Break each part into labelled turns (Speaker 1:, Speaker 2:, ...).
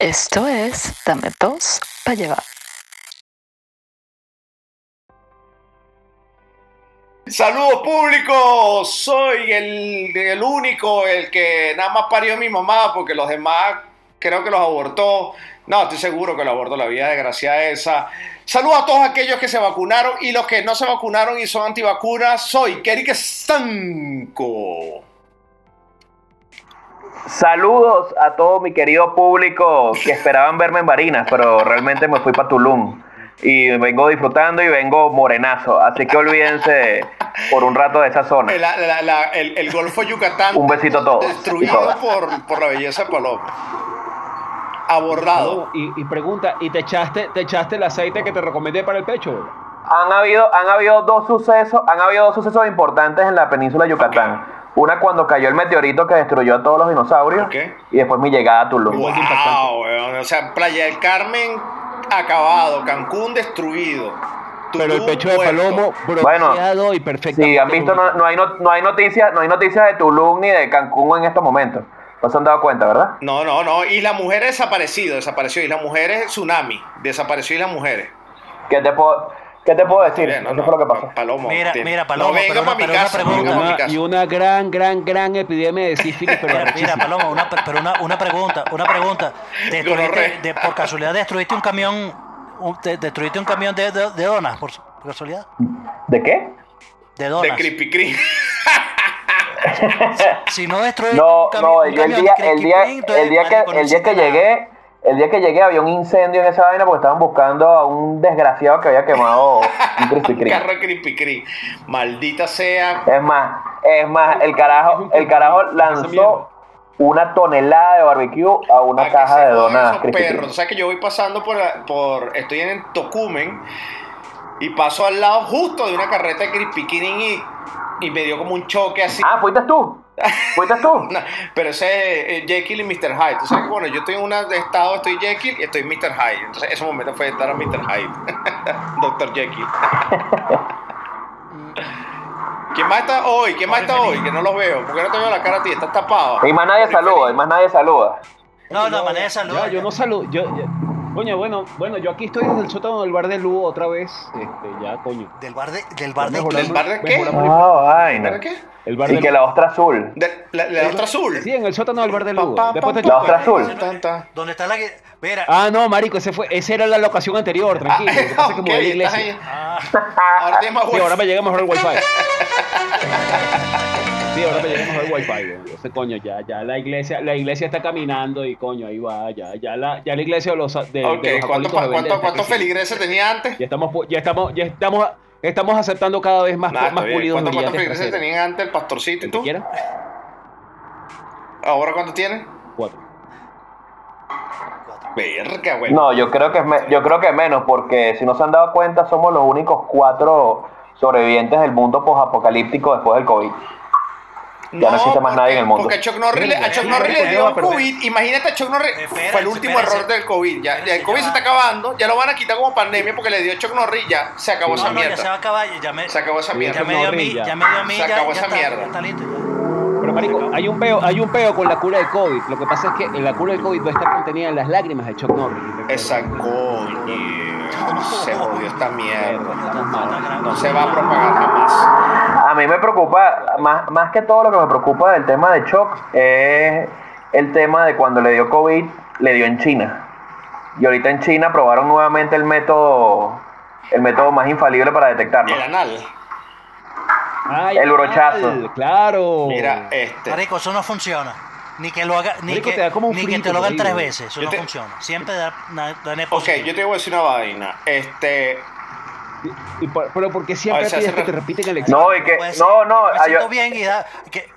Speaker 1: Esto es Dame Dos para llevar.
Speaker 2: Saludos público, soy el, el único, el que nada más parió a mi mamá porque los demás creo que los abortó. No, estoy seguro que lo abortó la vida desgraciada esa. Saludos a todos aquellos que se vacunaron y los que no se vacunaron y son antivacunas. Soy Kerik Sanco.
Speaker 3: Saludos a todo mi querido público que esperaban verme en Barinas, pero realmente me fui para Tulum. Y vengo disfrutando y vengo morenazo. Así que olvídense por un rato de esa zona.
Speaker 2: El, la- la- el- el Golfo de Yucatán.
Speaker 3: Un besito a todos. Y
Speaker 2: Destruido
Speaker 3: todas.
Speaker 2: por, por la belleza de Paloma. Abordado.
Speaker 4: Y, y pregunta, ¿y te echaste, te echaste el aceite que te recomendé para el pecho? bro?
Speaker 3: Han habido, han habido dos sucesos, han habido dos sucesos importantes en la península de Yucatán. Una cuando cayó el meteorito que destruyó a todos los dinosaurios.
Speaker 2: Ok.
Speaker 3: Y después mi llegada a Tulum.
Speaker 2: Wow, weón. O sea, Playa del Carmen acabado, Cancún destruido.
Speaker 4: Pero el
Speaker 2: Tulum
Speaker 4: pecho de
Speaker 2: muerto.
Speaker 4: palomo
Speaker 3: Bueno,
Speaker 4: bronceado y perfecto.
Speaker 3: Sí, han visto, no, no hay no, no hay noticias, no hay noticias de Tulum ni de Cancún en estos momentos. No se han dado cuenta, ¿verdad?
Speaker 2: No, no, no. Y la mujer desaparecido, desapareció. Y las mujeres, tsunami. Desapareció y las mujeres.
Speaker 3: ¿Qué te puedo, qué te puedo decir?
Speaker 2: Bien, no,
Speaker 3: Eso
Speaker 2: no,
Speaker 3: fue lo que pasó.
Speaker 2: Palomo.
Speaker 5: Mira,
Speaker 2: te-
Speaker 5: mira, Palomo,
Speaker 2: No venga
Speaker 5: pero
Speaker 2: para mi
Speaker 5: una- pero una
Speaker 2: casa, no
Speaker 4: Y
Speaker 5: pregunta.
Speaker 2: venga para mi
Speaker 4: una,
Speaker 2: casa.
Speaker 4: y una gran, gran, gran epidemia de sífilis, pero
Speaker 5: Mira, mira,
Speaker 4: arrechísima.
Speaker 5: Paloma, una, pre- pero una, una pregunta, una pregunta.
Speaker 2: Gonorrea.
Speaker 5: Destruiste, de- por casualidad destruiste un camión, un- de- destruiste un camión de, de- de donas, por, su- por casualidad.
Speaker 3: ¿De qué?
Speaker 5: De
Speaker 2: De
Speaker 5: donas.
Speaker 2: creepy creepy.
Speaker 5: si no destruiste
Speaker 3: No,
Speaker 5: un cami-
Speaker 3: no,
Speaker 5: un
Speaker 3: yo el
Speaker 5: camión de
Speaker 3: día, el
Speaker 5: Crispy
Speaker 3: día,
Speaker 5: Kreme, entonces,
Speaker 3: el día
Speaker 5: marico,
Speaker 3: que,
Speaker 5: no
Speaker 3: el día que
Speaker 5: hiciste nada.
Speaker 3: llegué, el día que llegué había un incendio en esa vaina porque estaban buscando a un desgraciado que había quemado un Krispy
Speaker 2: Un
Speaker 3: Kreme.
Speaker 2: carro de creepy creepy. Maldita sea.
Speaker 3: Es más, es más, el carajo, el carajo lanzó una tonelada de barbecue a
Speaker 2: Pa'
Speaker 3: una
Speaker 2: que
Speaker 3: caja
Speaker 2: se
Speaker 3: de
Speaker 2: jodan
Speaker 3: donas
Speaker 2: esos
Speaker 3: Krispy Kreme.
Speaker 2: perros. O sea que yo voy pasando por, la- por estoy en Tocumen y paso al lado justo de una carreta de creepy creepy y, y me dio como un choque así.
Speaker 3: Ah, fuiste tú. Fuiste tú.
Speaker 2: Una- pero ese es Jekyll y Mr. Hyde. Tú sabes que, bueno, yo estoy en un estado, estoy Jekyll y estoy Mr. Hyde. Entonces, ese momento fue estar a Mr. Hyde. Doctor Jekyll. ¿Quién más está hoy? ¿Quién más está hoy? Que no los veo. ¿Por qué no te veo la cara a ti? Estás tapado.
Speaker 3: Y más nadie saluda, y más nadie saluda.
Speaker 5: No, no, manera de salud.
Speaker 4: Ya, yo no saludo. Yo, ya- Coño, bueno, bueno, yo aquí estoy desde el sótano del bar de Lugo otra vez. Este, ya, coño.
Speaker 5: Del bar de, del bar de
Speaker 2: ¿Del bar de qué?
Speaker 4: Mejoramos
Speaker 3: No,
Speaker 2: ¿Para
Speaker 3: vaina.
Speaker 2: qué?
Speaker 4: El bar de
Speaker 3: Y Ah, que la ostra azul.
Speaker 2: De, la, la otra azul.
Speaker 4: Sí, en el sótano del bar de Lugo.
Speaker 2: Pa, pa,
Speaker 4: Después te
Speaker 2: pa,
Speaker 3: La
Speaker 4: chupo.
Speaker 3: otra azul.
Speaker 2: Tan, tan.
Speaker 5: ¿Dónde está la que.? Mira.
Speaker 4: Ah, no, marico, ese fue, esa era la locación anterior, tranquilo. Lo que pasa es que
Speaker 2: Ok,
Speaker 4: mudé la
Speaker 2: estás
Speaker 4: iglesia.
Speaker 2: ahí.
Speaker 5: Ah,
Speaker 2: Ahora tienes más
Speaker 4: Sí, ahora
Speaker 2: huevos.
Speaker 4: me llega mejor el wifi. Sí, ahora me llega mejor el wifi. güey. Ese coño, ya, ya la iglesia, la iglesia está caminando y coño, ahí va, ya, ya la, ya la iglesia de los de, de
Speaker 2: Ok, ¿cuántos
Speaker 4: los acólitos de Belén
Speaker 2: cuánto, cuántos
Speaker 4: está creciendo.
Speaker 2: feligreses tenía antes?
Speaker 4: Ya estamos, pu- ya estamos, ya estamos, estamos aceptando cada vez
Speaker 3: Ah,
Speaker 4: más,
Speaker 2: Nada, está
Speaker 4: más
Speaker 2: bien.
Speaker 4: pulidos
Speaker 2: ¿Cuántos, cuántos
Speaker 4: brillantes
Speaker 2: feligreses
Speaker 4: traseros.
Speaker 2: tenían antes el pastorcito y
Speaker 4: El que
Speaker 2: tú?
Speaker 4: quiera,
Speaker 2: ¿Ahora cuántos tienes?
Speaker 4: cuatro.
Speaker 2: Verga, güey.
Speaker 3: No, yo creo que es me- yo creo que es menos, porque si no se han dado cuenta, somos los únicos cuatro sobrevivientes del mundo posapocalíptico después del COVID. Ya no existe más
Speaker 2: porque-
Speaker 3: nadie en el mundo.
Speaker 2: Porque a Chuck Norris, le- a Chuck Norris le dio un COVID. Imagínate a Chuck Norris.
Speaker 5: Espérense,
Speaker 2: fue el último
Speaker 5: espérense.
Speaker 2: error del COVID. Ya, ya el
Speaker 5: Espérense,
Speaker 2: COVID se
Speaker 5: ya
Speaker 2: está
Speaker 5: va.
Speaker 2: acabando. Ya lo van a quitar como pandemia porque le dio a Chuck Norris. Ya se acabó
Speaker 5: no,
Speaker 2: esa
Speaker 5: no, ya se va a
Speaker 2: mierda.
Speaker 5: acabar. Ya me,
Speaker 2: Se acabó esa
Speaker 4: Ya
Speaker 2: mierda.
Speaker 5: ya me dio a mí,
Speaker 4: Norrilla.
Speaker 5: ya me dio a mí.
Speaker 2: Se
Speaker 5: ya,
Speaker 2: acabó
Speaker 5: ya
Speaker 2: esa
Speaker 5: está,
Speaker 2: mierda.
Speaker 5: ya está listo. ya.
Speaker 4: Pero marico, hay un peo, hay un peo con la cura del COVID. Lo que pasa es que la cura del COVID va a estar contenida en las lágrimas de Chuck Norris.
Speaker 2: Esa coño. Se jodió esta mierda.
Speaker 4: Estamos mal.
Speaker 2: No se va a propagar jamás.
Speaker 3: A mí me preocupa, más, más que todo lo que me preocupa del tema de shock es el tema de cuando le dio COVID, le dio en China. Y ahorita en China probaron nuevamente el método, el método más infalible para detectarlo.
Speaker 2: El anal.
Speaker 4: Ay,
Speaker 3: El brochazo.
Speaker 4: mal, Claro.
Speaker 2: Mira, este.
Speaker 5: Marico, eso no funciona. Ni que lo haga, ni
Speaker 4: Marico,
Speaker 5: que,
Speaker 4: te da como un
Speaker 5: ni que
Speaker 4: frito,
Speaker 5: te lo hagan
Speaker 4: marico.
Speaker 5: tres veces, eso
Speaker 2: Yo
Speaker 5: no
Speaker 2: te-
Speaker 5: funciona. Siempre da, da, da
Speaker 2: Ok,
Speaker 5: positivo.
Speaker 2: yo te voy a decir una vaina. Este.
Speaker 4: Y por- pero porque siempre
Speaker 2: A ver, se hace
Speaker 4: pides que
Speaker 2: ra-
Speaker 4: te repiten el examen.
Speaker 3: No, y que,
Speaker 5: Puede ser.
Speaker 3: no, no,
Speaker 5: Me
Speaker 3: ah,
Speaker 5: siento
Speaker 3: yo-
Speaker 5: bien y da. Que,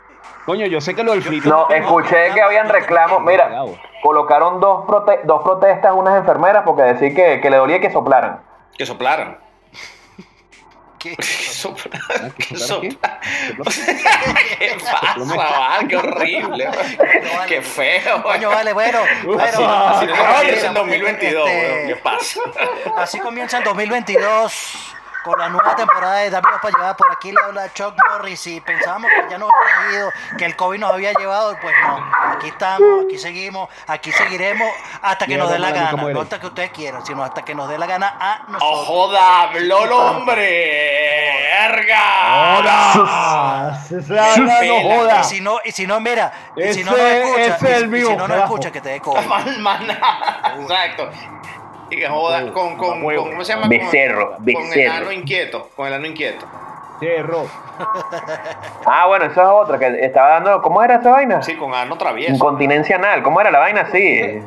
Speaker 4: Coño, yo sé que lo del frito.
Speaker 3: no, escuché que habían reclamos, mira, colocaron dos, prote- dos protestas a unas enfermeras porque decían que, que le dolía que soplaran.
Speaker 2: Que soplaron.
Speaker 5: que-
Speaker 2: Que soplaron.
Speaker 4: ¿Que
Speaker 2: Que
Speaker 4: soplaran qué?
Speaker 2: soplaran. ¿Qué pasa, vale? ¡Qué horrible!
Speaker 5: vale.
Speaker 2: ¡Qué feo!
Speaker 5: Coño, vale, bueno. bueno
Speaker 2: Así, así no se
Speaker 5: bueno,
Speaker 2: vaya en
Speaker 5: mira,
Speaker 2: 2022,
Speaker 5: este,
Speaker 2: weón. ¿Qué pasa?
Speaker 5: Así comienza el 2022 con la nueva temporada de Dame Dos para llevar. Por aquí le habla Chuck Norris y pensábamos que ya nos había ido, que el COVID nos había llevado, y pues no. aquí estamos, aquí seguimos, aquí seguiremos hasta que
Speaker 4: Mira
Speaker 5: nos dé la
Speaker 4: cómo la
Speaker 5: gana,
Speaker 4: Nico muere.
Speaker 5: no hasta que ustedes quieran, sino hasta que nos dé la gana a
Speaker 2: ¡Oh,
Speaker 5: nosotros.
Speaker 2: joda! ¡Habló el hombre! ¡Verga!
Speaker 4: ¡Hola!
Speaker 2: Pela.
Speaker 4: ¡No joda!
Speaker 5: Y si no, y si no, mira, y si no nos
Speaker 4: Ese-
Speaker 5: escucha,
Speaker 4: ese
Speaker 5: y
Speaker 4: es el
Speaker 5: si- y
Speaker 4: vivo,
Speaker 5: si no nos
Speaker 4: carajo.
Speaker 5: escucha, que te dé COVID.
Speaker 2: Mal maná. Exacto. Y que joda con, con,
Speaker 4: Huevo.
Speaker 2: con- ¿cómo se llama? Con-
Speaker 3: Becerro,
Speaker 2: Con el
Speaker 3: becerro.
Speaker 2: ano inquieto, con el ano inquieto.
Speaker 4: Cerro.
Speaker 3: Ah, bueno, esa es otra que estaba dando. ¿Cómo era esa vaina?
Speaker 2: Sí, con ano travieso.
Speaker 3: Incontinencia anal. ¿Cómo era la vaina? Sí.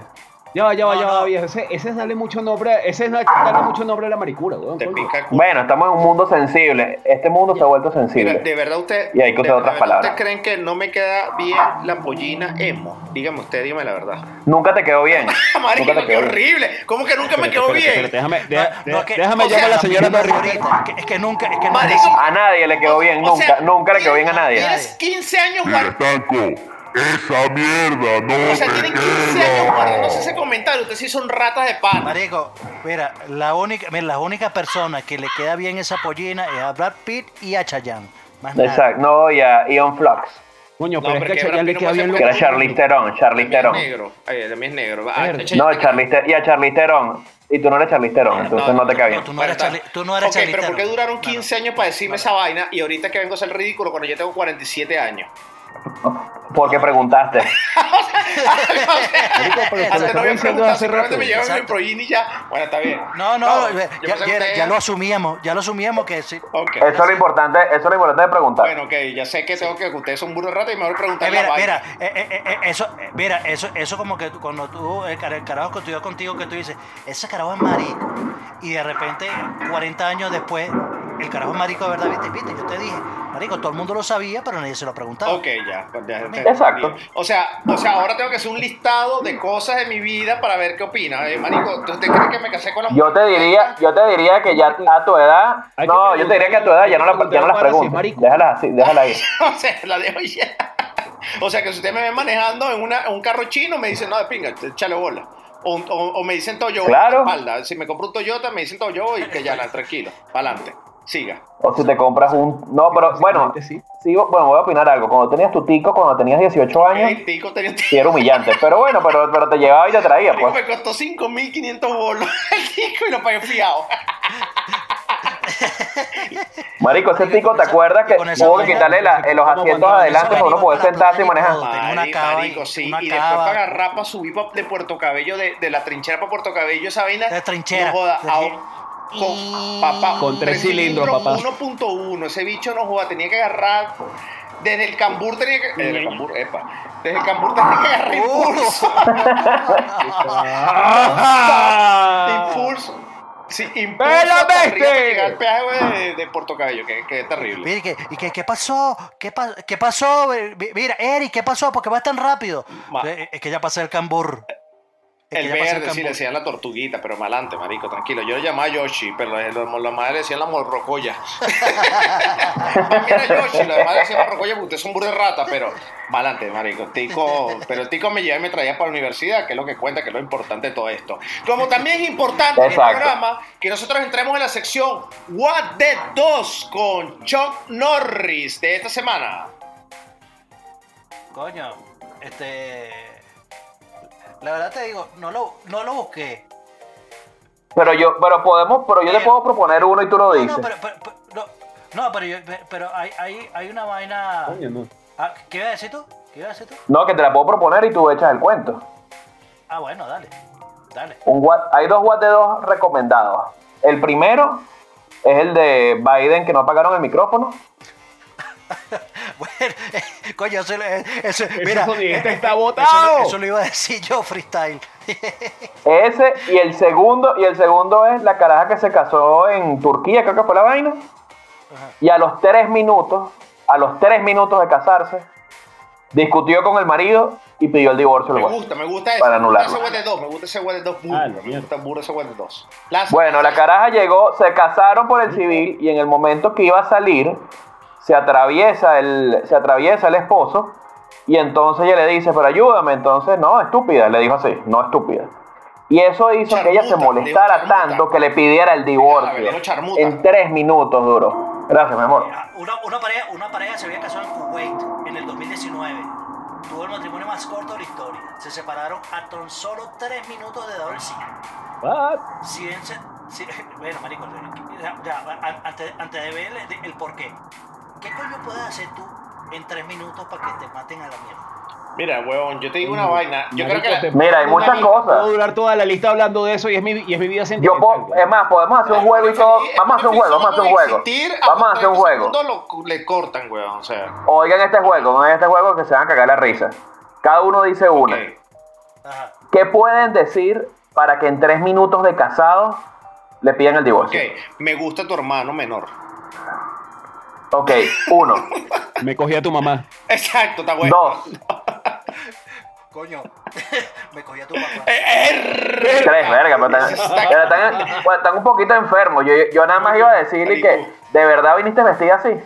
Speaker 4: Ya va, ya va,
Speaker 5: No,
Speaker 4: ya va,
Speaker 5: no.
Speaker 4: viejo. Ese, ese es darle mucho nombre, a- ese es darle mucho nombre a la maricura, weón.
Speaker 2: Te
Speaker 4: coño.
Speaker 2: pica el culo.
Speaker 3: Bueno, estamos en un mundo sensible. Este mundo se ha vuelto
Speaker 2: Mira,
Speaker 3: sensible.
Speaker 2: de verdad usted.
Speaker 3: Y hay que usar
Speaker 2: de-
Speaker 3: otras
Speaker 2: de verdad
Speaker 3: palabras.
Speaker 2: ¿Ustedes creen que no me queda bien la pollina emo? Dígame usted, dígame la verdad.
Speaker 3: Nunca te quedó bien.
Speaker 2: Marico,
Speaker 3: Nunca
Speaker 2: qué
Speaker 3: te quedó bien.
Speaker 2: horrible. ¿Cómo que nunca me
Speaker 4: Espérate,
Speaker 2: quedó
Speaker 4: espérate,
Speaker 2: bien?
Speaker 4: espérate, Déjame,
Speaker 5: No,
Speaker 4: deja-
Speaker 5: no, es que-
Speaker 4: deja- déjame
Speaker 5: o sea,
Speaker 4: llamar a la señora
Speaker 5: misma
Speaker 4: Margarita.
Speaker 5: favorita, que- Es que nunca, es que no
Speaker 2: Marico.
Speaker 5: necesito.
Speaker 3: A nadie le quedó bien.
Speaker 2: O sea,
Speaker 3: Nunca, nunca le quedó bien a nadie.
Speaker 2: Tienes 15 años
Speaker 6: Mira,
Speaker 2: guardando.
Speaker 6: Taco, esa mierda no
Speaker 2: O sea,
Speaker 6: te
Speaker 2: tienen 15 años
Speaker 6: queda.
Speaker 2: guardándose ese comentario. Ustedes sí son ratas de pan.
Speaker 5: Marico, mira, la única, mira, la única persona que le queda bien esa pollina es a Brad Pitt y a Chayanne. Más nada.
Speaker 3: Exacto. No, y a Ion Flux.
Speaker 4: Coño,
Speaker 2: No,
Speaker 4: pero
Speaker 2: pero
Speaker 4: es
Speaker 2: que
Speaker 4: que a Chayanne le
Speaker 2: Brad Pitt
Speaker 4: queda
Speaker 2: no
Speaker 4: bien
Speaker 2: puede
Speaker 3: Que era
Speaker 2: ser
Speaker 3: Charlize Theron. Charlize Theron.
Speaker 2: Es negro. Ay, también es negro. Ah,
Speaker 4: Verde.
Speaker 2: che,
Speaker 3: No,
Speaker 2: che,
Speaker 3: Charlize Theron. Y a Charlize Theron. Y tú no eres Charlize Theron. Entonces no te cae bien.
Speaker 5: No, tú no eras
Speaker 2: Bueno,
Speaker 5: Charli- tú no eras
Speaker 2: ok,
Speaker 5: Charlize
Speaker 2: pero ¿por qué
Speaker 5: Theron.
Speaker 2: duraron 15 años para decirme esa vaina y ahorita que vengo a ser ridículo cuando yo tengo 47 años?
Speaker 3: Porque preguntaste.
Speaker 4: Marico, pero te lo
Speaker 2: Hasta no
Speaker 4: estaba
Speaker 2: había
Speaker 4: diciendo
Speaker 2: preguntado,
Speaker 4: hace
Speaker 2: simplemente
Speaker 4: rato.
Speaker 2: me llevan mi
Speaker 5: Exacto.
Speaker 2: proyini y ya. Bueno, está bien.
Speaker 5: No, no,
Speaker 2: yo
Speaker 5: ya,
Speaker 2: pensé que
Speaker 5: ya-
Speaker 2: ustedes-
Speaker 5: ya lo asumíamos, ya lo asumíamos que sí.
Speaker 2: Ok.
Speaker 3: Eso es lo importante. Eso es lo importante de preguntar.
Speaker 2: Bueno, ok, ya sé que tengo que... que Ustedes son burros de rato y mejor
Speaker 5: Eh,
Speaker 2: preguntar
Speaker 5: mira,
Speaker 2: la
Speaker 5: mira,
Speaker 2: vaina.
Speaker 5: eh, eh, eh, eso, eh, mira, eso, eso como que tú- cuando tú, el, car- el carajo que estudió contigo, que tú dices, ese carajo es marico, y de repente, 40 años después, el carajo es marico de verdad, viste, viste, yo te dije, marico, todo el mundo lo sabía, pero nadie se lo preguntaba.
Speaker 2: Ok, ya. pues ya te-
Speaker 3: Exacto.
Speaker 2: O sea, o sea, ahora tengo que hacer un listado de cosas de mi vida para ver qué opina. Eh, marico, ¿tú- ¿usted cree que me casé con la
Speaker 3: Yo te diría, yo te diría que ya a tu edad,
Speaker 4: Hay que
Speaker 3: no, yo te diría que a tu edad ya no, la- ya no las
Speaker 4: preguntar para si es
Speaker 3: preguntes.
Speaker 4: marico.
Speaker 3: Déjalas así, déjalas ahí.
Speaker 2: o sea, la dejo ya. O sea, que si usted me ve manejando en, una, en un carro chino, me dicen, no, de pinga, échale bola. O, un- o- o me dicen Toyota
Speaker 3: Claro.
Speaker 2: en la espalda. Si me compro un Toyota, me dicen Toyota y que ya, la- tranquilo, para adelante. Siga.
Speaker 3: O si te compras un, no, pero bueno,
Speaker 4: Básicamente sí.
Speaker 3: sí, bueno, voy a opinar algo. Cuando tenías tu tico, cuando tenías 18 años,
Speaker 2: El tico tenía...
Speaker 3: sí era humillante, pero bueno, pero, pero te llevaba y te traía,
Speaker 2: Marico,
Speaker 3: pues.
Speaker 2: me costó 5.500 bolos el tico y lo pagué fiado.
Speaker 3: Marico, ese
Speaker 5: Marico,
Speaker 3: tico,
Speaker 5: con
Speaker 3: ¿te
Speaker 5: esa-
Speaker 3: acuerdas que
Speaker 5: con esa
Speaker 3: hubo que
Speaker 5: vaina-
Speaker 3: quitarle la- eh, los
Speaker 4: ¿cómo
Speaker 3: asientos
Speaker 4: aguantaba
Speaker 3: adelante
Speaker 4: esa
Speaker 3: para uno
Speaker 5: vaina
Speaker 3: poder
Speaker 5: para
Speaker 3: sentarse y
Speaker 5: atrás y
Speaker 3: manejar?
Speaker 5: todo? Tenía una
Speaker 2: Mari-
Speaker 5: cava
Speaker 2: marico,
Speaker 5: ahí,
Speaker 2: sí.
Speaker 5: una
Speaker 2: y
Speaker 5: cava.
Speaker 2: después para agarrar, para subir pa- de Puerto Cabello, de, de la trinchera para Puerto Cabello, esa vaina.
Speaker 5: De trinchera.
Speaker 2: No joda,
Speaker 5: De-
Speaker 2: a- con, papá,
Speaker 4: Con tres cilindros, papá.
Speaker 2: 1.1. Ese bicho no joda, tenía que agarrar. Desde el cambur tenía que. Desde el cambur, epa. Desde el cambur tenía que agarrar
Speaker 5: Uh,
Speaker 2: impulso.
Speaker 4: Ah.
Speaker 5: Ah.
Speaker 2: impulso. Sí, impulso.
Speaker 4: ¡Ve la
Speaker 2: hasta arriba
Speaker 4: bestia!
Speaker 2: para llegar al peaje de, de Puerto Cabello, que, que es terrible.
Speaker 5: Mira, ¿y qué, y qué- qué pasó? ¿Qué, pa- qué pasó? Eh, mi- Mira, Eric, ¿qué pasó? ¿Por qué vas tan rápido?
Speaker 2: Ma-
Speaker 5: Eh, Es que ya pasé el cambur. Es que
Speaker 2: El
Speaker 5: ya pasé
Speaker 2: verde, sí,
Speaker 5: cambur.
Speaker 2: le decían la tortuguita, pero malante, marico, tranquilo. Yo le llamaba Yoshi, pero la, la- la madre le decían la morrocoya. Para mí era Yoshi, la madre decía morrocoya porque ustedes son burro de rata, pero malante, marico. Tico, pero el tico me llevaba y me traía para la universidad, que es lo que cuenta, que es lo importante de todo esto. Como también es importante en el
Speaker 3: Exacto.
Speaker 2: programa que nosotros entremos en la sección What the 2 con Chuck Norris de esta semana.
Speaker 5: Coño, este. La verdad te digo, no lo, no lo busqué.
Speaker 3: Pero yo, pero podemos, pero yo te puedo proponer uno y tú lo
Speaker 5: No,
Speaker 3: dices.
Speaker 5: no, pero, pero- pero- no, no, pero, yo- pero hay, hay, hay una vaina.
Speaker 4: Coño, no.
Speaker 5: Ah, ¿Qué iba a decir tú? ¿Qué iba a decir tú?
Speaker 3: No, que te la puedo proponer y tú echas el cuento.
Speaker 5: Ah, bueno, dale. Dale.
Speaker 3: Un what- hay dos Watt de dos recomendados. El primero es el de Biden que no apagaron el micrófono.
Speaker 5: Bueno, eh, coño, eso, eso-
Speaker 4: Ese
Speaker 5: mira,
Speaker 4: sonidista
Speaker 5: eh,
Speaker 4: está
Speaker 5: eso lo-
Speaker 4: botado.
Speaker 5: Eso, lo iba a decir yo freestyle.
Speaker 3: Ese y el segundo y el segundo es la caraja que se casó en Turquía, creo que fue la vaina. Y a los tres minutos, a los tres minutos de casarse, discutió con el marido y pidió el divorcio.
Speaker 2: Me
Speaker 3: luego.
Speaker 2: gusta, me gusta ese.
Speaker 3: Para
Speaker 2: me gusta ese
Speaker 3: anularlo.
Speaker 2: What the 2, me gusta ese What the 2 burro.
Speaker 4: Ah, la
Speaker 2: me
Speaker 4: mierda.
Speaker 2: gusta burro ese What the 2.
Speaker 3: Bueno, la caraja llegó, se casaron por el civil y en el momento que iba a salir, se atraviesa el, se atraviesa el esposo y entonces ella le dice, pero ayúdame, entonces, no, estúpida, le dijo así, no estúpida. Y eso hizo que ella se
Speaker 2: Charmuta,
Speaker 3: molestara
Speaker 2: le dijo charmuta.
Speaker 3: tanto que le pidiera el
Speaker 2: Le dijo
Speaker 3: divorcio.
Speaker 2: charmuta.
Speaker 3: En tres minutos duró. Gracias, mi amor.
Speaker 5: Ah, Una, una, pareja, una pareja se había casado en Kuwait en el 2019. tuvo el matrimonio más corto de la historia. Se separaron a tan solo tres minutos de dar el sí.
Speaker 4: What?
Speaker 5: Si bien se- si- bueno, marico, ya, ya, a- antes, antes de ver el, el por qué. ¿Qué coño puedes hacer tú en tres minutos para que te maten a la mierda?
Speaker 2: Mira, huevón, yo te digo una vaina. Yo creo
Speaker 4: Marico,
Speaker 2: que la-
Speaker 4: te-
Speaker 3: Mira, hay muchas
Speaker 2: Marico,
Speaker 4: Puedo
Speaker 3: cosas.
Speaker 4: durar toda la lista hablando de eso y es mi, y es mi vida
Speaker 3: Yo
Speaker 4: sentimental.
Speaker 3: puedo,
Speaker 4: güey.
Speaker 3: es más, podemos hacer un juego y todo. Vamos a hacer un juego, vamos a hacer un juego.
Speaker 2: Existir,
Speaker 3: Vamos a hacer un
Speaker 2: todo el
Speaker 3: juego.
Speaker 2: mundo lo- le cortan, huevón, o sea.
Speaker 3: Oigan este juego, oigan este juego que se van a cagar la risa. Cada uno dice una.
Speaker 2: ok.
Speaker 5: Ajá.
Speaker 3: ¿Qué pueden decir para que en tres minutos de casados le pidan el
Speaker 2: Ok,
Speaker 3: divorcio?
Speaker 2: me gusta tu hermano menor.
Speaker 3: Ok, uno,
Speaker 4: Me cogí a tu mamá.
Speaker 2: Exacto, está bueno.
Speaker 3: dos,
Speaker 5: Coño, me cogí a tu papá.
Speaker 2: Eh,
Speaker 3: tres, verga, pero están, pero están- bueno, están un poquito enfermos. Yo, yo nada más iba a decirle que, ¿de verdad viniste vestida así?
Speaker 2: eh.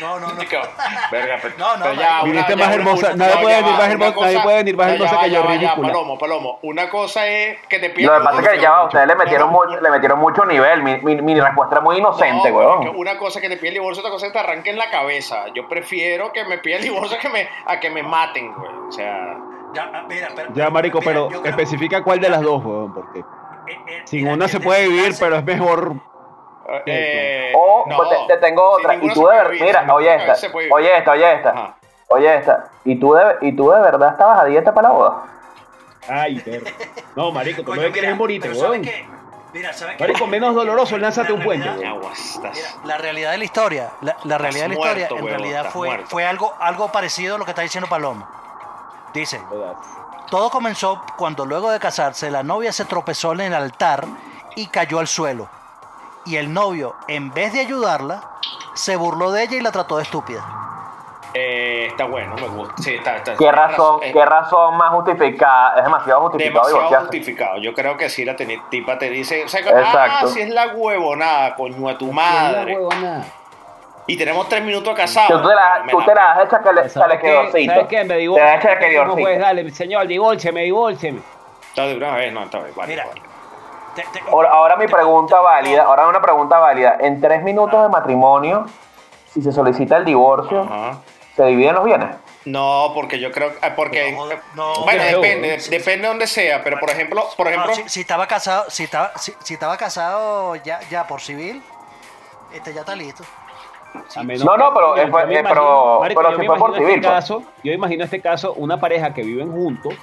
Speaker 5: No, no, no.
Speaker 2: Verga, pero,
Speaker 5: No, no,
Speaker 2: pero ya,
Speaker 5: marico.
Speaker 4: Viniste
Speaker 2: una- ya
Speaker 4: más
Speaker 2: una-
Speaker 4: hermosa.
Speaker 2: una-
Speaker 4: Nadie
Speaker 2: no,
Speaker 4: puede
Speaker 2: ya
Speaker 4: venir
Speaker 2: va,
Speaker 4: más
Speaker 2: una
Speaker 4: hermosa-
Speaker 2: cosa-
Speaker 4: nadie puede venir más
Speaker 2: ya
Speaker 4: hermosa
Speaker 2: va,
Speaker 4: que yo,
Speaker 2: ya va, ya,
Speaker 4: ridícula.
Speaker 2: Palomo, Palomo, una cosa es que te
Speaker 3: Lo
Speaker 2: pidan
Speaker 3: que pasa es que ya va, ustedes le
Speaker 2: No,
Speaker 3: metieron,
Speaker 2: no,
Speaker 3: mucho, le metieron mucho nivel. Mi, mi- mi respuesta era muy inocente,
Speaker 2: No, porque
Speaker 3: weón.
Speaker 2: Una cosa es que te pide el divorcio, otra cosa es que te arranquen la cabeza. Yo prefiero que me pida el divorcio que me, a que me maten, güey. O sea,
Speaker 5: Ya, ah, mira, pero-
Speaker 4: Ya, marico,
Speaker 5: mira,
Speaker 4: pero
Speaker 5: yo creo-
Speaker 4: especifica cuál de las dos, weón, porque
Speaker 5: eh, eh,
Speaker 4: sin
Speaker 5: mira,
Speaker 4: una
Speaker 5: el
Speaker 4: se puede vivir,
Speaker 5: desenlace-
Speaker 4: pero es mejor.
Speaker 2: eh,
Speaker 3: O pues,
Speaker 2: no,
Speaker 3: te, te tengo
Speaker 2: sin
Speaker 3: otra. Y
Speaker 2: ninguna
Speaker 3: tú
Speaker 2: se
Speaker 3: de
Speaker 2: puede
Speaker 3: verdad,
Speaker 2: vivir, sin
Speaker 3: mira,
Speaker 2: ninguna
Speaker 3: oye esta,
Speaker 2: se puede vivir.
Speaker 3: oye esta, oye esta,
Speaker 2: Ajá.
Speaker 3: oye esta. ¿Y tú de, y tú de verdad estabas a dieta para la boda?
Speaker 4: Ay, perro. No, marico, tú lo
Speaker 5: Coño,
Speaker 4: que
Speaker 5: mira,
Speaker 4: quieres es morirte,
Speaker 5: pero ¿sabes
Speaker 4: weón.
Speaker 5: qué? Mira, ¿sabes qué?
Speaker 4: Marico, menos doloroso, lánzate
Speaker 5: La
Speaker 4: un puente,
Speaker 5: realidad-
Speaker 4: weón.
Speaker 2: Aguas,
Speaker 5: Mira,
Speaker 2: estás-
Speaker 5: la realidad de la historia, la, la realidad de la
Speaker 2: muerto,
Speaker 5: historia, en
Speaker 2: huevón,
Speaker 5: realidad
Speaker 2: estás
Speaker 5: fue,
Speaker 2: muerto.
Speaker 5: fue algo, algo parecido a lo que está diciendo Palomo. Dice, todo comenzó cuando luego de casarse la novia se tropezó en el altar y cayó al suelo. Y el novio, en vez de ayudarla, se burló de ella y la trató de estúpida.
Speaker 2: Eh, está bueno, me gusta. Sí, está, está-
Speaker 3: ¿Qué razón,
Speaker 2: eh,
Speaker 3: qué razón más justificada? Es demasiado justificado
Speaker 2: Demasiado
Speaker 3: divorciarse.
Speaker 2: justificado. Yo creo que sí, la teni- tipa te dice, o sea, ah,
Speaker 3: Exacto.
Speaker 2: si es la huevonada, coño, a tu madre. Y tenemos tres minutos casados.
Speaker 3: Tú te la, tú te la has hecho que le, que le
Speaker 4: ¿Sabes
Speaker 3: quedó
Speaker 4: qué? ¿Sabes qué? Me
Speaker 3: Te la
Speaker 4: divorcio.
Speaker 3: has hecho que
Speaker 4: ¿Cómo puedes?
Speaker 3: divorcito.
Speaker 4: Dale, señor, divórceme, divórceme.
Speaker 2: Está de una vez, no, está bien, vale,
Speaker 5: Mira,
Speaker 2: vale.
Speaker 5: Te- te-
Speaker 3: Ahora, ahora mi
Speaker 5: te-
Speaker 3: pregunta
Speaker 5: te-
Speaker 3: válida, ahora una pregunta válida. En tres minutos de matrimonio, si se solicita el divorcio,
Speaker 2: Ah. Ajá.
Speaker 3: ¿se dividen los bienes?
Speaker 2: No, porque yo creo que- porque
Speaker 5: No, joder, no.
Speaker 2: bueno,
Speaker 4: Creo,
Speaker 2: depende,
Speaker 4: ¿eh?
Speaker 2: de- depende de donde sea, pero por ejemplo, por
Speaker 5: No,
Speaker 2: ejemplo,
Speaker 5: si, si estaba casado, si estaba, si, si estaba casado ya, ya por civil, este ya está listo.
Speaker 4: A menos
Speaker 3: No, no,
Speaker 4: que-
Speaker 3: pero,
Speaker 4: yo-
Speaker 3: eh, fue-
Speaker 4: yo me
Speaker 3: eh, pero-
Speaker 4: imagino- marico,
Speaker 3: pero
Speaker 4: yo
Speaker 3: si
Speaker 4: me
Speaker 3: fue por
Speaker 4: imagino este
Speaker 3: civil, pues.
Speaker 4: caso- Yo imagino este caso, una pareja que viven juntos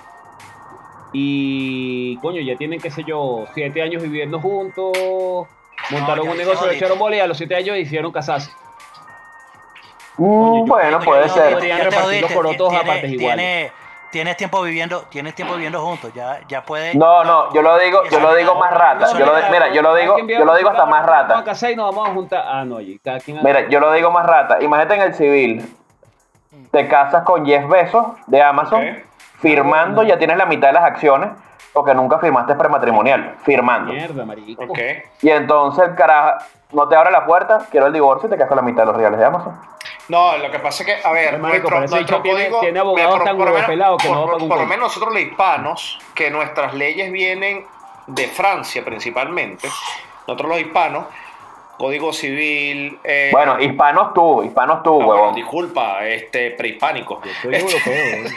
Speaker 4: y, coño, ya tienen, qué sé yo, siete años viviendo juntos, montaron
Speaker 5: ya
Speaker 4: un
Speaker 5: se
Speaker 4: negocio, le
Speaker 5: jodiste.
Speaker 4: echaron bola y a los siete años decidieron casarse.
Speaker 3: Mm,
Speaker 4: yo-
Speaker 3: bueno,
Speaker 5: Coño,
Speaker 3: puede
Speaker 5: ya-
Speaker 3: ser.
Speaker 5: ya
Speaker 4: Podrían
Speaker 5: te
Speaker 4: repartirlo
Speaker 5: jodiste,
Speaker 4: por otros
Speaker 5: tiene-
Speaker 4: a partes
Speaker 5: tiene-
Speaker 4: iguales.
Speaker 5: Tienes tiempo viviendo, tienes tiempo viviendo juntos, ya, ya puedes.
Speaker 3: No, no, yo lo digo, yo lo digo más rata. Yo lo, de- mira, yo lo digo, yo lo digo hasta más
Speaker 4: Vamos a
Speaker 3: rata.
Speaker 4: casar y nos vamos a juntar. Ah, no, oye, cada quien.
Speaker 3: Mira, yo lo digo más rata. Imagínate en el civil, te casas con 10 besos de Amazon,
Speaker 2: Ok.
Speaker 3: firmando ya tienes la mitad de las acciones, porque nunca firmaste prematrimonial, firmando.
Speaker 4: Mierda, marico.
Speaker 2: ok.
Speaker 3: Y entonces el carajo no te abre la puerta, quiero el divorcio y te quedas con la mitad de los reales de Amazon.
Speaker 2: No, lo que pasa es que, a ver,
Speaker 4: Pero, marico, pero ese bicho tiene-
Speaker 2: código-
Speaker 4: tiene abogados
Speaker 2: por-
Speaker 4: tan
Speaker 2: por lo menos-
Speaker 4: huevopelados que
Speaker 2: por-
Speaker 4: no va
Speaker 2: por-
Speaker 4: pa' un
Speaker 2: Por lo
Speaker 4: coño.
Speaker 2: menos nosotros los hispanos, que nuestras leyes vienen de Francia principalmente, nosotros los hispanos, código civil... eh,
Speaker 3: Bueno, hispanos tú, hispanos tú,
Speaker 2: ah, bueno,
Speaker 3: huevón.
Speaker 2: disculpa, este, prehispánico.
Speaker 4: Soy europeo. güey.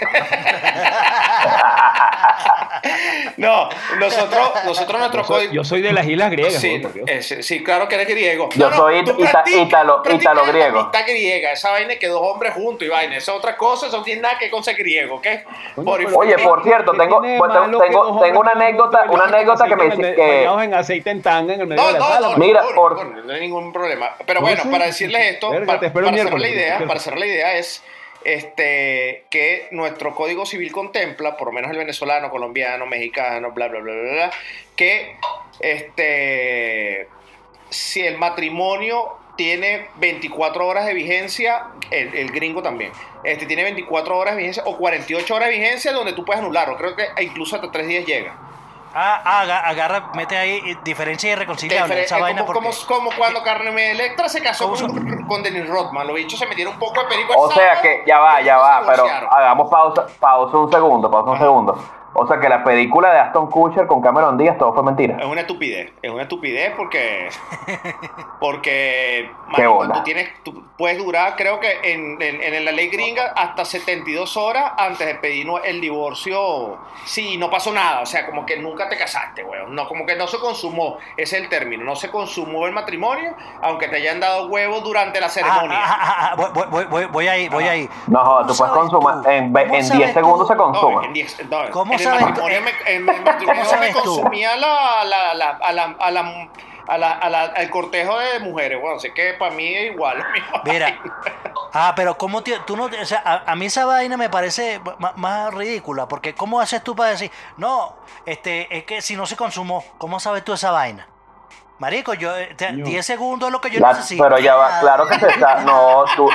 Speaker 2: No, nosotros, nosotros nuestro
Speaker 4: Yo soy-
Speaker 2: código...
Speaker 4: Yo soy de las islas griegas,
Speaker 2: Sí,
Speaker 4: güey,
Speaker 5: eh,
Speaker 4: por Dios.
Speaker 2: ese- sí, claro que eres griego.
Speaker 3: Yo soy
Speaker 2: tú
Speaker 3: ita-
Speaker 2: practicas-
Speaker 3: ítalo-
Speaker 2: tú practicas
Speaker 3: ítalo-griego.
Speaker 2: La amistad griega, esa vaina es que dos hombres juntos y vaina, esa es otra cosa, eso no tiene nada que ver con ser griego, ¿ok?
Speaker 4: Coño,
Speaker 2: Por
Speaker 4: pero-
Speaker 3: Oye, por cierto,
Speaker 4: ¿Qué
Speaker 3: tengo,
Speaker 4: tiene de
Speaker 3: pues, tengo-
Speaker 4: malo que
Speaker 3: tengo-
Speaker 4: dos hombres
Speaker 3: tengo una
Speaker 4: vayan
Speaker 3: anécdota,
Speaker 4: juntos
Speaker 3: una anécdota que me
Speaker 4: en
Speaker 3: dice
Speaker 4: el-
Speaker 3: que...
Speaker 4: bañados en aceite en tanga en el medio
Speaker 2: No,
Speaker 4: de la
Speaker 2: no,
Speaker 4: sala.
Speaker 2: no,
Speaker 4: marico.
Speaker 3: Mira,
Speaker 2: no, no,
Speaker 3: por-
Speaker 2: coño, no hay ningún problema. Pero
Speaker 4: No
Speaker 2: bueno,
Speaker 4: sé.
Speaker 2: para decirles esto,
Speaker 4: Verga,
Speaker 2: para,
Speaker 4: te espero el
Speaker 2: para cerrar la
Speaker 4: miércoles,
Speaker 2: idea,
Speaker 4: por
Speaker 2: para cerrar la idea es este que nuestro Código Civil contempla, por lo menos el venezolano, colombiano, mexicano, bla bla bla bla, bla que este si el matrimonio tiene 24 horas de vigencia, el, el gringo también, este tiene 24 horas de vigencia o 48 horas de vigencia donde tú puedes anularlo, creo que incluso hasta 3 días llega.
Speaker 5: Ah, ah, aga- agarra, mete ahí eh, diferencia irreconciliable.
Speaker 2: Difere-
Speaker 5: Esa
Speaker 2: eh,
Speaker 5: vaina
Speaker 2: como,
Speaker 5: porque.
Speaker 2: como- como cuando Carmen Electra se casó
Speaker 5: ¿Cómo
Speaker 2: con, con Dennis Rodman, los bichos se metieron un poco
Speaker 5: Pues,
Speaker 2: de perico. el
Speaker 3: O sea
Speaker 2: sábado
Speaker 3: que ya va,
Speaker 2: y
Speaker 3: ya
Speaker 2: luego
Speaker 3: va,
Speaker 2: se
Speaker 3: pero
Speaker 2: divorciaron.
Speaker 3: hagamos pausa, pausa un segundo, pausa un segundo. O sea que la película de Aston Kutcher con Cameron Díaz todo fue mentira.
Speaker 2: Es una estupidez, es una estupidez porque. Porque.
Speaker 3: Qué
Speaker 2: marico,
Speaker 3: bola.
Speaker 2: tú tienes. tú puedes durar, creo que en, en- en la ley gringa, hasta 72 horas antes de pedir nu- el divorcio. Sí, no pasó nada. O sea, como que nunca te casaste, weón. No, como que no se consumó. Ese es el término. No se consumó el matrimonio, aunque te hayan dado huevos durante la ceremonia.
Speaker 5: Ah, ah, ah, ah, voy, voy- voy- voy- voy ahí, voy ahí.
Speaker 3: No, joda,
Speaker 5: ¿Cómo
Speaker 3: tú puedes
Speaker 5: sabes
Speaker 3: consumar.
Speaker 5: tú?
Speaker 3: En, ve-
Speaker 5: ¿Cómo
Speaker 3: en 10
Speaker 5: sabes
Speaker 3: segundos
Speaker 5: tú?
Speaker 3: se consuma.
Speaker 2: No, en 10, no,
Speaker 5: ¿Cómo
Speaker 2: en el
Speaker 5: sabes tú?
Speaker 2: matrimonio me, en el matrimonio
Speaker 5: ¿Cómo sabes
Speaker 2: me
Speaker 5: tú?
Speaker 2: consumía la, la, la, a la, a la, a la, a la- al cortejo de mujeres, bueno, sé que para mí es igual.
Speaker 5: Mira. Ah, pero cómo te- tú no, o sea, a, a mí esa vaina me parece ma- ma- más ridícula, porque cómo haces tú para decir, no, este, es que si no se consumó, ¿cómo sabes tú esa vaina? Marico, yo eh, te-
Speaker 4: Coño.
Speaker 5: 10 segundos es lo que yo
Speaker 3: La-
Speaker 5: necesito.
Speaker 3: pero ya va, claro que se está. No, tú.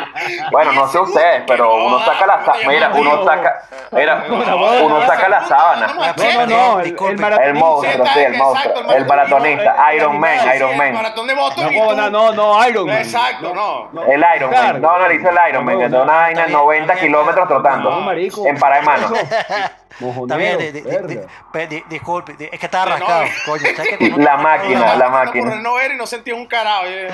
Speaker 3: Bueno, no sé ustedes, pero uno saca la sa- Mira, uno saca. Mira, uno saca la sábana.
Speaker 4: No, no, no, el,
Speaker 5: Disculpe.
Speaker 4: el maratonista.
Speaker 3: El monstruo, sí, el monstruo. El maratonista, Iron Man, Iron Man.
Speaker 2: Maratón de votos
Speaker 4: No,
Speaker 2: y tú-
Speaker 4: no, no, no, Iron Man.
Speaker 2: Exacto, no.
Speaker 3: El Iron Man. No, no, le hizo el Iron Man, que Em, es una vaina de 90 kilómetros trotando.
Speaker 4: No, marico.
Speaker 3: En para de mano.
Speaker 5: Está
Speaker 4: Mojonero,
Speaker 5: bien, di- di- di-
Speaker 4: verga.
Speaker 5: pe- di- disculpe, di- es que estaba
Speaker 2: No, no.
Speaker 5: rascado, coño. ¿sabes que cuando-
Speaker 3: La máquina, la
Speaker 2: Estaba tratando
Speaker 3: máquina.
Speaker 2: Por no ver y no sentía un carajo. eh.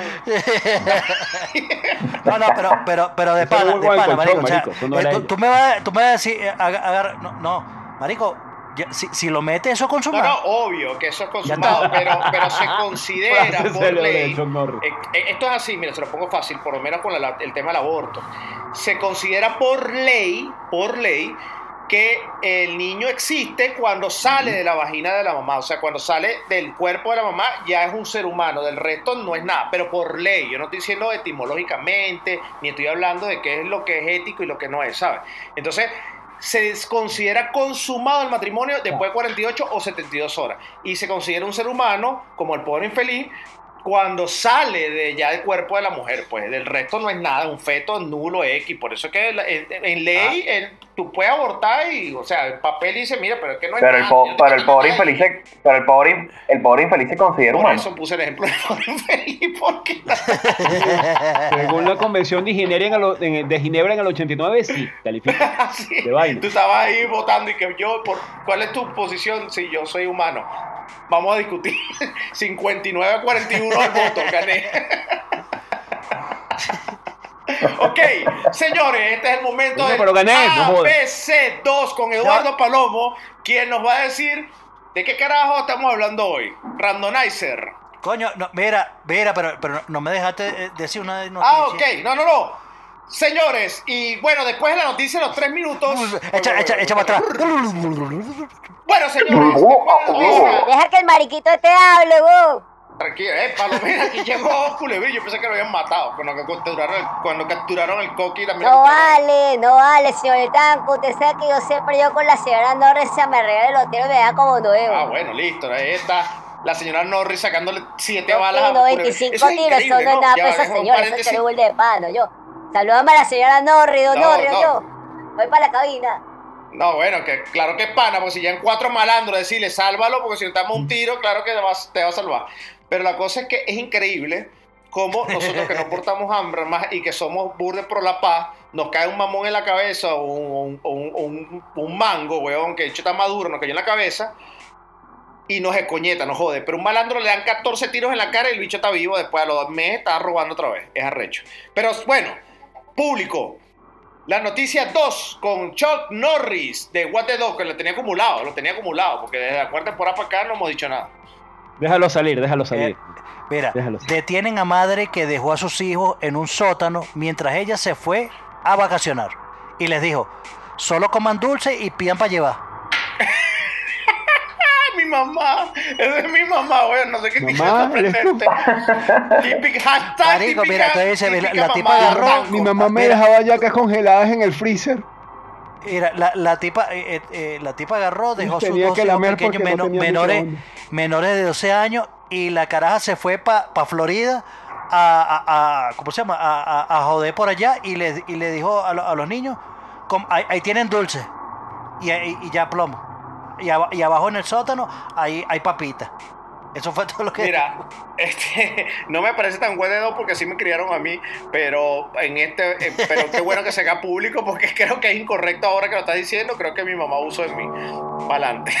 Speaker 5: No, no, pero, pero, pero de
Speaker 4: Eso es
Speaker 5: pana,
Speaker 4: muy
Speaker 5: de
Speaker 4: bueno
Speaker 5: pana,
Speaker 4: el
Speaker 5: marico.
Speaker 4: colchón,
Speaker 5: o sea,
Speaker 4: marico, eso no
Speaker 5: eh,
Speaker 4: era
Speaker 5: tú,
Speaker 4: ello.
Speaker 5: tú me vas, tú me vas a decir, eh, aga- agarra, no, no, marico, ya, si, si lo metes eso es
Speaker 2: No, no,
Speaker 5: consumado.
Speaker 2: obvio que eso es consumado, pero, pero se considera
Speaker 4: Frase
Speaker 2: por
Speaker 4: célebre de
Speaker 2: ley.
Speaker 4: Chuck Norris.
Speaker 2: eh, eh, Esto es así, mira, se lo pongo fácil, por lo menos con la- el tema del aborto. Se considera por ley, por ley, que el niño existe cuando sale de la vagina de la mamá. O sea, cuando sale del cuerpo de la mamá ya es un ser humano, del resto no es nada, pero por ley. Yo no estoy diciendo etimológicamente, ni estoy hablando de qué es lo que es ético y lo que no es, ¿sabes? Entonces, se considera consumado el matrimonio después de 48 o 72 horas. Y se considera un ser humano, como el pobre infeliz, cuando sale de ya del cuerpo de la mujer. Pues del resto no es nada, un feto nulo X. Por eso es que la- en, en ley
Speaker 3: Ah.
Speaker 2: en- tú puedes abortar y, o sea, el papel dice, mira, pero es que no es
Speaker 3: Pero el,
Speaker 2: nada,
Speaker 3: po-
Speaker 2: yo no
Speaker 3: pero el
Speaker 2: tengo
Speaker 3: pobre
Speaker 2: nada".
Speaker 3: infeliz se, pero el pobre, in- el pobre infeliz se considera
Speaker 2: Por
Speaker 3: humano.
Speaker 2: eso puse el ejemplo del pobre infeliz, porque...
Speaker 4: Según la convención de Ginebra en el, o- en- de Ginebra en el 89, sí, califica.
Speaker 2: Sí.
Speaker 4: De vaina.
Speaker 2: Tú estabas ahí votando y que yo, por, ¿cuál es tu posición? Si yo soy humano. Vamos a discutir. 59 a 41 al voto, gané. ok, señores, este es el momento
Speaker 4: Coño,
Speaker 2: del
Speaker 4: pero gané, no jodas.
Speaker 2: ABC2 con Eduardo Palomo, quien nos va a decir de qué carajo estamos hablando hoy. Randomizer.
Speaker 5: Coño, no, mira, mira, pero, pero no- no me dejaste eh, decir una de- noticia.
Speaker 2: Ah, ok, no, no, no. Señores, y bueno, después de la noticia, los tres minutos.
Speaker 5: Echa, echa, echa para atrás.
Speaker 2: Bueno, señores, este después de la noticia,
Speaker 7: Deja, deja que el mariquito te hable, vos.
Speaker 2: Tranquilo, eh, Palomera, aquí llegó Culebrillo. Yo pensé que lo habían matado cuando que capturaron el, cuando capturaron el coqui y también.
Speaker 7: No
Speaker 2: lo capturaron.
Speaker 7: vale, no vale, señorita Anco. Usted sabe que yo siempre yo con la señora Norris se me rea del hotel y me da como nuevo.
Speaker 2: Ah, bueno, listo, ahí está. La señora Norris sacándole siete
Speaker 7: Yo
Speaker 2: balas
Speaker 7: tiro
Speaker 2: a Culebrillo.
Speaker 7: 25
Speaker 2: Eso es
Speaker 7: tiros, eso no
Speaker 2: increíble,
Speaker 7: es nada
Speaker 2: Ya
Speaker 7: para
Speaker 2: va,
Speaker 7: esa
Speaker 2: dejo un
Speaker 7: señora, eso es
Speaker 2: paréntesis.
Speaker 7: terrible de pano, yo. Saludame a la señora Norris, don
Speaker 2: No,
Speaker 7: Norris,
Speaker 2: no.
Speaker 7: yo. Voy para la cabina.
Speaker 2: No, bueno, que claro que es pana, porque si ya en cuatro malandros decirle sálvalo, porque si no te damos un tiro, claro que te va, te va a salvar. Pero la cosa es que es increíble cómo nosotros que no portamos hambre más y que somos burdes por la paz, nos cae un mamón en la cabeza o un, o un- o un- un mango, weón, que de hecho está maduro, nos cayó en la cabeza y nos escoñeta, nos jode. Pero un malandro le dan 14 tiros en la cara y el bicho está vivo. Después a los dos meses está robando otra vez. Es arrecho. Pero bueno, público. La noticia 2 con Chuck Norris de What the Dog, que lo tenía acumulado, lo tenía acumulado, porque desde la cuarta temporada para acá no hemos dicho nada.
Speaker 4: Déjalo salir, déjalo salir.
Speaker 5: Mira,
Speaker 4: Déjalo así.
Speaker 5: detienen a madre que dejó a sus hijos en un sótano mientras ella se fue a vacacionar. Y les dijo, solo coman dulce y pidan para llevar.
Speaker 2: ¡Ah, mi mamá! Esa es mi mamá, weón, no sé qué te hizo
Speaker 4: Mamá, eres tú.
Speaker 2: sorprenderte. Típica este hashtag,
Speaker 5: Marico,
Speaker 2: típica-
Speaker 5: mira, te dice,
Speaker 2: típica
Speaker 5: la- la tipa
Speaker 2: mamá
Speaker 5: de
Speaker 2: de
Speaker 5: arroz,
Speaker 2: blanco.
Speaker 5: mi mamá me Mira.
Speaker 4: yacas congeladas en el freezer.
Speaker 5: Mira, la, la tipa, eh, eh, eh, la tipa agarró, dejó sus
Speaker 4: tenía
Speaker 5: dos
Speaker 4: que
Speaker 5: hijos
Speaker 4: lamer
Speaker 5: pequeños
Speaker 4: porque no
Speaker 5: meno-
Speaker 4: tenía
Speaker 5: menores,
Speaker 4: microondas.
Speaker 5: menores de 12 años y la caraja se fue para Florida a, a- a- ¿cómo se llama? A, a- a joder por allá y le, y le dijo a, lo- a los niños, "Com- ahí, ahí tienen dulce y, ahí- y ya plomo. Y, aba- y abajo en el sótano ahí hay papitas. Eso fue todo lo que.
Speaker 2: Mira, este, no me parece tan buen dedo porque sí me criaron a mí, pero en este, eh, pero qué bueno que se haga público porque creo que es incorrecto ahora que lo estás diciendo. Creo que mi mamá usó en mí. Pa'lante.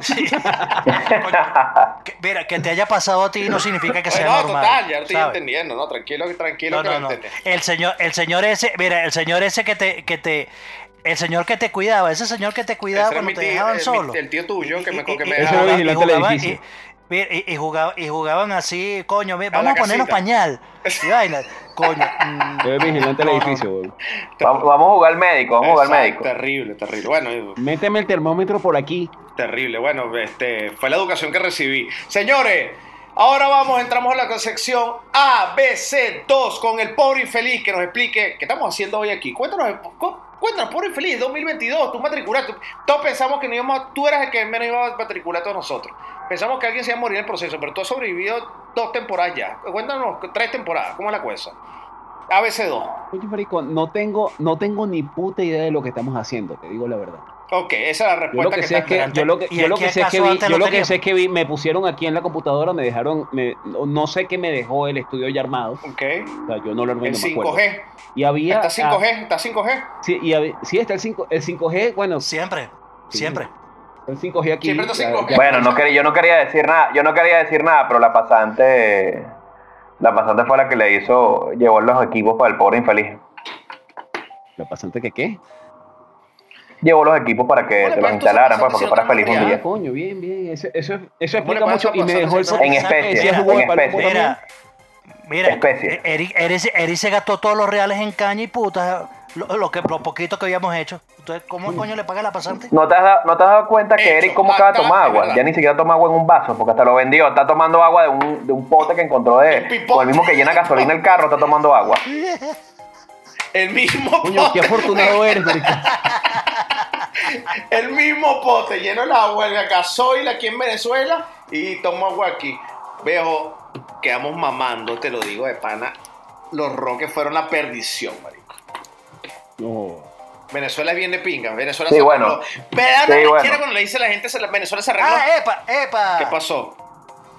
Speaker 5: Sí. Coño, que- mira, que te haya pasado a ti no significa que sea
Speaker 2: no,
Speaker 5: normal.
Speaker 2: total, ya lo estoy
Speaker 5: ¿sabes?
Speaker 2: entendiendo, ¿no? Tranquilo, tranquilo
Speaker 5: No,
Speaker 2: que
Speaker 5: no,
Speaker 2: lo
Speaker 5: no.
Speaker 2: entendí.
Speaker 5: El señor, el señor ese, mira, el señor ese que te, que te, el señor que te cuidaba, ese señor que te cuidaba
Speaker 2: Ese era
Speaker 5: cuando
Speaker 2: mi
Speaker 5: te
Speaker 2: tío,
Speaker 5: dejaban
Speaker 2: el-
Speaker 5: solo.
Speaker 2: el tío tuyo que me- que me
Speaker 5: y-
Speaker 2: dejaba-
Speaker 4: Ese era
Speaker 5: y
Speaker 4: vigilante del
Speaker 5: jugaban-
Speaker 4: edificio.
Speaker 5: y- y- y jugaba- y jugaban así, coño, mira,
Speaker 2: A la
Speaker 5: vamos a, ponernos
Speaker 2: casita.
Speaker 5: pañal. Y vaina, coño. mm,
Speaker 4: Yo soy vigilante del
Speaker 5: no, no.
Speaker 4: edificio, weón.
Speaker 3: Va- Vamos, a jugar al médico, vamos a jugar al
Speaker 2: Exacto,
Speaker 3: médico.
Speaker 2: Terrible, terrible. Bueno,
Speaker 4: Méteme el termómetro por aquí.
Speaker 2: Terrible, bueno, este, fue la educación que recibí. Señores, ahora vamos, entramos a la sección ABC2 con el pobre infeliz que nos explique qué estamos haciendo hoy aquí. Cuéntanos, cu- cuéntanos, pobre infeliz, 2022, tú matriculaste. Todos pensamos que no íbamos, a- tú eras el que menos iba a matricular a todos nosotros. Pensamos que alguien se iba a morir en el proceso, pero tú has sobrevivido dos temporadas ya. Cuéntanos, tres temporadas, ¿cómo es la cosa? ABC2.
Speaker 4: Oye, marico, no tengo, no tengo ni puta idea de lo que estamos haciendo, te digo la verdad.
Speaker 2: Ok, esa es la
Speaker 4: Yo
Speaker 2: respuesta
Speaker 4: lo que
Speaker 2: que
Speaker 4: sé es
Speaker 2: está-
Speaker 4: que, yo lo que,
Speaker 5: ¿Y
Speaker 4: yo lo
Speaker 5: aquí
Speaker 4: que sé es que
Speaker 5: acaso
Speaker 4: vi,
Speaker 5: antes
Speaker 4: yo
Speaker 5: lo
Speaker 4: lo que sé
Speaker 5: teníamos?
Speaker 4: es que vi, me pusieron aquí en la computadora, me dejaron, me- no, no sé qué me dejó el estudio ya armado.
Speaker 2: Ok,
Speaker 4: O sea, yo no lo armé,
Speaker 2: el
Speaker 4: no me acuerdo.
Speaker 2: 5G.
Speaker 4: Y había.
Speaker 2: ¿Está
Speaker 4: ah,
Speaker 2: 5G? ¿Está 5G?
Speaker 4: sí, y había- sí, está el 5, el 5G, bueno,
Speaker 5: Siempre,
Speaker 4: Sí.
Speaker 5: siempre.
Speaker 4: el 5G aquí.
Speaker 2: Siempre está 5G.
Speaker 4: ya-
Speaker 3: Bueno, no quería, yo no quería decir nada, yo no quería decir nada, pero la pasante, la pasante fue la que le hizo, llevó los equipos para el pobre infeliz.
Speaker 4: ¿La pasante que qué?
Speaker 3: Llevó los equipos para que
Speaker 2: Bueno,
Speaker 3: te
Speaker 2: pero
Speaker 3: los
Speaker 2: tú sabes
Speaker 3: instalaran, pues, para que
Speaker 2: si no
Speaker 3: fueras
Speaker 2: estamos
Speaker 3: feliz un
Speaker 4: Ah,
Speaker 2: Ya.
Speaker 3: día.
Speaker 4: coño, bien, bien. Eso, eso, eso
Speaker 2: Bueno,
Speaker 4: explica
Speaker 2: pasa
Speaker 4: mucho. Y me
Speaker 2: pasando
Speaker 4: dejó el
Speaker 2: siempre.
Speaker 3: En
Speaker 5: Exacto,
Speaker 3: especie,
Speaker 5: decía
Speaker 4: jugo de
Speaker 3: en
Speaker 4: palo-
Speaker 3: especie.
Speaker 5: Mira, mira,
Speaker 3: Especie.
Speaker 5: eh, Eric, Eric, se- Eric se gastó todos los reales en caña y putas, lo, lo que, lo poquito que habíamos hecho. Entonces, ¿cómo coño le paga la pasante?
Speaker 3: ¿No te, has dado, ¿No te has dado cuenta que
Speaker 2: Hecho,
Speaker 3: Eric cómo
Speaker 2: ah,
Speaker 3: acaba de
Speaker 2: está,
Speaker 3: tomar
Speaker 2: es
Speaker 3: agua?
Speaker 2: verdad.
Speaker 3: Ya ni siquiera toma agua en un vaso, porque hasta lo vendió. Está tomando agua de un, de un pote que encontró
Speaker 2: Un
Speaker 3: de...
Speaker 2: pipote.
Speaker 3: O el mismo que llena gasolina el carro, está tomando agua.
Speaker 2: El mismo
Speaker 4: Coño,
Speaker 2: pote.
Speaker 4: qué afortunado eres, marico.
Speaker 2: El mismo pote. Lleno el agua, la gasoil aquí en Venezuela y tomo agua aquí. Viejo, quedamos mamando, te lo digo de pana. Los roques fueron la perdición, marico.
Speaker 4: No.
Speaker 2: Venezuela viene pinga. Venezuela
Speaker 3: Sí,
Speaker 2: se
Speaker 3: bueno.
Speaker 2: arregló. Pero
Speaker 3: Sí,
Speaker 2: la
Speaker 3: bueno.
Speaker 2: quiera cuando le dice a la gente, se la- Venezuela se arregló.
Speaker 5: Ah, epa, epa.
Speaker 2: ¿Qué pasó?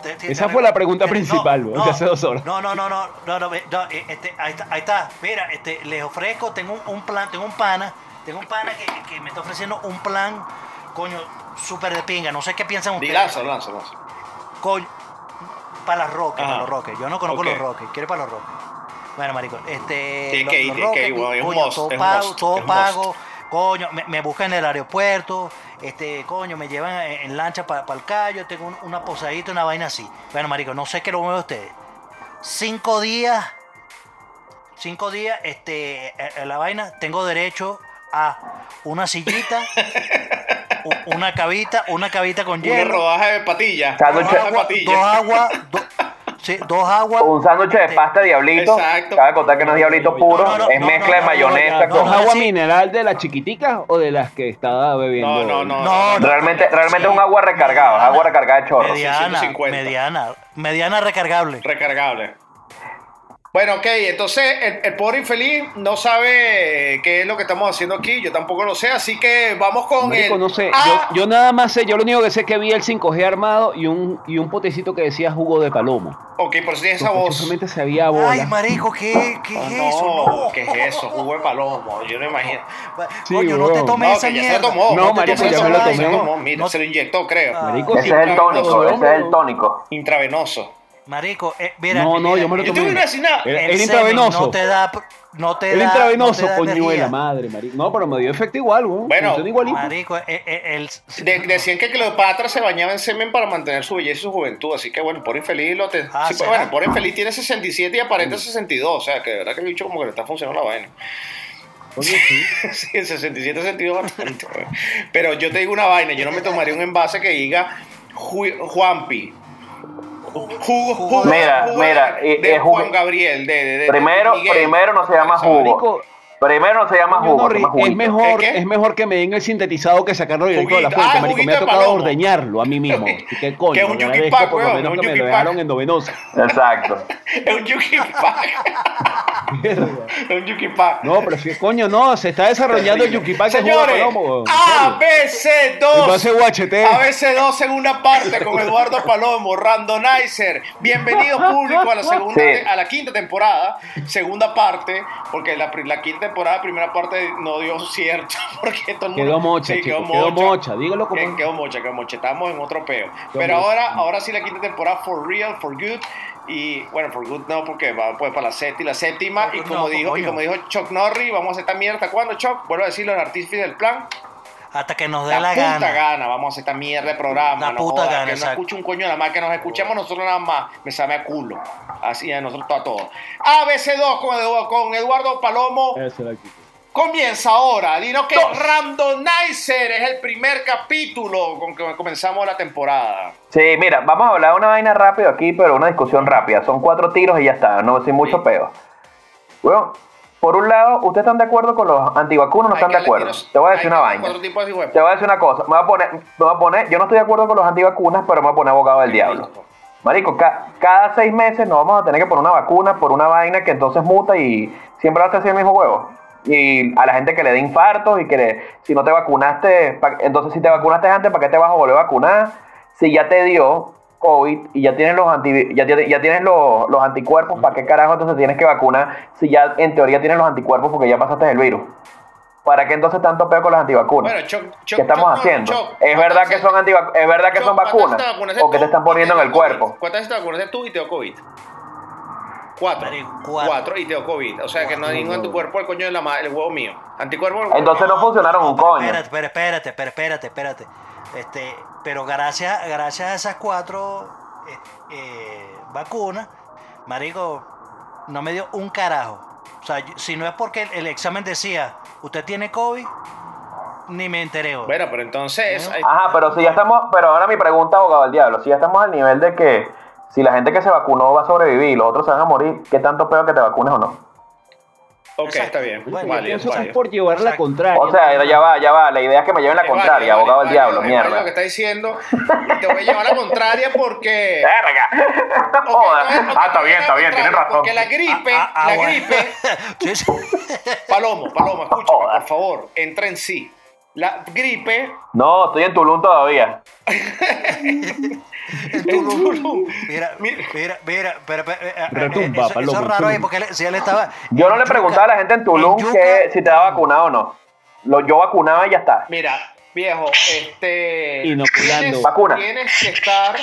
Speaker 5: Te- te-
Speaker 4: Esa
Speaker 5: te-
Speaker 4: fue la pregunta
Speaker 5: te-
Speaker 4: principal, weón, de hace dos horas.
Speaker 5: No, no, no, no, no, no, ve- no, eh, este, ahí, está, ahí está. Mira, este, les ofrezco, tengo un, un plan, tengo un pana, tengo un pana que, que me está ofreciendo un plan, coño, súper de pinga. No sé qué piensan ustedes.
Speaker 2: Lánzalo, lánzalo, lánzalo.
Speaker 5: Coño, para las roques,
Speaker 2: Ajá.
Speaker 5: para los roques. Yo no conozco
Speaker 2: Ok.
Speaker 5: los roques, quiere para los roques. Bueno, marico, este.
Speaker 2: Tiene
Speaker 5: los-
Speaker 2: que ir, tiene
Speaker 5: los
Speaker 2: que
Speaker 5: Roques,
Speaker 2: ir, weón, es un
Speaker 5: coño,
Speaker 2: must,
Speaker 5: todo
Speaker 2: es un
Speaker 5: pago,
Speaker 2: must,
Speaker 5: todo
Speaker 2: es un
Speaker 5: pago.
Speaker 2: must.
Speaker 5: Coño, me, me buscan en el aeropuerto, este, coño, me llevan en, en lancha para el callo, tengo un- una posadita, una vaina así. Bueno, marico, no sé qué lo mueve ustedes. Cinco días, cinco días, este, en- en la vaina, tengo derecho a una sillita, u- una cabita, una cabita con
Speaker 2: Una
Speaker 5: hielo.
Speaker 2: rodaja de patilla.
Speaker 3: Sándwich-
Speaker 5: Dos
Speaker 2: Rodaja de
Speaker 5: aguas, dos
Speaker 2: patilla.
Speaker 5: aguas, do- sí, dos aguas.
Speaker 3: Un sándwich de pasta diablito.
Speaker 2: Exacto.
Speaker 3: Cabe contar que no es diablito puro,
Speaker 5: No, no, no,
Speaker 3: es
Speaker 5: no,
Speaker 3: mezcla
Speaker 5: no,
Speaker 3: de
Speaker 5: no,
Speaker 3: mayonesa
Speaker 5: no,
Speaker 3: con...
Speaker 4: ¿Con agua
Speaker 5: sí.
Speaker 4: mineral de las chiquiticas o de las que estaba bebiendo?
Speaker 2: No, no, no.
Speaker 5: No, no,
Speaker 3: Realmente,
Speaker 5: no,
Speaker 3: realmente
Speaker 5: sí.
Speaker 3: es un agua recargada, es agua recargada de chorro.
Speaker 5: Mediana,
Speaker 2: 650.
Speaker 5: mediana, mediana recargable.
Speaker 2: Recargable. Bueno, ok, entonces el, el pobre infeliz no sabe eh, qué es lo que estamos haciendo aquí, yo tampoco lo sé, así que vamos con el
Speaker 4: Marico,
Speaker 2: Ah.
Speaker 4: no sé.
Speaker 2: A-
Speaker 4: Yo, yo nada más sé, yo lo único que sé es que vi el 5G armado y un, y un potecito que decía jugo de paloma.
Speaker 2: Ok, por si tiene esa voz.
Speaker 4: Solamente sabía a bola.
Speaker 5: Ay, marico, ¿qué, qué
Speaker 2: Ah,
Speaker 5: es
Speaker 2: no,
Speaker 5: eso? No.
Speaker 2: ¿qué es eso? Jugo de palomo, yo no imagino.
Speaker 4: Sí,
Speaker 5: Coño, no te
Speaker 4: weón.
Speaker 5: tomes
Speaker 2: No,
Speaker 5: esa
Speaker 2: que ya
Speaker 5: mierda.
Speaker 2: se lo tomó.
Speaker 4: No,
Speaker 2: te
Speaker 4: marico,
Speaker 2: tomes
Speaker 4: ya
Speaker 2: esa
Speaker 4: me lo
Speaker 2: vaina.
Speaker 4: tomé.
Speaker 2: No, mira,
Speaker 5: No-
Speaker 2: se lo inyectó, creo.
Speaker 5: Ah.
Speaker 4: Marico,
Speaker 3: Ese
Speaker 4: sí,
Speaker 3: es el
Speaker 4: claro,
Speaker 3: tónico,
Speaker 4: weón,
Speaker 3: ese es el
Speaker 4: weón.
Speaker 3: tónico.
Speaker 2: Intravenoso.
Speaker 5: Marico, eh, mira.
Speaker 4: No, no, yo me lo
Speaker 2: Yo
Speaker 4: tomé.
Speaker 2: te voy a decir nada.
Speaker 4: Era,
Speaker 5: el
Speaker 4: era
Speaker 5: semen
Speaker 4: intravenoso.
Speaker 5: No te da. No te
Speaker 4: era
Speaker 5: da.
Speaker 4: intravenoso,
Speaker 5: no te da
Speaker 4: coño de la
Speaker 5: energía.
Speaker 4: madre, marico. No, pero me dio efecto igual, weón.
Speaker 2: Bueno,
Speaker 4: Funciona igualito.
Speaker 5: Marico, eh, eh, el.
Speaker 2: De- decían que Cleopatra se bañaba en semen para mantener su belleza y su juventud, así que bueno, por infeliz lo te...
Speaker 5: Ah,
Speaker 2: sí, pues,
Speaker 5: ¿será?
Speaker 2: bueno, por infeliz tiene 67 y aparenta 62, o sea, que de verdad que el bicho como que le está funcionando la vaina.
Speaker 4: Coño, sí.
Speaker 2: Sí, el 67 sentido bastante. weón. Pero yo te digo una vaina, yo no me tomaría un envase que diga Ju- Juanpi. Jugo, jugo-
Speaker 3: Mira,
Speaker 2: jugo
Speaker 3: mira,
Speaker 2: de,
Speaker 3: eh,
Speaker 2: de
Speaker 3: eh, jugo-
Speaker 2: Juan Gabriel, de, de- de-
Speaker 3: Primero,
Speaker 2: Miguel.
Speaker 3: primero no se llama
Speaker 4: Marico,
Speaker 3: jugo. Primero no se llama
Speaker 4: Coño,
Speaker 3: jugo,
Speaker 4: no,
Speaker 3: se llama
Speaker 4: es
Speaker 3: juguito.
Speaker 4: mejor,
Speaker 2: ¿Qué, qué?
Speaker 4: es mejor que me den el sintetizado que sacarlo directo de la
Speaker 2: Juguito.
Speaker 4: fuente,
Speaker 2: Ah,
Speaker 4: marico. Me
Speaker 2: juguito
Speaker 4: ha
Speaker 2: de
Speaker 4: tocado
Speaker 2: palomo.
Speaker 4: ordeñarlo a mí mismo. Y qué
Speaker 2: Que
Speaker 4: coño,
Speaker 2: es un
Speaker 4: yo
Speaker 2: yuki
Speaker 4: agradezco
Speaker 2: pack,
Speaker 4: por lo
Speaker 2: weón,
Speaker 4: menos
Speaker 2: un
Speaker 4: que me
Speaker 2: yuki
Speaker 4: lo
Speaker 2: pack.
Speaker 4: dejaron endovenoso.
Speaker 3: Exacto.
Speaker 2: Es un yuki pack. Un Yukipa.
Speaker 4: No, pero es que coño, no, se está desarrollando el Yukipa que juega
Speaker 2: Señores, ah,
Speaker 4: Palomo. weón. Entonces,
Speaker 2: ABC2.
Speaker 4: guachete.
Speaker 2: ABC2 segunda parte con Eduardo Palomo, Randomizer. Bienvenido público a la segunda,
Speaker 3: Sí.
Speaker 2: a la quinta temporada, segunda parte, porque la, pri- la quinta temporada, primera parte no dio cierto, porque todo el mundo-
Speaker 4: Quedó mocha,
Speaker 2: Sí,
Speaker 4: chicos, quedó mocha, dígalo como-
Speaker 2: Eh, Quedó mocha, quedó mocha, estamos en otro peo.
Speaker 4: Quedó
Speaker 2: Pero
Speaker 4: mocha.
Speaker 2: ahora, ahora sí la quinta temporada for real, for good. Y bueno, for good no, porque va pues para la séptima, la séptima y
Speaker 5: No,
Speaker 2: como dijo, y
Speaker 5: coño.
Speaker 2: como dijo Chuck Norris, vamos a hacer esta mierda ¿hasta cuándo, Chuck? Vuelvo a decirlo, el artífice del plan.
Speaker 5: Hasta que nos dé
Speaker 2: La,
Speaker 5: la,
Speaker 2: puta
Speaker 5: gana.
Speaker 2: gana. vamos a hacer esta mierda de programa.
Speaker 5: La
Speaker 2: no
Speaker 5: puta
Speaker 2: jodas,
Speaker 5: gana,
Speaker 2: Que no
Speaker 5: exacto. Oh.
Speaker 2: escuche un coño nada más, que nos escuchemos nosotros nada más. Me sabe a culo. Así a nosotros a todos. ABC2 con, Edu- con Eduardo Palomo.
Speaker 4: Esa es la actitud.
Speaker 2: Comienza ahora. Dinos que Randomizer es el primer capítulo con que comenzamos la temporada.
Speaker 3: Sí, mira, vamos a hablar de una vaina rápido aquí, pero una discusión rápida. Son cuatro tiros y ya está, no sin mucho peo. Bueno, por un lado, ¿ustedes están de acuerdo con los antivacunas o no
Speaker 2: Hay
Speaker 3: están
Speaker 2: que
Speaker 3: de
Speaker 2: darle
Speaker 3: acuerdo?
Speaker 2: tiros-
Speaker 3: Te voy a
Speaker 2: hay
Speaker 3: decir
Speaker 2: que
Speaker 3: una
Speaker 2: darle
Speaker 3: vaina.
Speaker 2: cuatro tipos de hijos de
Speaker 3: Te voy a decir una cosa. Me voy a poner, me voy a poner, yo no estoy de acuerdo con los antivacunas, pero me voy a poner abogado del diablo. Marico, ca- cada seis meses nos vamos a tener que poner una vacuna por una vaina que entonces muta y siempre va a estar así el mismo huevo. Y a la gente que le dé infartos y que le- si no te vacunaste, pa- entonces si te vacunaste antes, ¿para qué te vas a volver a vacunar? Si ya te dio COVID y ya tienes los, anti- ya, tiene- ya tienes los, los anticuerpos, ¿para qué carajo entonces tienes que vacunar si ya en teoría tienes los anticuerpos porque ya pasaste el virus? ¿Para qué entonces tanto peor con las antivacunas?
Speaker 2: Bueno, Chuck- Chuck-
Speaker 3: ¿Qué estamos
Speaker 2: Chuck Norris,
Speaker 3: haciendo?
Speaker 2: Chuck,
Speaker 3: ¿Es verdad que
Speaker 2: ¿cuántas-
Speaker 3: son antivac- ¿Es verdad que
Speaker 2: Chuck,
Speaker 3: son
Speaker 2: ¿cuántas
Speaker 3: vacunas?
Speaker 2: te vacunaste
Speaker 3: ¿O que
Speaker 2: tú?
Speaker 3: te están poniendo en el
Speaker 2: ¿Cuántas te-
Speaker 3: cuerpo?
Speaker 2: ¿Cuántas te vacunaste tú y te dio COVID? Cuatro.
Speaker 5: Marico,
Speaker 2: cuatro.
Speaker 5: cuatro.
Speaker 2: y te dio COVID. O sea que no hay ningún anticuerpo el coño de la ma- el huevo mío. Anticuerpo del huevo
Speaker 3: Entonces no funcionaron un coño.
Speaker 5: Espérate, pero espérate, pero espérate, espérate. Este, pero gracias, gracias a esas cuatro eh, eh, vacunas, Marico, no me dio un carajo. O sea, yo- si no es porque el, el examen decía, usted tiene COVID, ni me enteré. güey.
Speaker 2: Bueno, pero entonces.
Speaker 5: Bueno.
Speaker 3: Ajá, pero si ya estamos, pero ahora mi pregunta, abogado del diablo, si ya estamos al nivel de que si la gente que se vacunó va a sobrevivir y los otros se van a morir, ¿qué tanto peor que te vacunes o no?
Speaker 2: Ok,
Speaker 5: Exacto.
Speaker 2: está bien.
Speaker 4: Bueno,
Speaker 2: válido,
Speaker 4: eso es
Speaker 2: válido.
Speaker 4: por llevar la
Speaker 5: Exacto.
Speaker 4: contraria.
Speaker 3: O sea, ya va, ya va, la idea es que me lleven la
Speaker 2: Es válido, válido,
Speaker 3: contraria, abogado del
Speaker 2: válido,
Speaker 3: diablo,
Speaker 2: es válido lo que
Speaker 3: mierda.
Speaker 2: está diciendo. Y te voy a llevar a la contraria porque.
Speaker 3: Verga.
Speaker 2: Ok,
Speaker 3: Joda.
Speaker 2: no, no,
Speaker 3: Eh, Ah,
Speaker 2: te voy
Speaker 3: está
Speaker 2: a llevar
Speaker 3: bien, está
Speaker 2: a la
Speaker 3: bien, tienes
Speaker 2: contraria,
Speaker 3: razón.
Speaker 2: Porque la gripe,
Speaker 5: Ah, ah, ah,
Speaker 2: la
Speaker 5: bueno.
Speaker 2: gripe.
Speaker 5: Sí, sí.
Speaker 2: Palomo, Palomo, escúchame,
Speaker 3: Joda.
Speaker 2: por favor, entra en sí. La gripe
Speaker 3: No, estoy en Tulum todavía.
Speaker 2: en Tulum.
Speaker 5: Mira,
Speaker 2: Mira.
Speaker 5: mira, mira, pero, pero, eh, eh,
Speaker 4: Retumba,
Speaker 5: eso, eso
Speaker 4: paloma,
Speaker 5: es raro ahí
Speaker 4: retumba.
Speaker 5: porque él- si él estaba.
Speaker 3: Yo no
Speaker 5: en
Speaker 3: le
Speaker 5: Yuca-
Speaker 3: preguntaba a la gente en Tulum
Speaker 5: Yuca-
Speaker 3: que si te había vacunado o no. Lo, yo vacunaba y ya está.
Speaker 2: Mira, viejo, este.
Speaker 4: Inoculando.
Speaker 2: Tienes,
Speaker 3: Vacuna.
Speaker 2: Tienes que estar.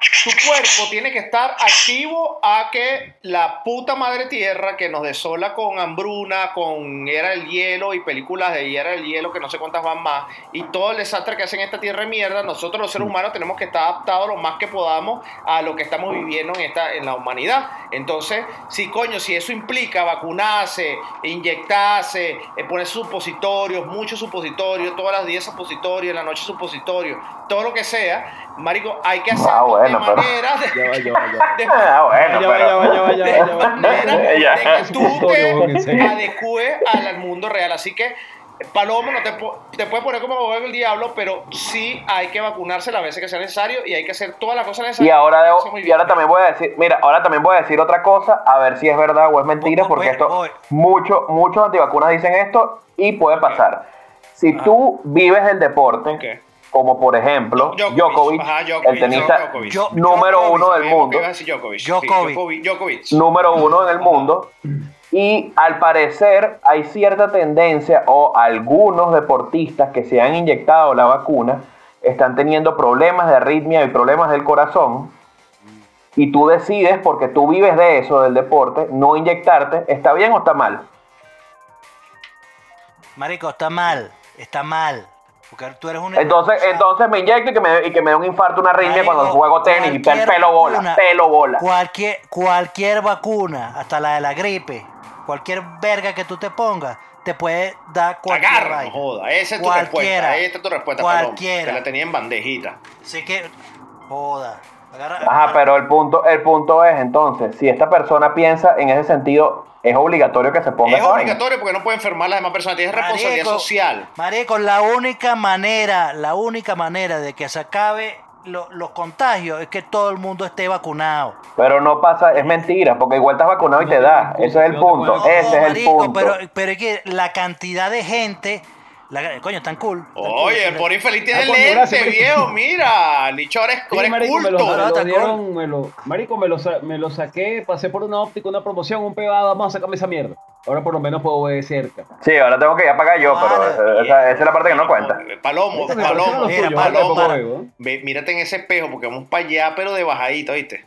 Speaker 2: Tu cuerpo tiene que estar activo a que la puta madre tierra que nos desola con hambruna, con era el hielo y películas de era el hielo que no sé cuántas van más y todo el desastre que hacen esta tierra de mierda, nosotros los seres humanos tenemos que estar adaptados lo más que podamos a lo que estamos viviendo en esta en la humanidad. Entonces, si coño, si eso implica vacunarse, inyectarse, eh, poner supositorios, muchos supositorios, todas las 10 supositorios, en la noche supositorios, todo lo que sea, marico, hay que hacerlo
Speaker 3: Ah, bueno,
Speaker 2: de
Speaker 3: pero-
Speaker 2: manera de-
Speaker 4: Ya va, ya va, ya va.
Speaker 2: de-
Speaker 3: Ah, bueno,
Speaker 4: Ya va, ya
Speaker 3: pero...
Speaker 4: va, ya va, ya va, ya va.
Speaker 2: manera
Speaker 3: Ya.
Speaker 2: de que tú
Speaker 4: Supositorio, en
Speaker 2: te
Speaker 4: serio.
Speaker 2: adecue al al mundo real. Así que, Palomo, no te, po- te puedes poner como abogado del diablo, pero sí hay que vacunarse las veces que sea necesario y hay que hacer todas las cosas
Speaker 3: Y
Speaker 2: necesarias.
Speaker 3: ahora, debo-
Speaker 2: Eso muy
Speaker 3: y
Speaker 2: bien.
Speaker 3: ahora también voy a decir, mira, ahora también voy a decir otra cosa, a ver si es verdad o es mentira,
Speaker 5: Voy, voy,
Speaker 3: porque esto,
Speaker 5: voy.
Speaker 3: mucho, muchos antivacunas dicen esto y puede pasar. Si
Speaker 2: Ah.
Speaker 3: tú vives el deporte,
Speaker 2: Ok.
Speaker 3: como por ejemplo
Speaker 2: Djokovic,
Speaker 3: Djokovic,
Speaker 2: ajá, Djokovic,
Speaker 3: el tenista
Speaker 2: Djokovic.
Speaker 5: Yo-
Speaker 3: número
Speaker 5: Djokovic,
Speaker 3: uno del
Speaker 2: Sabemos que
Speaker 3: mundo,
Speaker 2: iba a decir Djokovic. Sí,
Speaker 5: Djokovic.
Speaker 2: Djokovic. Djokovic.
Speaker 3: número uno en el mundo. Y al parecer hay cierta tendencia o algunos deportistas que se han inyectado la vacuna están teniendo problemas de arritmia y problemas del corazón. Y tú decides, porque tú vives de eso, del deporte, no inyectarte, ¿está bien o está mal?
Speaker 5: Marico, está mal, está mal. Porque tú eres un.
Speaker 3: Entonces,
Speaker 5: o sea,
Speaker 3: entonces me inyecto y que me, y que me dé un infarto, una arritmia
Speaker 5: Marico,
Speaker 3: cuando juego tenis y tal,
Speaker 5: cualquier
Speaker 3: pelo bola,
Speaker 5: vacuna-
Speaker 3: pelo bola.
Speaker 5: Cualquier, cualquier vacuna, hasta la de la gripe, cualquier verga que tú te pongas, te puede dar cualquier
Speaker 2: Agarra, no
Speaker 5: vaina.
Speaker 2: joda. Esa es tu
Speaker 5: Cualquiera.
Speaker 2: respuesta. Esta es tu respuesta,
Speaker 5: Cualquiera.
Speaker 2: Palomo. Te la tenía en bandejita.
Speaker 5: Así que, joda. Agarra,
Speaker 3: Ajá, pero el punto, el punto es entonces, si esta persona piensa en ese sentido, es obligatorio que se ponga
Speaker 2: Es
Speaker 3: esa vaina?
Speaker 2: obligatorio porque no puede enfermar a las demás personas. Tienes responsabilidad
Speaker 5: Marico,
Speaker 2: social.
Speaker 5: Marico, la única manera, la única manera de que se acabe lo- los contagios es que todo el mundo esté vacunado.
Speaker 3: Pero no pasa, es mentira, porque igual estás vacunado y te da. Ese es el punto.
Speaker 4: No,
Speaker 3: Ese es el
Speaker 5: marico,
Speaker 3: punto.
Speaker 5: Pero, pero es que la cantidad de gente. la- coño, tan cool. eh, tan cool.
Speaker 2: Oye, el Pony Feliz tiene
Speaker 4: Ah, coño, gracias,
Speaker 2: lente,
Speaker 4: marico.
Speaker 2: viejo, mira. Lichores,
Speaker 4: Sí,
Speaker 2: eres
Speaker 4: marico, me lo, me
Speaker 2: culto.
Speaker 5: Ah,
Speaker 4: lo
Speaker 5: está
Speaker 4: dieron, me lo- marico, me lo, sa- me lo saqué, pasé por una óptica, una promoción, un pegado, vamos a sacarme esa mierda. Ahora por lo menos puedo ver de cerca.
Speaker 3: Sí, ahora tengo que ir a pagar yo, pero
Speaker 5: Vale.
Speaker 3: esa, esa es la parte que no cuenta.
Speaker 2: Eh, Palomo,
Speaker 4: Marico, me parecieron
Speaker 2: palomo.
Speaker 4: los
Speaker 5: mira,
Speaker 4: tuyos, ahora
Speaker 2: palomo.
Speaker 4: tampoco veo, ¿eh?
Speaker 2: Ve, mírate en ese espejo porque vamos para allá, pero de bajadita, ¿viste?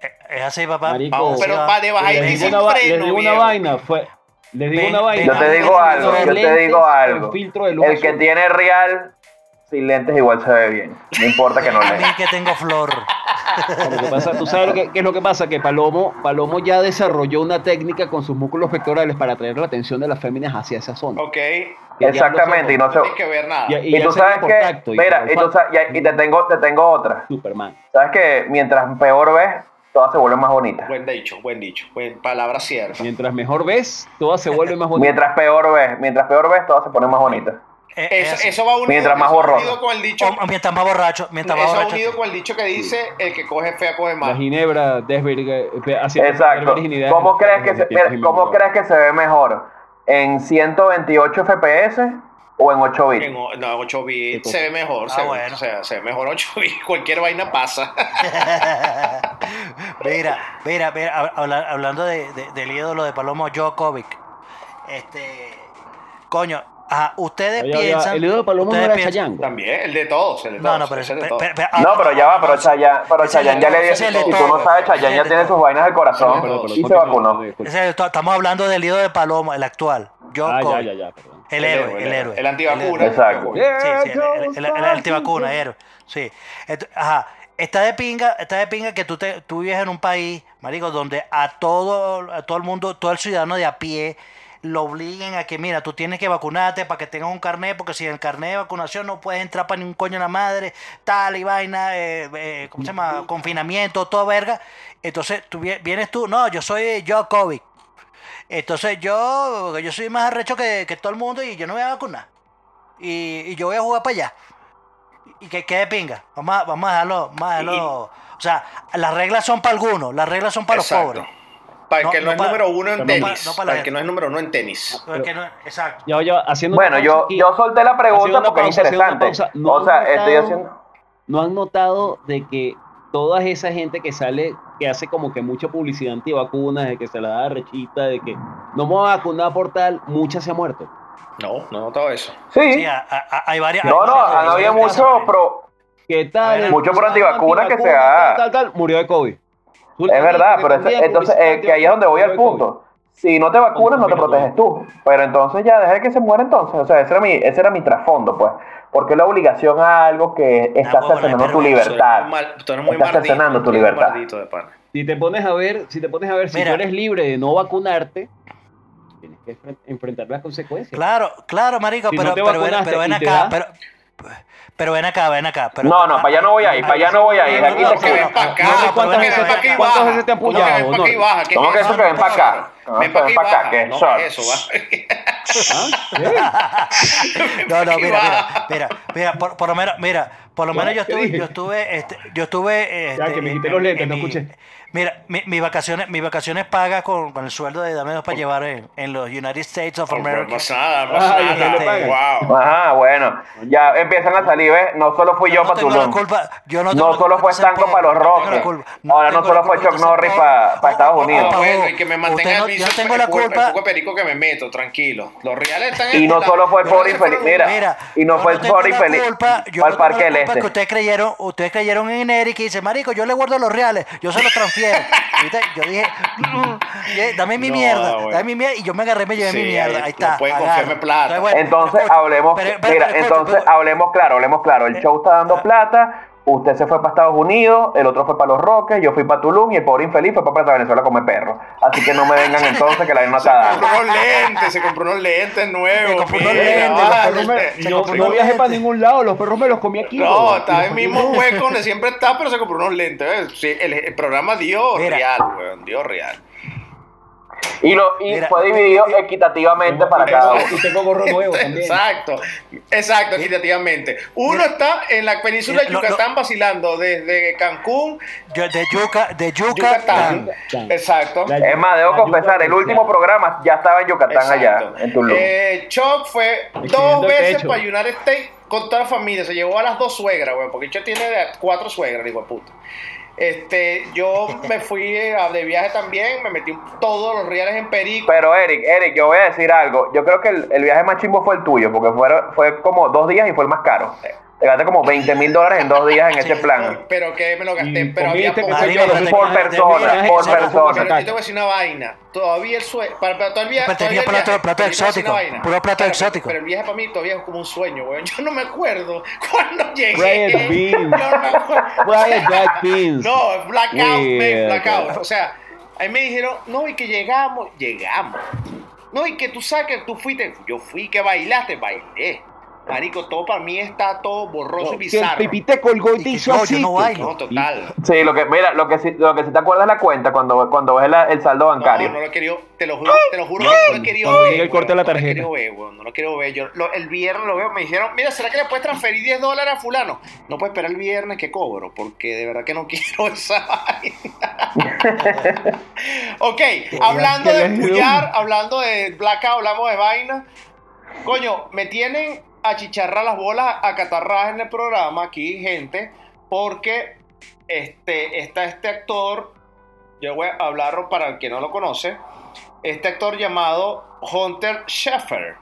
Speaker 5: Es- Es así, papá.
Speaker 4: Marico,
Speaker 2: Vamos,
Speaker 5: Así
Speaker 2: pero
Speaker 5: va.
Speaker 2: va de bajadita
Speaker 4: Les
Speaker 2: y
Speaker 4: digo
Speaker 2: sin
Speaker 4: una, va- les
Speaker 2: freno,
Speaker 4: digo una
Speaker 2: viejo.
Speaker 4: vaina, fue. Les digo
Speaker 5: Ven,
Speaker 4: una vaina.
Speaker 5: ven, Yo te
Speaker 4: Ven,
Speaker 5: digo
Speaker 4: ven,
Speaker 5: algo,
Speaker 4: ven,
Speaker 5: yo
Speaker 4: lentes
Speaker 3: te digo
Speaker 4: con
Speaker 3: algo.
Speaker 4: filtro de luz
Speaker 3: El que
Speaker 4: azul.
Speaker 3: tiene real, sin lentes igual se ve bien. No importa que no
Speaker 5: A mí
Speaker 3: lea.
Speaker 5: que tengo flor.
Speaker 4: Lo que pasa, tú sabes lo que, qué es lo que pasa, que Palomo, Palomo ya desarrolló una técnica con sus músculos pectorales para atraer la atención de las féminas hacia esa zona.
Speaker 2: Ok,
Speaker 4: Y ya
Speaker 3: Exactamente, y
Speaker 4: lo
Speaker 3: no se...
Speaker 2: no tienes que ver nada.
Speaker 4: Ya-
Speaker 2: Mira,
Speaker 4: y
Speaker 3: Y tú
Speaker 4: se ve
Speaker 3: sabes
Speaker 4: por
Speaker 3: que...
Speaker 4: tacto y
Speaker 3: Mira,
Speaker 4: por
Speaker 3: y, tú
Speaker 4: olfato.
Speaker 3: sa- y- y te, tengo, te tengo otra.
Speaker 4: Superman.
Speaker 3: Sabes que mientras peor ves, todas se vuelven más bonitas.
Speaker 2: Buen dicho, buen dicho. Buen, palabra cierta.
Speaker 4: Mientras mejor ves, todas se vuelven más bonitas.
Speaker 3: Mientras peor ves, mientras peor ves, todas se ponen más bonitas.
Speaker 5: Es- Eh, es
Speaker 2: Eso,
Speaker 5: así.
Speaker 2: eso va unido,
Speaker 3: Mientras más
Speaker 2: eso va
Speaker 3: borroso.
Speaker 2: unido con el dicho.
Speaker 5: O- mientras más borracho,
Speaker 2: Eso
Speaker 5: mientras más
Speaker 2: va
Speaker 5: borracho.
Speaker 2: unido con el dicho que dice el que coge fea coge
Speaker 4: La
Speaker 2: más.
Speaker 4: Ginebra eh, desverga, haciendo
Speaker 3: Exacto.
Speaker 4: virginidad.
Speaker 3: ¿Cómo crees, que se,
Speaker 4: Tiempos
Speaker 3: mira, ¿Cómo
Speaker 4: inmemorables.
Speaker 3: crees que se ve mejor? ¿En 128 FPS o en 8
Speaker 2: En
Speaker 3: bits?
Speaker 2: o- no, 8 bits
Speaker 4: Tipo.
Speaker 2: se ve mejor,
Speaker 5: Ah,
Speaker 2: se, ve-
Speaker 5: bueno.
Speaker 2: o sea, se ve mejor 8 bits, cualquier vaina pasa.
Speaker 5: mira, mira, mira, hab- habla- hablando de, de- del ídolo de Palomo Djokovic. Este. Coño, ajá, ustedes
Speaker 4: Ya, ya, ya.
Speaker 5: piensan.
Speaker 4: El ídolo de Palomo no
Speaker 5: ustedes
Speaker 4: era
Speaker 5: piensan-
Speaker 4: Chayango.
Speaker 2: También, el de todos, el de
Speaker 5: No,
Speaker 2: todos.
Speaker 5: no, pero,
Speaker 2: ese es el de
Speaker 5: pero-
Speaker 2: todos.
Speaker 5: pero- pero-
Speaker 3: No, pero ya va, pero
Speaker 5: ese-
Speaker 3: Chayanne, pero
Speaker 5: ese es el
Speaker 3: Chayanne ya
Speaker 5: de
Speaker 3: le
Speaker 5: todos,
Speaker 3: dio,
Speaker 5: ese es el de
Speaker 3: si tú
Speaker 5: todos,
Speaker 3: no sabes,
Speaker 5: ese es el
Speaker 3: Chayanne
Speaker 5: de
Speaker 3: ya tiene sus
Speaker 5: todos.
Speaker 3: vainas del
Speaker 2: No,
Speaker 3: corazón
Speaker 2: pero-
Speaker 3: y se
Speaker 4: Continúa,
Speaker 3: vacunó.
Speaker 4: continúa,
Speaker 5: Ese
Speaker 4: disculpa.
Speaker 5: es el de todos. Estamos hablando del ídolo de Palomo, el actual.
Speaker 4: Ah,
Speaker 5: Djokovic.
Speaker 4: ya, ya, ya, perdón.
Speaker 5: El héroe, el héroe.
Speaker 2: El antivacuna.
Speaker 5: héroe.
Speaker 3: Exacto.
Speaker 5: Sí, sí, el, el- el- el antivacuna, héroe. Sí. Ent- ajá. Está de pinga, está de pinga que tú, te, tú vives en un país, marico, donde a todo, a todo el mundo, todo el ciudadano de a pie, lo obliguen a que, mira, tú tienes que vacunarte para que tengas un carnet, porque si el carnet de vacunación no puedes entrar para ningún coño en la madre, tal y vaina, eh, eh, ¿cómo se llama? Confinamiento, todo verga. Entonces, tú vie- vienes tú, no, yo soy Djokovic. Entonces yo, porque yo soy más arrecho que, que todo el mundo y yo no me voy a vacunar. Y, y yo voy a jugar para allá. Y que quede pinga. Vamos a, vamos a dejarlo, vamos a dejarlo. O sea, las reglas son para algunos, las reglas son para los
Speaker 2: Exacto.
Speaker 5: pobres.
Speaker 2: Para el
Speaker 5: No-
Speaker 2: que no,
Speaker 5: no
Speaker 2: es
Speaker 5: para-
Speaker 2: número uno en
Speaker 4: no para-
Speaker 2: tenis.
Speaker 5: no para la
Speaker 2: para, el que
Speaker 5: gente.
Speaker 2: no es número uno en tenis.
Speaker 5: Porque no- exacto.
Speaker 4: Ya, ya, haciendo una
Speaker 3: Bueno,
Speaker 4: pausa
Speaker 3: yo,
Speaker 4: aquí.
Speaker 3: yo solté la
Speaker 4: Haciendo
Speaker 3: pregunta
Speaker 4: una
Speaker 3: porque es
Speaker 4: pausa, haciendo una
Speaker 3: interesante.
Speaker 4: pausa. No
Speaker 3: O sea,
Speaker 4: han
Speaker 3: estoy
Speaker 4: notado-
Speaker 3: haciendo...
Speaker 4: ¿No han notado de que toda esa gente que sale, que hace como que mucha publicidad antivacunas, de que se la da rechita, de que no me voy a vacunar por tal, mucha se ha muerto?
Speaker 2: No, no he notado eso.
Speaker 5: Sí,
Speaker 4: ¿Eh?
Speaker 3: Sí.
Speaker 5: a- a- hay varias.
Speaker 3: No, no,
Speaker 5: hay
Speaker 3: han habido
Speaker 5: muchos casos.
Speaker 3: mucho, pero
Speaker 4: ¿Qué tal?
Speaker 3: Mucho por antivacunas que se
Speaker 4: Antivacuna,
Speaker 3: ha-
Speaker 4: Tal, tal, tal, murió de COVID. eh,
Speaker 3: es verdad, pero eso-
Speaker 4: Publicidad,
Speaker 3: entonces
Speaker 4: publicidad
Speaker 3: eh, que ahí es donde voy al
Speaker 4: antivacunas, murió de
Speaker 3: punto. Si no te vacunas, no te
Speaker 4: Cuando
Speaker 3: proteges tú. Pero entonces ya, deja que se muera entonces. O sea, ese era mi, ese era mi trasfondo, pues. Porque la obligación a algo que está
Speaker 5: huevona,
Speaker 3: cercenando tu
Speaker 5: pero eso es
Speaker 3: libertad.
Speaker 2: Tú eres muy mal- tú eres muy
Speaker 3: Estás
Speaker 2: maldito,
Speaker 3: cercenando tu
Speaker 2: tú eres
Speaker 3: libertad.
Speaker 2: muy maldito de pana.
Speaker 4: COVID. Si te pones a ver, si te pones a ver, si
Speaker 5: Mira.
Speaker 4: tú eres libre de no vacunarte, tienes que enfren- enfrentar las consecuencias.
Speaker 5: Claro, claro, marico,
Speaker 4: Si no
Speaker 5: pero,
Speaker 4: te
Speaker 5: pero, ven,
Speaker 4: vacunaste
Speaker 5: pero ven
Speaker 4: y te
Speaker 5: acá,
Speaker 4: da-
Speaker 5: pero, pero ven acá, ven acá. Pero
Speaker 3: No, no, para allá no voy a ir, para allá no voy a ir.
Speaker 5: No,
Speaker 3: Aquí
Speaker 5: no,
Speaker 3: te
Speaker 5: no,
Speaker 2: que
Speaker 3: quedas.
Speaker 2: ven para acá.
Speaker 5: no, no,
Speaker 2: ¿Cómo
Speaker 4: ¿cuántas
Speaker 2: que
Speaker 4: veces
Speaker 2: ven para
Speaker 4: te-
Speaker 2: acá y
Speaker 4: cuántas
Speaker 2: baja?
Speaker 4: veces te han
Speaker 2: ¿Cómo que ven
Speaker 4: pullado,
Speaker 2: para acá y
Speaker 4: Honor?
Speaker 2: baja? ¿Qué
Speaker 3: ¿Cómo
Speaker 2: es
Speaker 3: que eso
Speaker 2: eso?
Speaker 3: que ven para acá?
Speaker 2: No, Ven
Speaker 3: ¿Cómo
Speaker 2: para acá y
Speaker 3: que ven para acá?
Speaker 2: baja.
Speaker 3: ¿Qué?
Speaker 2: No,
Speaker 3: Sorry.
Speaker 2: eso, va.
Speaker 4: ¿Ah? ¿Qué?
Speaker 5: No, no,
Speaker 2: Qué
Speaker 5: mira,
Speaker 2: va.
Speaker 5: mira, mira, mira, por, por lo menos, mira, por lo menos yo
Speaker 4: ¿Qué
Speaker 5: estuve,
Speaker 4: dije?
Speaker 5: yo estuve, este, yo estuve,
Speaker 4: Ya,
Speaker 5: este,
Speaker 4: que me
Speaker 5: en-
Speaker 4: quité los lentes,
Speaker 5: en
Speaker 4: no
Speaker 5: mi-
Speaker 4: escuché.
Speaker 5: Mira, mi- mis vacaciones, mis vacaciones pagas con, con el sueldo de Dame dos para llevar en, en los United States of
Speaker 2: No
Speaker 5: America.
Speaker 2: pasa nada, no
Speaker 4: Ay,
Speaker 2: pasa
Speaker 4: ¿qué le
Speaker 2: nada. Wow.
Speaker 3: Ajá, bueno. Ya empiezan a salir, ¿ves? No solo fui yo
Speaker 5: no
Speaker 3: para
Speaker 5: tengo la
Speaker 3: Tulum.
Speaker 5: culpa, yo no,
Speaker 3: No,
Speaker 5: tengo la
Speaker 3: solo
Speaker 5: culpa
Speaker 3: fue
Speaker 5: que sean
Speaker 3: Stanco
Speaker 5: pobres,
Speaker 3: para los
Speaker 5: no tengo la
Speaker 3: Rockets.
Speaker 5: culpa,
Speaker 3: Ahora no
Speaker 5: tengo
Speaker 3: solo
Speaker 5: la
Speaker 3: fue
Speaker 5: culpa que
Speaker 3: Chuck
Speaker 5: sean
Speaker 3: Norris
Speaker 5: pobres.
Speaker 3: pa- pa' Estados
Speaker 5: Oh, oh,
Speaker 3: Unidos.
Speaker 5: oh,
Speaker 2: Ah,
Speaker 5: oh,
Speaker 2: bueno, y que me
Speaker 5: usted
Speaker 2: mantenga
Speaker 5: no-
Speaker 2: el
Speaker 5: Yo
Speaker 2: vicio,
Speaker 5: no tengo
Speaker 2: el
Speaker 5: la
Speaker 2: poco- el
Speaker 5: culpa.
Speaker 2: poco perico que me meto, tranquilo. Los reales están
Speaker 3: Y
Speaker 2: en
Speaker 3: no
Speaker 2: la-
Speaker 3: solo fue
Speaker 2: los
Speaker 3: pobre
Speaker 2: reales se
Speaker 3: infeliz,
Speaker 2: fueron-
Speaker 3: mira, y no
Speaker 5: yo
Speaker 3: fue
Speaker 5: tengo
Speaker 3: pobre
Speaker 5: la
Speaker 3: infeliz,
Speaker 5: culpa,
Speaker 3: pa'l
Speaker 5: yo no tengo
Speaker 3: Parque del
Speaker 5: la culpa
Speaker 3: Este.
Speaker 5: que ustedes creyeron, ustedes creyeron en Eric y dice, marico, yo le guardo los reales, yo se los transfiero. ¿Viste? Yo dije, "Mm, eh, dame mi
Speaker 2: No,
Speaker 5: mierda,
Speaker 2: bueno.
Speaker 5: dame mi mierda, y yo me agarré, me llevé mi
Speaker 2: Sí,
Speaker 5: mierda,
Speaker 2: ahí
Speaker 5: ahí está.
Speaker 2: no pueden
Speaker 5: agarra.
Speaker 2: confiarme plata.
Speaker 5: bueno,
Speaker 3: Entonces
Speaker 5: escucha,
Speaker 3: hablemos,
Speaker 5: pero- pero-
Speaker 3: mira,
Speaker 5: pero escucha,
Speaker 3: entonces
Speaker 5: pero- Eh,
Speaker 3: hablemos claro, hablemos claro. El show está dando plata, usted se fue para Estados Unidos, el otro fue para los Roques, yo fui para Tulum y el pobre infeliz fue para Plaza Venezuela a comer perro. Así que no me vengan entonces que la vaina está
Speaker 2: Se
Speaker 3: dando.
Speaker 2: compró unos lentes, se compró unos lentes nuevos.
Speaker 5: Se compró unos
Speaker 2: mira,
Speaker 5: lentes, los
Speaker 2: Eh, vale.
Speaker 5: perros me- se
Speaker 4: No,
Speaker 5: compró
Speaker 4: no
Speaker 5: unos
Speaker 4: viajé
Speaker 5: lentes.
Speaker 4: para ningún lado, los perros me los comí aquí.
Speaker 2: No,
Speaker 4: weón.
Speaker 2: está en el mismo hueco donde siempre está, pero se compró unos lentes. ¿ves? Sí, el, el programa dio
Speaker 5: Mira.
Speaker 2: real, weón, dio real.
Speaker 3: Y, lo, y
Speaker 5: Mira. eh,
Speaker 3: fue dividido equitativamente para cada uno.
Speaker 8: Y tengo gorro nuevo también.
Speaker 2: Exacto, exacto, equitativamente. Uno está en la península de
Speaker 5: Mira, lo-
Speaker 2: Yucatán vacilando desde Cancún,
Speaker 5: Yo- de Yuca, de
Speaker 2: Yucatán.
Speaker 5: Yucatán.
Speaker 4: Yucatán.
Speaker 2: Exacto.
Speaker 4: La-
Speaker 5: eh,
Speaker 3: Es más, debo
Speaker 4: la
Speaker 3: confesar,
Speaker 4: yuca
Speaker 3: el último
Speaker 4: oficial.
Speaker 3: programa ya estaba en Yucatán
Speaker 2: Exacto.
Speaker 3: allá, en Tulum.
Speaker 2: Eh, Chuck fue dos
Speaker 8: Escribiendo
Speaker 2: veces
Speaker 8: techo.
Speaker 2: para United States con toda la familia. Se llevó a las dos suegras, weón, porque Chuck tiene de- cuatro suegras, digo puta. Este, yo me fui eh, a- de viaje también, me metí todos los reales en Perico.
Speaker 3: Pero Eric, Eric, yo voy a decir algo. Yo creo que el, el viaje más chimbo fue el tuyo, porque fue, fue como dos días y fue el más caro. Te gastaste como 20 mil dólares en dos días en
Speaker 5: Sí,
Speaker 3: ese plan.
Speaker 2: Ah, Pero que me lo gasté,
Speaker 8: Y
Speaker 2: pero había
Speaker 8: comiste
Speaker 2: poco.
Speaker 8: que
Speaker 5: Marico,
Speaker 8: Por
Speaker 5: de-
Speaker 3: por
Speaker 5: de-
Speaker 3: persona,
Speaker 5: de-
Speaker 3: por
Speaker 5: de- de-
Speaker 3: persona.
Speaker 2: Pero yo te voy a decir una vaina. Todavía el sueño. Para, para- todavía,
Speaker 5: Pero tenía
Speaker 2: todavía el
Speaker 5: plato-
Speaker 2: viaje-
Speaker 5: plato
Speaker 2: pero yo te voy a decir
Speaker 5: exótico,
Speaker 2: una vaina.
Speaker 5: puro plato
Speaker 2: Pero-
Speaker 5: exótico.
Speaker 2: Pero el viaje para mí todavía es como un sueño, weón. Yo no me acuerdo cuando llegué.
Speaker 4: Red beans.
Speaker 2: Yo no me acuerdo.
Speaker 4: Fried black beans.
Speaker 2: No, blackout, man,
Speaker 4: Yeah.
Speaker 2: blackout. O sea, ahí me dijeron, no, y que llegamos, llegamos. No, y que tú sabes que tú fuiste, yo fui, que bailaste, bailé. Marico, todo para mí está todo borroso y
Speaker 4: que el
Speaker 2: bizarro.
Speaker 4: pipí te colgó y te
Speaker 5: Y que
Speaker 4: hizo
Speaker 5: no, yo
Speaker 4: así.
Speaker 5: no bailo.
Speaker 2: No, total.
Speaker 3: Sí, lo que, mira, lo que sí, lo que sí te acuerdas es la cuenta cuando, cuando ves la- el saldo bancario.
Speaker 2: No, no lo he querido, te lo juro, te lo juro, que no lo he querido
Speaker 8: Cuando
Speaker 2: ver.
Speaker 8: llegue el
Speaker 2: weón,
Speaker 8: corte de la tarjeta.
Speaker 2: No lo quiero ver, weón, no lo quiero ver. Yo lo- el viernes lo veo, me dijeron, mira, ¿será que le puedes transferir 10 dólares a fulano? No puedes esperar el viernes que cobro, porque de verdad que no quiero esa vaina. ok, hablando de puyar, hablando de blackout, hablamos de vaina. Coño, me tienen a chicharrar las bolas, a catarrar en el programa aquí, gente, porque este, está este actor, yo voy a hablarlo para el que no lo conoce, este actor llamado Hunter Sheffer.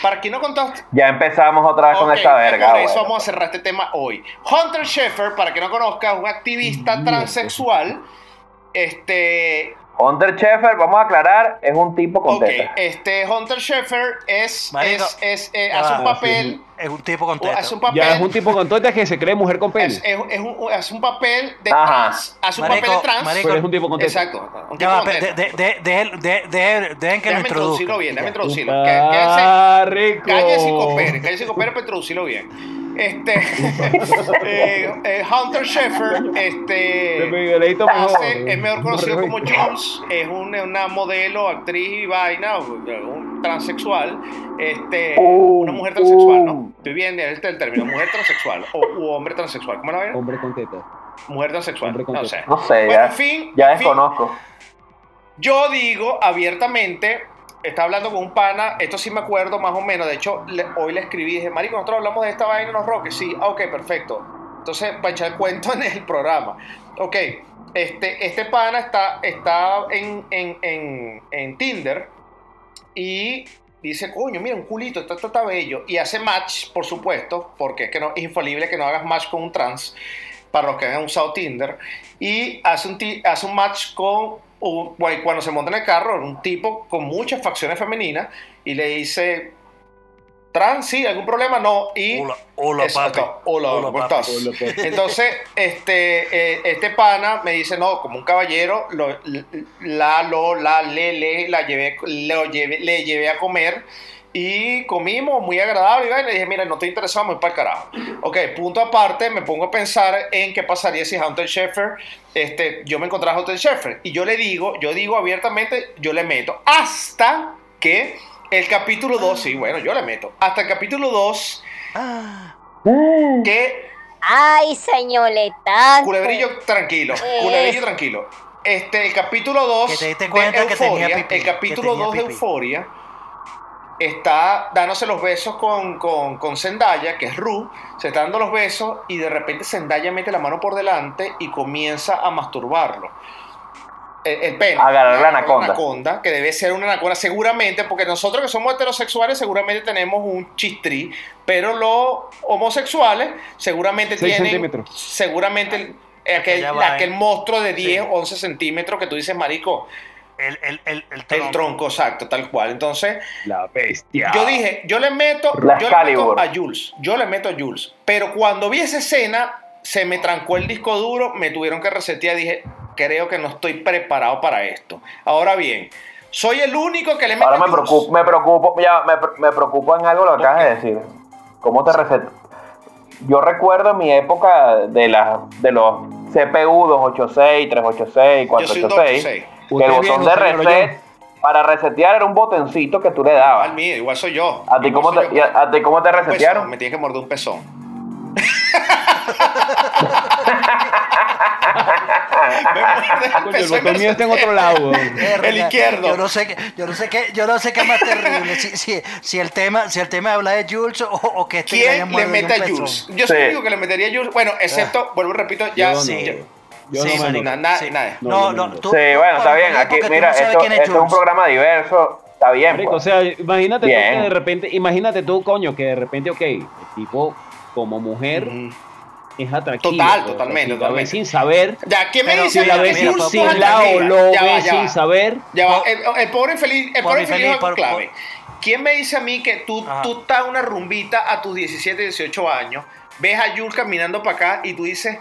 Speaker 2: Para quien no contaste,
Speaker 3: Ya empezamos otra vez con
Speaker 2: Ok,
Speaker 3: esta verga.
Speaker 2: Por eso
Speaker 3: bueno.
Speaker 2: vamos a cerrar este tema hoy. Hunter Sheffer, para que no conozca, es un activista
Speaker 3: Mm,
Speaker 2: transexual. Este,
Speaker 3: Hunter Sheffer, vamos a aclarar, es un tipo con
Speaker 2: ok,
Speaker 3: teta.
Speaker 2: este Hunter Sheffer es,
Speaker 5: Marico,
Speaker 2: es, es, eh,
Speaker 5: ya
Speaker 2: hace
Speaker 5: va,
Speaker 2: un
Speaker 5: sí,
Speaker 2: papel,
Speaker 5: Es un tipo con teta.
Speaker 2: hace un papel,
Speaker 4: Ya es un tipo con tontas que se cree mujer con pene.
Speaker 2: es- es- es un- hace un papel de
Speaker 3: Ajá.
Speaker 2: trans, hace un papel de
Speaker 5: Marico,
Speaker 2: trans,
Speaker 5: marico,
Speaker 4: Pero es un tipo con tetas.
Speaker 2: exacto, un
Speaker 5: Ya
Speaker 2: tipo
Speaker 5: va,
Speaker 2: con
Speaker 5: pe- de-
Speaker 2: tetas.
Speaker 5: de- de- de- de- de- Dejen que lo
Speaker 2: Déjame introducirlo
Speaker 5: introduzca.
Speaker 2: bien, déjame introducirlo. Que- quédense-
Speaker 4: Ah, rico.
Speaker 2: Cállese y coopere, cállese y coopere para introducirlo bien. Este, eh, eh, Hunter Sheffer,
Speaker 4: De
Speaker 2: este,
Speaker 4: Miguelito mejor.
Speaker 2: hace- es mejor conocido como Jones, es un- una modelo, actriz y vaina, un transexual, este,
Speaker 3: Uh,
Speaker 2: una mujer transexual, ¿no?
Speaker 3: uh.
Speaker 2: Estoy bien, es el término, mujer transexual o u hombre transexual, ¿cómo la ven?
Speaker 4: Hombre con teta.
Speaker 2: Mujer transexual,
Speaker 4: hombre con
Speaker 2: no
Speaker 4: teta.
Speaker 2: sé.
Speaker 3: No sé,
Speaker 2: Bueno,
Speaker 3: Oh. ya,
Speaker 2: en fin,
Speaker 3: ya
Speaker 2: en fin.
Speaker 3: desconozco.
Speaker 2: Yo digo abiertamente, estaba hablando con un pana, esto sí me acuerdo más o menos, de hecho le- hoy le escribí, dije, Marico, nosotros hablamos de esta vaina en los roques, sí, ah, ok, perfecto. Entonces, para echar el cuento en el programa. Ok, este, este pana está, está en, en- en- en Tinder y dice, coño, mira, un culito, está, está, está bello. Y hace match, por supuesto, porque es que no, es infalible que no hagas match con un trans, para los que han usado Tinder y hace un, ti- hace un match con, un- guay, cuando se monta en el carro, un tipo con muchas facciones femeninas y le dice, trans, sí, algún problema, no, y...
Speaker 5: Hola, hola,
Speaker 2: Exacto,
Speaker 5: papi.
Speaker 2: hola,
Speaker 5: Hola,
Speaker 2: ¿cómo
Speaker 5: papi.
Speaker 2: estás? Entonces, este, eh, este pana me dice, no, como un caballero, lo- la, lo, la, le, le, la llevé, lo llevé- le llevé a comer y comimos, muy agradable, y vaina, y le dije, mira, no te interesaba, muy para el carajo. Ok, punto aparte, me pongo a pensar en qué pasaría si Hunter Sheffer, este, yo me encontrara a Hunter Sheffer, y yo le digo, yo digo abiertamente, yo le meto, hasta que el capítulo 2, sí, bueno, yo le meto, hasta el capítulo 2,
Speaker 5: Ah,
Speaker 2: que
Speaker 7: Ay, señor
Speaker 5: Este,
Speaker 7: Letanco.
Speaker 2: Culebrillo tranquilo,
Speaker 7: Eh.
Speaker 2: culebrillo tranquilo. Este, el capítulo
Speaker 5: Que
Speaker 2: 2
Speaker 5: te diste
Speaker 2: de
Speaker 5: cuenta que
Speaker 2: Euforia,
Speaker 5: tenía pipí,
Speaker 2: el
Speaker 5: que
Speaker 2: capítulo
Speaker 5: tenía
Speaker 2: 2 de
Speaker 5: pipí.
Speaker 2: Euforia está dándose los besos con, con, con Zendaya, que es Ru, se está dando los besos y de repente Zendaya mete la mano por delante y comienza a masturbarlo. El, el pene.
Speaker 3: Agarrar la anaconda.
Speaker 2: anaconda, que debe ser una anaconda seguramente, porque nosotros que somos heterosexuales seguramente tenemos un chistri, pero los homosexuales seguramente
Speaker 4: Seis
Speaker 2: tienen...
Speaker 4: centímetros.
Speaker 2: Seguramente el- aquel,
Speaker 5: Aquella vaina.
Speaker 2: aquel monstruo de 10,
Speaker 5: Sí.
Speaker 2: 11 centímetros que tú dices, marico,
Speaker 5: el, el, el, el
Speaker 2: el tronco, exacto, tal cual. Entonces,
Speaker 4: La bestia.
Speaker 2: yo dije, yo le meto,
Speaker 3: La
Speaker 2: yo le meto
Speaker 3: Excalibur.
Speaker 2: a Jules, yo le meto a Jules. Pero cuando vi esa escena, se me trancó el disco duro, me tuvieron que resetear, dije, creo que no estoy preparado para esto. Ahora bien, soy el único que le meto
Speaker 3: Ahora
Speaker 2: a
Speaker 3: me
Speaker 2: Jules.
Speaker 3: preocupo, me preocupo, ya, me, pre- me preocupa en algo lo que
Speaker 2: ¿Por
Speaker 3: acabas de decir. ¿Cómo te receta? Yo recuerdo mi época de las de los CPU 286, 386,
Speaker 2: Yo soy un 286.
Speaker 3: 486, que el
Speaker 4: Usted
Speaker 3: botón
Speaker 4: viejo,
Speaker 3: de
Speaker 4: señor,
Speaker 3: reset, para resetear era un botoncito que tú le dabas.
Speaker 2: Al mío, igual soy yo.
Speaker 3: ¿A ti
Speaker 2: Igual
Speaker 3: cómo
Speaker 2: soy
Speaker 3: te,
Speaker 2: yo.
Speaker 3: y a- a ti cómo te
Speaker 2: Un pezón,
Speaker 3: resetearon?
Speaker 2: Me tienes que morder un pezón. me muerde el
Speaker 4: Coño,
Speaker 2: pezón. y
Speaker 4: el
Speaker 2: me
Speaker 4: botón mío está este en otro lado. weón.
Speaker 5: Verga,
Speaker 2: El izquierdo.
Speaker 5: Yo no sé qué, yo no sé qué, yo no sé qué es más terrible. Si, si, si el tema, si el tema habla de Jules o, o que este
Speaker 2: ¿Quién
Speaker 5: muerto
Speaker 2: le
Speaker 5: de un
Speaker 2: mete a
Speaker 5: pezón.
Speaker 2: Jules? Yo
Speaker 3: Sí.
Speaker 2: soy el único que le metería a Jules. Bueno, excepto, vuelvo y repito, ya.
Speaker 4: Yo no,
Speaker 5: sí.
Speaker 2: ya-
Speaker 4: Yo
Speaker 5: Sí,
Speaker 4: no
Speaker 5: sí,
Speaker 4: mando.
Speaker 2: na- na-
Speaker 5: Sí.
Speaker 2: nada.
Speaker 4: No,
Speaker 5: No,
Speaker 4: no, no,
Speaker 5: no,
Speaker 4: no.
Speaker 5: tú-
Speaker 3: Sí, bueno, está
Speaker 5: Pablo,
Speaker 3: bien. Aquí,
Speaker 5: porque tú
Speaker 3: mira,
Speaker 5: no sabes
Speaker 3: esto,
Speaker 5: quién es
Speaker 3: esto es un
Speaker 5: Jules.
Speaker 3: programa diverso. Está bien.
Speaker 4: Marico,
Speaker 3: pues.
Speaker 4: o sea, imagínate tú
Speaker 3: Bien.
Speaker 4: que de repente, imagínate tú, coño, que de repente, ok, el tipo como mujer
Speaker 2: Ujú.
Speaker 4: es atractivo.
Speaker 2: Total,
Speaker 4: pero
Speaker 2: totalmente,
Speaker 4: si la ves
Speaker 2: totalmente.
Speaker 4: Sin saber,
Speaker 2: Ya, ¿quién me
Speaker 5: Pero
Speaker 2: dice
Speaker 4: si la
Speaker 5: mira,
Speaker 4: ves
Speaker 5: mira,
Speaker 4: sin,
Speaker 5: papá,
Speaker 4: sin
Speaker 5: mira,
Speaker 4: la o
Speaker 2: Angelina?
Speaker 4: lo
Speaker 2: Ya va,
Speaker 4: ves
Speaker 2: ya
Speaker 4: sin
Speaker 2: va.
Speaker 4: saber,
Speaker 2: Ya va,
Speaker 5: Por-
Speaker 2: el, el pobre infeliz, el
Speaker 5: por
Speaker 2: pobre
Speaker 5: infeliz,
Speaker 2: infeliz es algo
Speaker 5: por-
Speaker 2: clave. ¿Quién me dice a mí que tú,
Speaker 5: Ajá.
Speaker 2: tú estás a una rumbita a tus 17, 18 años, ves a Jules caminando para acá y tú dices,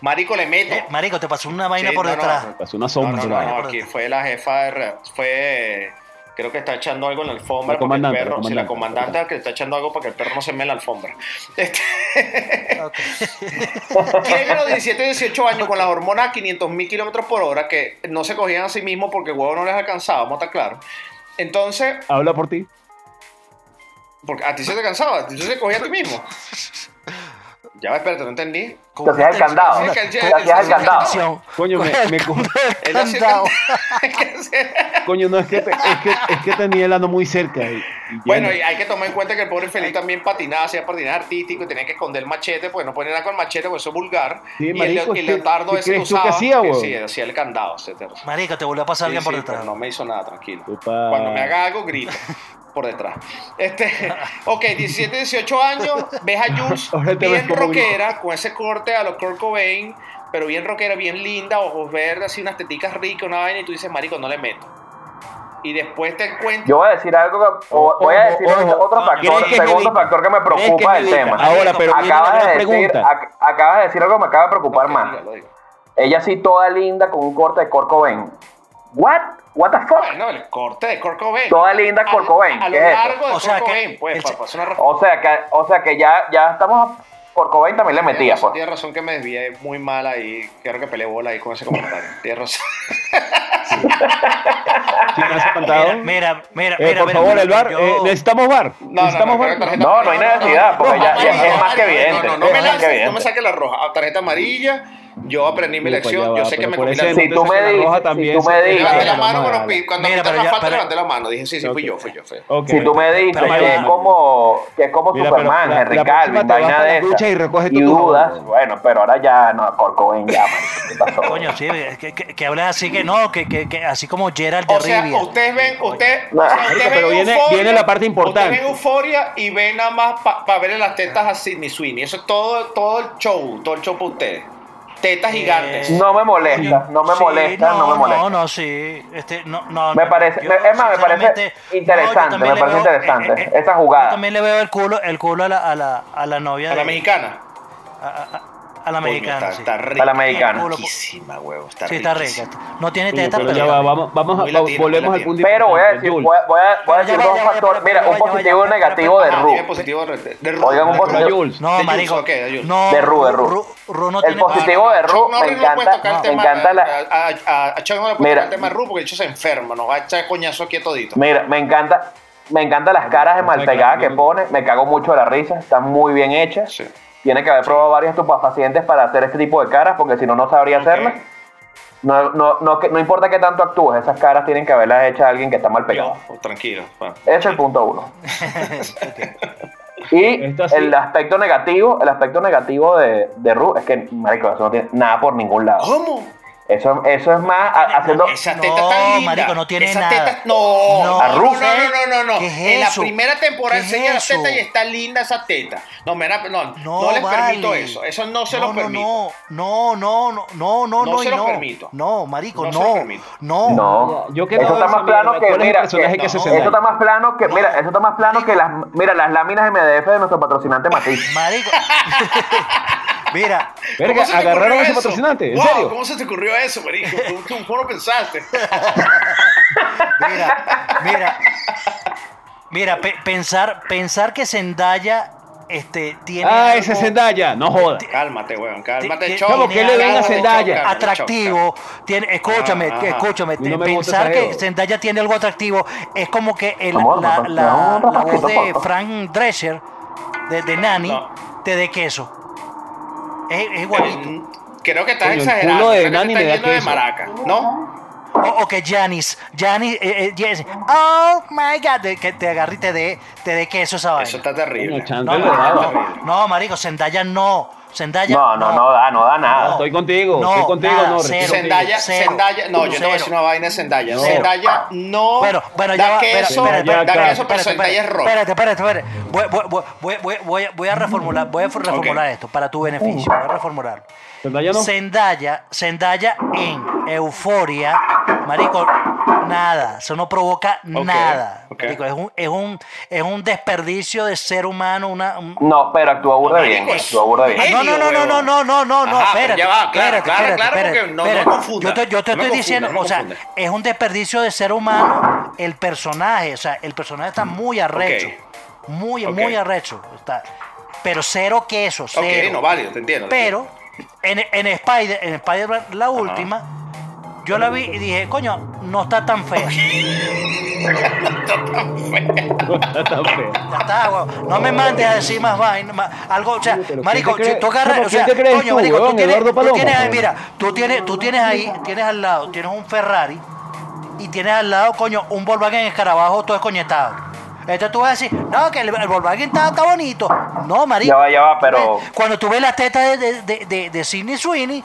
Speaker 2: marico, le meto?
Speaker 5: Eh, marico, te pasó una vaina
Speaker 2: Sí,
Speaker 5: por
Speaker 2: no, no,
Speaker 5: detrás.
Speaker 2: no,
Speaker 4: pasó una
Speaker 2: No,
Speaker 4: sombra.
Speaker 2: no, no,
Speaker 5: Vaya, por
Speaker 2: aquí
Speaker 5: detrás.
Speaker 2: fue la jefa de... re- fue... Creo que está echando algo en la alfombra
Speaker 4: La
Speaker 2: porque el
Speaker 4: comandante,
Speaker 2: perro,
Speaker 4: la
Speaker 2: sí, la
Speaker 4: comandante,
Speaker 2: comandante que está echando algo para que el perro no se me en la alfombra. Este,
Speaker 5: Ok.
Speaker 2: ¿Quién a los 17, 18 años con las hormonas a 500 mil kilómetros por hora que no se cogían a sí mismos porque el huevo no les alcanzaba, vamos a estar claros? Entonces,
Speaker 4: Habla por ti.
Speaker 2: Porque a ti se te cansaba, a ti se te cogía a ti mismo. Ya, va, espérate, no entendí.
Speaker 5: Con
Speaker 3: hacías el
Speaker 5: una
Speaker 3: candado.
Speaker 5: tensión,
Speaker 2: Te hacías
Speaker 5: con
Speaker 2: el
Speaker 5: una
Speaker 3: candado.
Speaker 5: tensión.
Speaker 4: Coño, me, me co-
Speaker 2: Él hacía el
Speaker 5: Candado.
Speaker 2: can-
Speaker 4: coño, no, es que, te- es que, es que tenía el ano muy cerca. y- y ya
Speaker 2: bueno,
Speaker 4: no.
Speaker 2: y hay que tomar en cuenta que el pobre Felipe también patinaba, hacía patinaje artístico y tenía que esconder el machete, pues no ponía nada con el machete, pues eso es vulgar.
Speaker 4: Sí,
Speaker 2: y el-
Speaker 4: marico,
Speaker 2: y el
Speaker 4: ¿qué-
Speaker 2: leotardo
Speaker 4: qué
Speaker 2: ese que
Speaker 4: crees tú que
Speaker 2: usaba.
Speaker 4: hacía, huevón?
Speaker 2: sí, hacía el candado, etcétera. Sí,
Speaker 5: Marico, te volvió a pasar alguien
Speaker 2: sí,
Speaker 5: por
Speaker 2: pero
Speaker 5: detrás.
Speaker 2: no me hizo nada, tranquilo.
Speaker 4: Upa.
Speaker 2: Cuando me haga algo, grito por detrás. Este, ok, 17, 18 años, ves a Jules
Speaker 4: Ahora te
Speaker 2: bien
Speaker 4: ves como
Speaker 2: rockera, con ese corte a los Kurt Cobain, pero bien rockera, bien linda, ojos verdes, así unas teticas ricas, una vaina, y tú dices, marico, no le meto. Y después te encuentras...
Speaker 3: Yo voy a decir algo que, o- voy a
Speaker 4: Ojo,
Speaker 3: decir
Speaker 4: ojo.
Speaker 3: otro
Speaker 5: No,
Speaker 3: factor,
Speaker 4: ¿crees que es
Speaker 3: segundo
Speaker 4: Melita?
Speaker 3: factor que me
Speaker 4: ¿Crees
Speaker 3: preocupa
Speaker 4: que es
Speaker 3: del
Speaker 4: Melita?
Speaker 3: tema.
Speaker 4: Ahora, pero viene la
Speaker 3: Acabas
Speaker 4: gran
Speaker 3: de, decir,
Speaker 4: pregunta.
Speaker 3: ac- acabas de decir algo que me acaba de preocupar más.
Speaker 2: Dígalo, dígalo.
Speaker 3: Ella sí toda linda con un corte de Corcoven. What? What the fuck?
Speaker 2: Bueno, el corte de Kurt Cobain.
Speaker 3: toda linda
Speaker 2: A-
Speaker 3: Corcoven.
Speaker 2: A, lo
Speaker 3: ¿Qué es eso? Oh,
Speaker 2: largo de
Speaker 5: O sea
Speaker 2: Kurt
Speaker 5: que
Speaker 2: Cobain, pues,
Speaker 5: el-
Speaker 2: para pasar una
Speaker 3: O sea que, o sea que ya, ya estamos Corcoven también le metía,
Speaker 2: Tienes razón,
Speaker 3: pues.
Speaker 2: tienes razón que me desvié muy mal ahí. Creo que peleé bola ahí con ese comentario. Tienes razón.
Speaker 4: Chinazo
Speaker 5: Mira,
Speaker 4: pantado.
Speaker 5: mira, mira,
Speaker 4: Eh,
Speaker 5: mira,
Speaker 4: por
Speaker 5: mira,
Speaker 4: favor,
Speaker 5: mira,
Speaker 4: el bar.
Speaker 5: yo-
Speaker 4: eh, necesitamos bar. necesitamos
Speaker 2: creo
Speaker 4: bar.
Speaker 2: que tarjeta
Speaker 3: No, no hay
Speaker 2: amarilla,
Speaker 3: necesidad, porque ya- ya es más que
Speaker 2: no, no,
Speaker 3: evidente,
Speaker 2: No, no,
Speaker 3: es
Speaker 2: me
Speaker 3: más que
Speaker 2: lances, no
Speaker 3: evidente.
Speaker 2: me saques la roja. A tarjeta amarilla, yo aprendí mi
Speaker 4: Upa, pues ya
Speaker 2: lección.
Speaker 4: va,
Speaker 2: Yo sé que
Speaker 4: pero
Speaker 2: me
Speaker 4: por
Speaker 2: comí
Speaker 4: ese
Speaker 2: la
Speaker 3: Si
Speaker 4: entonces
Speaker 3: tú me
Speaker 4: la
Speaker 3: dices,
Speaker 4: roja
Speaker 3: si
Speaker 4: también
Speaker 3: tú
Speaker 4: se-
Speaker 3: me dices-
Speaker 2: Levanté
Speaker 3: Mira,
Speaker 2: la mano cuando,
Speaker 4: vale.
Speaker 2: pi- cuando
Speaker 5: Mira,
Speaker 2: quitaron
Speaker 5: pero
Speaker 2: la
Speaker 5: ya-
Speaker 2: falta,
Speaker 5: pero-
Speaker 2: levanté la mano. Dije, sí, sí, fui
Speaker 4: Ok.
Speaker 2: yo, fui yo. fui yo.
Speaker 4: Ok.
Speaker 3: Si tú me dices
Speaker 5: Pero
Speaker 3: que
Speaker 5: ya-
Speaker 3: es como, que es como
Speaker 4: Mira, pero
Speaker 3: Superman,
Speaker 4: la- la
Speaker 3: Henry
Speaker 4: próxima
Speaker 3: Calvin,
Speaker 4: te vas
Speaker 3: vaina
Speaker 4: para la
Speaker 3: de
Speaker 4: ducha
Speaker 3: esa.
Speaker 4: y recoges tu
Speaker 3: dudas,
Speaker 4: jabón.
Speaker 3: bueno, pero ahora ya no, Corcoven ya, marico, ¿qué pasó?
Speaker 5: Coño, sí, que, que, que hablas así que no, que, que, que así como Gerald de
Speaker 2: O sea,
Speaker 5: Rivia.
Speaker 2: ustedes ven, usted,
Speaker 3: No.
Speaker 2: o sea,
Speaker 4: Marico,
Speaker 2: ustedes
Speaker 4: pero
Speaker 2: ven
Speaker 4: viene-
Speaker 2: Euphoria,
Speaker 4: viene la parte importante.
Speaker 2: Ustedes ven euforia y ven nada más para verle las tetas a Sidney Sweeney. Eso es todo, todo el show, todo el show para ustedes. Tetas
Speaker 5: Eh,
Speaker 2: gigantes.
Speaker 3: No me molesta, no me
Speaker 5: Sí,
Speaker 3: molesta, no me molesta.
Speaker 5: No, no, sí. Este, no, no,
Speaker 3: Me
Speaker 5: no,
Speaker 3: parece,
Speaker 5: yo,
Speaker 3: es más, me parece
Speaker 5: sinceramente, no, yo
Speaker 3: interesante,
Speaker 5: también
Speaker 3: me
Speaker 5: le
Speaker 3: parece
Speaker 5: veo-
Speaker 3: interesante
Speaker 5: eh, eh,
Speaker 3: esa jugada.
Speaker 5: Yo también le veo el culo, el culo a la, a la, a la novia
Speaker 2: A la
Speaker 5: de-
Speaker 2: mexicana.
Speaker 5: a, a- a la
Speaker 2: Coño,
Speaker 5: mexicana.
Speaker 2: está,
Speaker 5: sí.
Speaker 2: está
Speaker 3: A la
Speaker 2: rica.
Speaker 3: mexicana.
Speaker 2: Riquísima, huevo. Está
Speaker 5: Sí, está
Speaker 2: riquísima.
Speaker 5: rica. No tiene
Speaker 4: Coño,
Speaker 5: teta,
Speaker 4: pero
Speaker 5: pero
Speaker 4: ya va, vamos, vamos,
Speaker 2: Muy latino, muy
Speaker 4: a- volvemos al
Speaker 2: latino.
Speaker 4: punto
Speaker 3: Pero voy a decir,
Speaker 4: Jules.
Speaker 3: voy a, voy a- voy a
Speaker 5: Pero ya
Speaker 3: decir
Speaker 5: va,
Speaker 3: dos
Speaker 5: ya va, ya
Speaker 3: factores.
Speaker 5: va,
Speaker 3: Mira,
Speaker 5: ya va,
Speaker 3: un
Speaker 5: ya va,
Speaker 3: positivo y
Speaker 5: ya
Speaker 3: un
Speaker 5: va, ya va,
Speaker 3: negativo de
Speaker 5: ya va,
Speaker 2: Ah,
Speaker 3: Ru.
Speaker 2: tiene positivo de, de Ru.
Speaker 3: Oigan, un
Speaker 4: Pero
Speaker 3: positivo.
Speaker 4: Jules,
Speaker 5: No,
Speaker 2: De
Speaker 5: marico.
Speaker 2: Jules, ok, de Jules.
Speaker 5: no,
Speaker 3: De Ru, de Ru.
Speaker 5: Ru no
Speaker 3: El
Speaker 5: tiene
Speaker 3: positivo de Ru,
Speaker 2: Chuck
Speaker 3: me
Speaker 2: Norris no puede tocar
Speaker 3: encanta,
Speaker 2: el
Speaker 3: me
Speaker 2: tema.
Speaker 3: encanta la,
Speaker 2: A, a, a Chuck no le puede
Speaker 3: Mira.
Speaker 2: tocar el tema de Ru porque el hecho se enferma. Nos va a echar coñazo aquí todito.
Speaker 3: mira, me encanta, me encanta las caras de mal pegadas que pone, me cago mucho de la risa, están muy bien hechas.
Speaker 2: Sí.
Speaker 3: Tiene que haber probado varios estupefacientes para hacer este tipo de caras, porque si no, no sabría hacerlas. No, no, no, que- no importa qué tanto actúes, esas caras tienen que haberlas hecho a alguien que está mal pegado.
Speaker 2: Yo, oh, tranquilo. va.
Speaker 3: Ese es el punto uno. Y
Speaker 4: Esto sí.
Speaker 3: el aspecto negativo, el aspecto negativo de, de Ru es que, marico, eso no tiene nada por ningún lado.
Speaker 2: ¿Cómo?
Speaker 3: Eso, eso es más a- haciendo.
Speaker 2: Esa
Speaker 5: No,
Speaker 2: teta tan linda.
Speaker 5: marico, no tiene
Speaker 2: Esa
Speaker 5: nada.
Speaker 2: teta- no, no,
Speaker 5: No.
Speaker 2: no,
Speaker 3: Arruga.
Speaker 2: no, no, no, no.
Speaker 5: ¿Qué es
Speaker 2: en la
Speaker 5: eso?
Speaker 2: primera temporada
Speaker 5: ¿Qué es
Speaker 2: enseña las
Speaker 5: eso?
Speaker 2: tetas y está linda esa teta. No, me la- no, no,
Speaker 5: No,
Speaker 2: les
Speaker 5: vale.
Speaker 2: permito eso. Eso no se los
Speaker 5: no,
Speaker 2: permito.
Speaker 5: No, no, no, no, no, no,
Speaker 2: No se
Speaker 5: y
Speaker 2: los
Speaker 5: no.
Speaker 2: permito.
Speaker 5: No, marico,
Speaker 2: No
Speaker 5: no.
Speaker 2: se los permito.
Speaker 5: No.
Speaker 3: No.
Speaker 4: Yo que
Speaker 3: eso
Speaker 4: no
Speaker 3: está
Speaker 4: veo
Speaker 3: más
Speaker 4: esa
Speaker 3: plano
Speaker 4: mierda.
Speaker 3: que
Speaker 4: ¿Cuál es el
Speaker 3: mira,
Speaker 4: personaje
Speaker 3: que-
Speaker 4: que se
Speaker 3: eso
Speaker 4: sentó?
Speaker 3: está más plano que mira, eso está más plano que las mira las láminas MDF de nuestro patrocinante Matiz.
Speaker 5: Marico. Mira,
Speaker 2: ¿Cómo
Speaker 4: Verga,
Speaker 2: se te
Speaker 4: agarraron
Speaker 2: ocurrió
Speaker 4: a ese
Speaker 2: eso?
Speaker 4: patrocinante, en
Speaker 2: Wow,
Speaker 4: serio.
Speaker 2: ¿Cómo se te ocurrió eso, marico? ¿Cómo- ¿Cómo, cómo lo pensaste?
Speaker 5: mira, mira. Mira, pe- pensar, pensar que Zendaya este, tiene.
Speaker 4: Ah,
Speaker 5: algo
Speaker 4: ese es Zendaya. No joda.
Speaker 2: Cálmate, weón, cálmate,
Speaker 5: Ti-
Speaker 2: Choc.
Speaker 5: Chamo, ¿qué le ven a
Speaker 2: Cálmate,
Speaker 4: Zendaya?
Speaker 2: Choc, cálmate, Choc,
Speaker 5: atractivo. Tiene, escúchame,
Speaker 2: Ajá.
Speaker 5: escúchame.
Speaker 4: Ah, No me gusta
Speaker 5: pensar
Speaker 4: esa
Speaker 5: que
Speaker 4: jeva.
Speaker 5: Zendaya tiene algo atractivo es como que el-
Speaker 3: Amor,
Speaker 5: la,
Speaker 3: papá,
Speaker 5: la-
Speaker 3: no,
Speaker 5: la
Speaker 3: papá,
Speaker 5: voz
Speaker 3: papá,
Speaker 5: de
Speaker 3: papá.
Speaker 5: Frank Drescher, de, de Nani,
Speaker 2: No.
Speaker 5: te dé queso. Es, es igualito.
Speaker 2: Choc. Mm, Creo que estás
Speaker 4: Coño, el
Speaker 2: exagerando.
Speaker 4: culo de
Speaker 2: creo que te
Speaker 4: Nani
Speaker 2: estás
Speaker 4: me da
Speaker 2: yendo de
Speaker 4: queso.
Speaker 2: maraca, ¿no?
Speaker 5: O, o que Janis, Janis, eh, eh, Janice, oh my god, de- que te agarre y te dé te dé queso esa vaina.
Speaker 2: Eso está terrible.
Speaker 4: Coño, Chandler,
Speaker 5: No,
Speaker 4: le daba.
Speaker 5: no, no, no, marico, Zendaya no. Zendaya
Speaker 3: No, no, no da, no da nada.
Speaker 4: Estoy contigo,
Speaker 5: No,
Speaker 4: estoy contigo,
Speaker 5: nada,
Speaker 4: Norris.
Speaker 5: cero.
Speaker 2: Zendaya,
Speaker 5: Cero.
Speaker 2: Zendaya, no, yo te voy a decir
Speaker 5: Cero.
Speaker 2: una vaina de Zendaya.
Speaker 4: No.
Speaker 2: Zendaya no
Speaker 5: Bueno, bueno, ya
Speaker 2: da
Speaker 5: va, espera,
Speaker 2: queso,
Speaker 5: espera, espera,
Speaker 2: da
Speaker 5: espera,
Speaker 2: queso, pero
Speaker 5: espera,
Speaker 2: Zendaya es
Speaker 5: espera,
Speaker 2: rock.
Speaker 5: Espérate, espérate, espérate. Voy, voy- voy- voy- voy- voy- voy a reformular, voy a reformular
Speaker 2: Ok.
Speaker 5: esto para tu beneficio, voy a reformularlo.
Speaker 4: Zendaya no.
Speaker 5: Zendaya, Zendaya en euforia, marico, nada, eso no provoca nada.
Speaker 2: ok.
Speaker 5: marico, es un, es un, es un desperdicio de ser humano, una, un-
Speaker 3: No, pero actúa burda bien, actúa burda bien.
Speaker 5: Ah, No, no, no, no, no, no, no, no, no,
Speaker 2: Ajá, pero
Speaker 5: espérate.
Speaker 2: ya va, claro,
Speaker 5: espérate,
Speaker 2: claro,
Speaker 5: espérate,
Speaker 2: claro,
Speaker 5: espérate,
Speaker 2: porque no- no
Speaker 5: espérate.
Speaker 2: confunda,
Speaker 5: Yo te, yo te
Speaker 2: no
Speaker 5: estoy
Speaker 2: confunda,
Speaker 5: diciendo,
Speaker 2: no
Speaker 5: o sea,
Speaker 2: confunda.
Speaker 5: es un desperdicio de ser humano el personaje, o sea, el personaje está muy arrecho. Muy,
Speaker 2: Ok.
Speaker 5: muy arrecho. Está, pero cero queso, cero.
Speaker 2: Ok, no, válido, te entiendo. te
Speaker 5: Pero en, en Spider, en Spider-Man, la última, yo la vi y dije, coño, no está tan fea.
Speaker 4: Tan fea.
Speaker 5: Ya está, weón. No me mandes a decir más vaina, más- algo, o sea,
Speaker 4: Oye, pero
Speaker 5: marico,
Speaker 4: ¿quién te
Speaker 5: si tú
Speaker 4: cree-
Speaker 5: agarras,
Speaker 4: Chamo,
Speaker 5: o sea,
Speaker 4: ¿quién te crees
Speaker 5: coño,
Speaker 4: tú,
Speaker 5: marico, tú
Speaker 4: weón,
Speaker 5: tienes,
Speaker 4: Eduardo
Speaker 5: tú
Speaker 4: Palomo?
Speaker 5: tienes ahí, mira, tú tienes, tú tienes ahí, tienes al lado, tienes un Ferrari y tienes al lado, coño, un Volkswagen escarabajo todo escoñetado. Entonces tú vas a decir, no, que el, el Volkswagen está, está bonito. No, marico.
Speaker 3: Ya va, ya va, pero-
Speaker 5: Cuando tú ves las tetas de, de, de, de- de Sidney Sweeney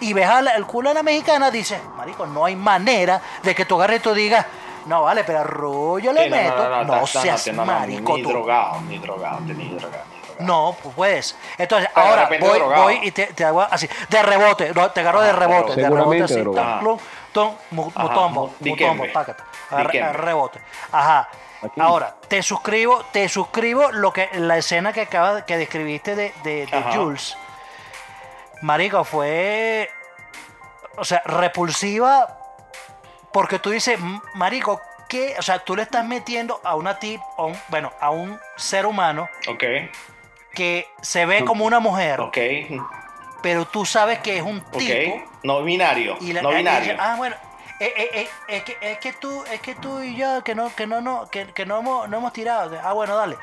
Speaker 5: y ves al- el culo de la mexicana, dices, marico, no hay manera de que tú agarres y tú digas, no, vale, pero rollo le
Speaker 2: Sí, no, no,
Speaker 5: meto. No,
Speaker 2: no, no, estás-
Speaker 5: seas
Speaker 2: no, no,
Speaker 5: marico
Speaker 2: Ni
Speaker 5: tú.
Speaker 2: drogado, ni drogado, ni drogado. ni drogado.
Speaker 5: No, pues puedes. Entonces,
Speaker 2: Pero de
Speaker 5: ahora
Speaker 2: repente
Speaker 5: voy,
Speaker 2: drogado. Ah,
Speaker 5: voy y te, te hago así, de rebote, no, te agarro de rebote, de rebote
Speaker 4: seguramente
Speaker 5: así,
Speaker 4: drogado.
Speaker 5: tom, plum, tom, mu-
Speaker 2: Ajá,
Speaker 5: mutombo,
Speaker 2: diquembe.
Speaker 5: mutombo, pácate, a, re-
Speaker 2: Diquembe.
Speaker 5: a rebote. Ajá. Ahora, te suscribo, te suscribo lo que la escena que acabas que describiste de, de- de
Speaker 2: Ajá.
Speaker 5: Jules. Marico, fue o sea, repulsiva porque tú dices, "M- marico, ¿qué? O sea, tú le estás metiendo a una tip, a un- bueno, a un ser humano
Speaker 2: Ok,
Speaker 5: que se ve como una mujer,
Speaker 2: ok,
Speaker 5: pero tú sabes que es un tipo.
Speaker 2: ok. No binario,
Speaker 5: Y la,
Speaker 2: no
Speaker 5: y ella,
Speaker 2: binario.
Speaker 5: ah, bueno, eh, eh, eh, es, que, es que tú, es que tú y yo, que no, que no, no, que, que no hemos, no hemos tirado. Ah, bueno, dale.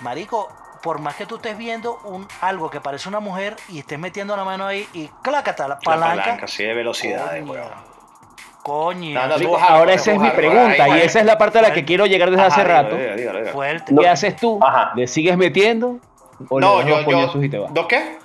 Speaker 5: Marico, por más que tú estés viendo un algo que parece una mujer y estés metiendo la mano ahí y clácata, la
Speaker 2: La
Speaker 5: palanca.
Speaker 2: sí, de velocidades,
Speaker 5: Coño.
Speaker 2: weón.
Speaker 5: Coño.
Speaker 2: No, no, tú
Speaker 4: Marico,
Speaker 2: vas a-
Speaker 4: Ahora
Speaker 2: vas a
Speaker 4: esa es mi
Speaker 2: jugar,
Speaker 4: pregunta
Speaker 2: ahí,
Speaker 4: y esa es la parte a la que quiero llegar desde
Speaker 2: Ajá,
Speaker 4: hace
Speaker 2: diga,
Speaker 4: rato.
Speaker 2: diga, diga, diga.
Speaker 5: Fuerte.
Speaker 4: ¿Qué haces tú?
Speaker 3: Ajá.
Speaker 4: ¿Le sigues metiendo o
Speaker 2: No,
Speaker 4: le das
Speaker 2: yo,
Speaker 4: los coñazos
Speaker 2: yo.
Speaker 4: y te vas?
Speaker 2: ¿Dos qué?